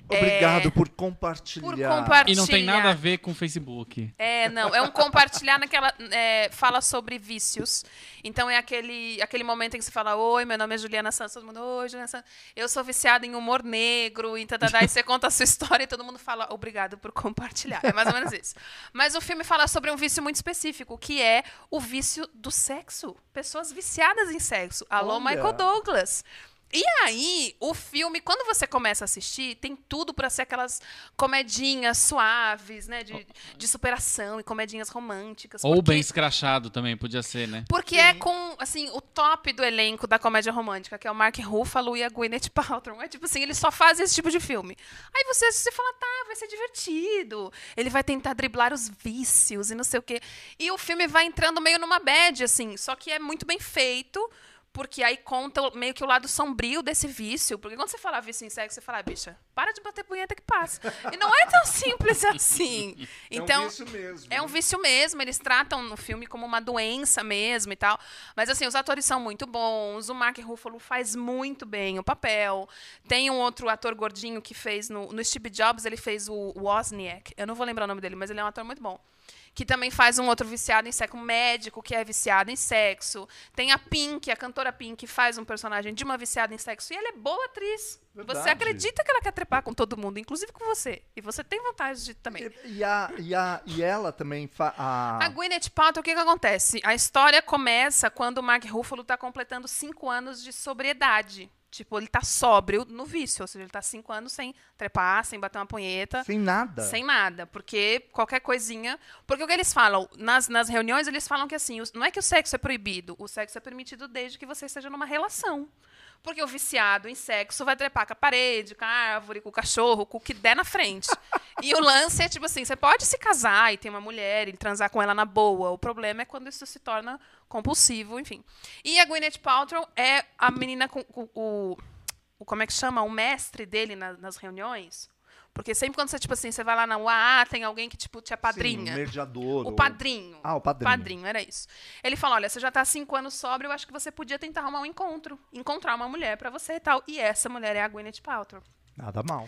[SPEAKER 3] É,
[SPEAKER 2] Obrigado por
[SPEAKER 3] por
[SPEAKER 2] compartilhar.
[SPEAKER 3] compartilhar.
[SPEAKER 1] E não tem nada a ver com o Facebook.
[SPEAKER 3] É, não, é um compartilhar naquela. é, fala sobre vícios. Então é aquele, aquele momento em que você fala: Oi, meu nome é Juliana Santos. Todo mundo, Oi, Juliana Santos. Eu sou viciada em humor negro. E, tadadá, e você conta a sua história e todo mundo fala: Obrigado por compartilhar. É mais ou menos isso. Mas o filme fala sobre um vício muito específico, que é o vício do sexo. Pessoas viciadas em sexo. Alô,
[SPEAKER 2] Olha.
[SPEAKER 3] Michael Douglas. E aí, o filme, quando você começa a assistir, tem tudo pra ser aquelas comedinhas suaves, né? De, de superação e comedinhas românticas.
[SPEAKER 1] Ou
[SPEAKER 3] porque-
[SPEAKER 1] bem escrachado também, podia ser, né?
[SPEAKER 3] Porque é com, assim, o top do elenco da comédia romântica, que é o Mark Ruffalo e a Gwyneth Paltrow. É tipo assim, eles só fazem esse tipo de filme. Aí você, assiste e fala, tá, vai ser divertido. Ele vai tentar driblar os vícios e não sei o quê. E o filme vai entrando meio numa bad, assim. Só que é muito bem feito, porque aí conta o- meio que o lado sombrio desse vício. Porque quando você fala vício em sexo, você fala, "Ah, bicha, para de bater punheta que passa. E não é tão [laughs] simples assim. Então,
[SPEAKER 2] é um vício mesmo.
[SPEAKER 3] é um vício mesmo, eles tratam no filme como uma doença mesmo e tal. Mas assim, os atores são muito bons, o Mark Ruffalo faz muito bem o papel. Tem um outro ator gordinho que fez no, no Steve Jobs, ele fez o Wozniak. Eu não vou lembrar o nome dele, mas ele é um ator muito bom. Que também faz um outro viciado em sexo, um médico que é viciado em sexo. Tem a Pink, a cantora Pink, que faz um personagem de uma viciada em sexo. E ela é boa atriz. Você
[SPEAKER 2] Verdade.
[SPEAKER 3] acredita que ela quer trepar com todo mundo, inclusive com você. E você tem vontade de também.
[SPEAKER 2] E, e a, e, a, e ela também. Fa a...
[SPEAKER 3] A Gwyneth Paltrow, o que, que acontece? A história começa quando o Mark Ruffalo tá completando cinco anos de sobriedade. Tipo, ele tá sóbrio no vício, ou seja, ele tá cinco anos sem trepar, sem bater uma punheta.
[SPEAKER 2] Sem nada.
[SPEAKER 3] Sem nada, porque qualquer coisinha. Porque o que eles falam, nas, nas reuniões, eles falam que assim, os- não é que o sexo é proibido, o sexo é permitido desde que você esteja numa relação. Porque o viciado em sexo vai trepar com a parede, com a árvore, com o cachorro, com o que der na frente. E o lance é tipo assim: você pode se casar e ter uma mulher e transar com ela na boa. O problema é quando isso se torna compulsivo, enfim. E a Gwyneth Paltrow é a menina com, com o. o- Como é que chama? O mestre dele na- nas reuniões. Porque sempre quando você, tipo assim, você vai lá na UAA, tem alguém que, tipo, te apadrinha.
[SPEAKER 2] Sim, um mediador.
[SPEAKER 3] O
[SPEAKER 2] ou-
[SPEAKER 3] padrinho.
[SPEAKER 2] Ah, o padrinho.
[SPEAKER 3] era isso. Ele falou: olha, você já tá há cinco anos sóbrio, eu acho que você podia tentar arrumar um encontro. Encontrar uma mulher pra você e tal. E essa mulher é a Gwyneth Paltrow.
[SPEAKER 2] Nada mal.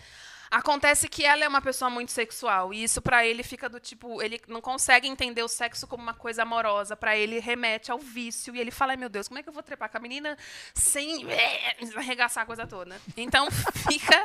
[SPEAKER 3] Acontece que ela é uma pessoa muito sexual e isso pra ele fica do tipo, ele não consegue entender o sexo como uma coisa amorosa, Pra ele remete ao vício e ele fala: "Ai, meu Deus, como é que eu vou trepar com a menina sem eh, arregaçar a coisa toda?". Então [laughs] fica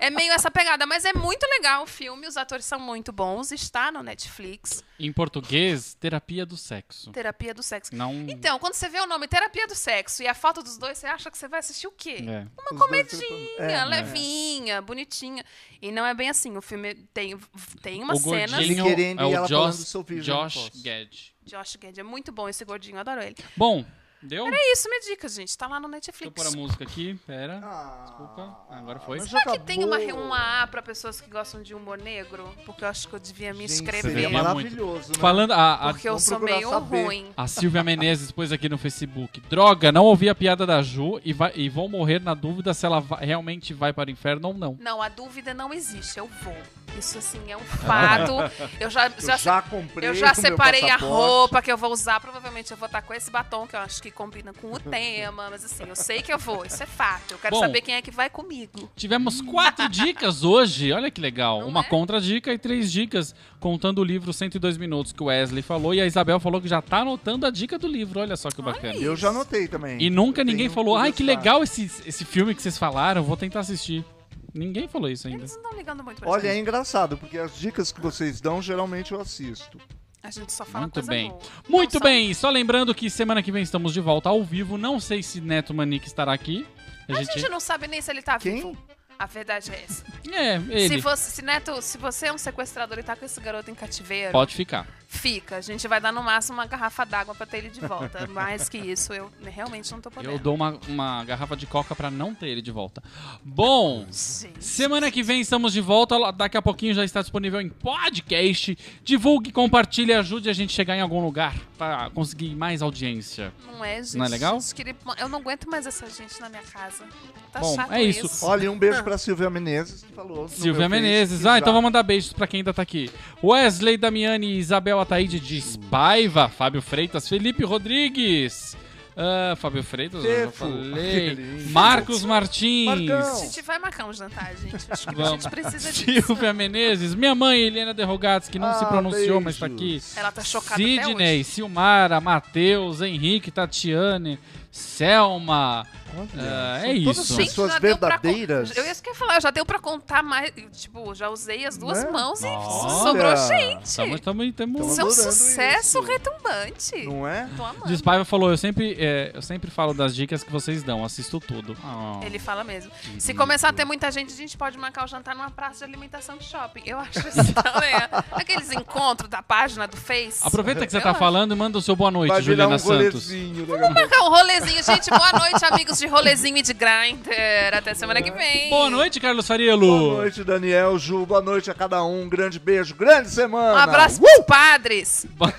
[SPEAKER 3] é meio essa pegada, mas é muito legal o filme, os atores são muito bons, está no Netflix,
[SPEAKER 1] Em português, terapia do sexo.
[SPEAKER 3] Terapia do Sexo.
[SPEAKER 1] Não.
[SPEAKER 3] Então, quando você vê o nome Terapia do Sexo e a foto dos dois, você acha que você vai assistir o quê?
[SPEAKER 1] É.
[SPEAKER 3] Uma
[SPEAKER 2] Os
[SPEAKER 3] comedinha,
[SPEAKER 2] dois- é,
[SPEAKER 3] levinha, bonitinha. E não é bem assim. O filme tem, tem umas
[SPEAKER 1] o gordinho
[SPEAKER 3] cenas.
[SPEAKER 2] Ele querendo
[SPEAKER 1] é
[SPEAKER 2] e
[SPEAKER 1] o
[SPEAKER 2] ela falando
[SPEAKER 1] Josh,
[SPEAKER 2] seu vídeo, eu não
[SPEAKER 1] Josh
[SPEAKER 2] posso.
[SPEAKER 1] Gad.
[SPEAKER 3] Josh Gad é muito bom esse gordinho, eu adoro ele.
[SPEAKER 1] Bom, deu?
[SPEAKER 3] É isso, minha dica, gente. Tá lá no
[SPEAKER 1] Deixa eu
[SPEAKER 3] Netflix.
[SPEAKER 1] pôr a música aqui. Pera.
[SPEAKER 2] Ah,
[SPEAKER 1] Desculpa. Agora foi.
[SPEAKER 2] mas
[SPEAKER 3] Será que tem uma,
[SPEAKER 2] acabou.
[SPEAKER 3] uma A pra pessoas que gostam de humor negro? Porque eu acho que eu devia me
[SPEAKER 2] Gente,
[SPEAKER 3] inscrever.
[SPEAKER 2] Seria
[SPEAKER 1] Seria
[SPEAKER 2] maravilhoso, né?
[SPEAKER 1] Falando, a, a,
[SPEAKER 3] Porque eu
[SPEAKER 2] Vamos
[SPEAKER 3] sou
[SPEAKER 2] procurar
[SPEAKER 3] meio
[SPEAKER 2] saber.
[SPEAKER 3] ruim.
[SPEAKER 1] a Silvia Menezes pôs aqui no Facebook. Droga, não ouvi a piada da Ju e, vai, e vou morrer na dúvida se ela va- realmente vai para o inferno ou não.
[SPEAKER 3] Não, a dúvida não existe. Eu vou. Isso, assim,
[SPEAKER 2] [laughs]
[SPEAKER 3] é um fato. Eu já,
[SPEAKER 2] Eu já comprei
[SPEAKER 3] Eu
[SPEAKER 2] o
[SPEAKER 3] já
[SPEAKER 2] meu
[SPEAKER 3] separei a
[SPEAKER 2] passaporte.
[SPEAKER 3] roupa que eu vou usar. Provavelmente eu vou estar com esse batom, que eu acho que combina
[SPEAKER 2] [laughs]
[SPEAKER 3] com o tema. Mas assim, eu sei que eu vou. Isso é fato. Eu quero
[SPEAKER 1] Bom.
[SPEAKER 3] saber quem é que vai comigo.
[SPEAKER 1] Tivemos
[SPEAKER 3] [laughs]
[SPEAKER 1] quatro dicas hoje, olha que legal.
[SPEAKER 3] Não
[SPEAKER 1] Uma
[SPEAKER 3] é?
[SPEAKER 1] contradica e três dicas, contando o livro 102 Minutos que o Wesley falou e a Isabel falou que já tá anotando a dica do livro, olha só que bacana.
[SPEAKER 3] aí.
[SPEAKER 2] Eu já anotei também.
[SPEAKER 1] E nunca
[SPEAKER 2] Eu
[SPEAKER 1] ninguém
[SPEAKER 2] tenho um assim."
[SPEAKER 1] falou, ai que
[SPEAKER 2] curiosidade."
[SPEAKER 1] legal esse, esse filme que vocês falaram, vou tentar assistir. Ninguém falou isso ainda.
[SPEAKER 3] Eles não estão ligando muito pra
[SPEAKER 2] Olha, é
[SPEAKER 3] gente.
[SPEAKER 2] engraçado, porque as dicas que vocês dão, geralmente eu assisto.
[SPEAKER 3] A gente só fala
[SPEAKER 1] Muito
[SPEAKER 3] coisa
[SPEAKER 1] bem.
[SPEAKER 3] boa.
[SPEAKER 1] Muito
[SPEAKER 3] Não, só-
[SPEAKER 1] bem, só lembrando que semana que vem estamos de volta ao vivo, não sei se Neto Manique estará aqui. A
[SPEAKER 3] A gente
[SPEAKER 1] gente...
[SPEAKER 3] não sabe nem se ele tá
[SPEAKER 2] Quem?
[SPEAKER 3] vivo. A verdade é essa.
[SPEAKER 1] É,
[SPEAKER 3] Se
[SPEAKER 1] ele
[SPEAKER 3] você, se, Neto, se você é um sequestrador e tá com esse garoto em cativeiro,
[SPEAKER 1] pode ficar.
[SPEAKER 3] fica. A gente vai dar no máximo uma garrafa d'água pra ter ele de
[SPEAKER 1] [laughs]
[SPEAKER 3] volta. Mais que isso, eu realmente não tô podendo.
[SPEAKER 2] é.
[SPEAKER 1] Eu dou uma, uma garrafa de coca pra não ter ele de volta. Bom,
[SPEAKER 3] Gente.
[SPEAKER 1] semana que vem estamos de volta. Lá- Daqui a pouquinho já está disponível em podcast. Divulgue, compartilhe, ajude a gente a chegar em algum lugar pra conseguir mais audiência.
[SPEAKER 3] Não é, gente.
[SPEAKER 1] Não é legal?
[SPEAKER 3] Isso que ele- Eu não aguento mais essa gente na minha casa. Tá
[SPEAKER 1] Bom,
[SPEAKER 3] chato
[SPEAKER 1] é isso.
[SPEAKER 2] Olha, e um beijo pra Silvia Menezes, que falou. no
[SPEAKER 1] Silvia
[SPEAKER 2] meu Face,
[SPEAKER 1] Menezes.
[SPEAKER 2] que
[SPEAKER 1] Ah,
[SPEAKER 2] já-
[SPEAKER 1] então vou mandar beijos pra quem ainda tá aqui. Wesley Damiani, Isabel Ataíde de Paiva, Fábio Freitas, Felipe Rodrigues. Ah, Fábio Freitas, eu já
[SPEAKER 2] Fefo.
[SPEAKER 1] falei.
[SPEAKER 2] Que delícia.
[SPEAKER 1] Marcos Martins.
[SPEAKER 3] A
[SPEAKER 2] Marcão.
[SPEAKER 3] gente vai marcar um jantar, gente. Acho que a
[SPEAKER 1] Vamos.
[SPEAKER 3] gente
[SPEAKER 1] [laughs]
[SPEAKER 3] precisa disso.
[SPEAKER 1] Silvia Menezes, minha mãe Helena Derrogados, que não se
[SPEAKER 2] Ah,
[SPEAKER 1] pronunciou, mas tá aqui.
[SPEAKER 2] beijos.
[SPEAKER 3] Ela tá chocada até hoje.
[SPEAKER 1] Sidney, Silmara, Matheus, Henrique, Tatiane, Selma. Ah,
[SPEAKER 2] Olha,
[SPEAKER 1] é
[SPEAKER 2] são
[SPEAKER 1] isso.
[SPEAKER 2] Todas
[SPEAKER 3] Gente,
[SPEAKER 2] pessoas
[SPEAKER 3] já deu pra con-
[SPEAKER 2] verdadeiras.
[SPEAKER 3] Eu ia isso que eu ia falar, já deu pra contar mais. Tipo, já usei as duas
[SPEAKER 2] Né?
[SPEAKER 3] mãos
[SPEAKER 1] Nossa. tá
[SPEAKER 3] e sobrou gente.
[SPEAKER 1] Estamos, estamos,
[SPEAKER 2] Tamo
[SPEAKER 1] estamos...
[SPEAKER 3] Isso é um
[SPEAKER 2] adorando
[SPEAKER 3] sucesso
[SPEAKER 2] isso.
[SPEAKER 3] retumbante.
[SPEAKER 2] Não é?
[SPEAKER 3] Tô amando.
[SPEAKER 1] Diz Paiva falou, eu sempre, é, eu sempre falo das dicas que vocês dão, assisto tudo. Ah.
[SPEAKER 3] Ele fala mesmo. Se começar a ter muita gente, a gente pode marcar o jantar numa praça de alimentação de shopping. Eu acho isso [laughs] também. Aqueles encontros da página do Face.
[SPEAKER 1] Aproveita que você
[SPEAKER 3] Eu
[SPEAKER 1] tá
[SPEAKER 3] acho.
[SPEAKER 1] falando e manda o seu boa noite,
[SPEAKER 2] Vai virar
[SPEAKER 1] Juliana
[SPEAKER 2] um
[SPEAKER 1] Santos.
[SPEAKER 2] rolezinho. daqui a pouco.
[SPEAKER 3] marcar um rolezinho, gente. Boa noite, amigos de rolezinho e de grinder. Até semana que vem.
[SPEAKER 1] Boa noite, Carlos Fariello.
[SPEAKER 2] Boa noite, Daniel, Ju. Boa noite a cada um. Um grande beijo. Grande
[SPEAKER 3] Um
[SPEAKER 2] semana.
[SPEAKER 3] abraço pros padres. Um
[SPEAKER 1] Eu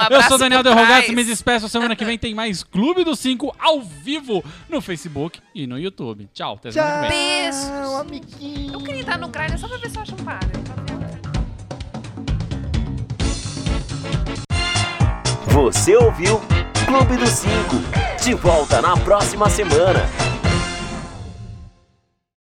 [SPEAKER 3] abraço
[SPEAKER 1] sou Daniel
[SPEAKER 3] pro
[SPEAKER 1] Derrogato,
[SPEAKER 3] Cais.
[SPEAKER 1] me despeço. Semana que vem tem mais Clube dos 5 ao vivo no Facebook e no YouTube. Tchau, até semana que vem.
[SPEAKER 3] Beijos.
[SPEAKER 2] Tchau, amiguinho.
[SPEAKER 3] Eu queria entrar no grinder só pra ver se eu acho um padre. Pra ver.
[SPEAKER 4] Você ouviu Clube dos Cinco. De volta na próxima semana.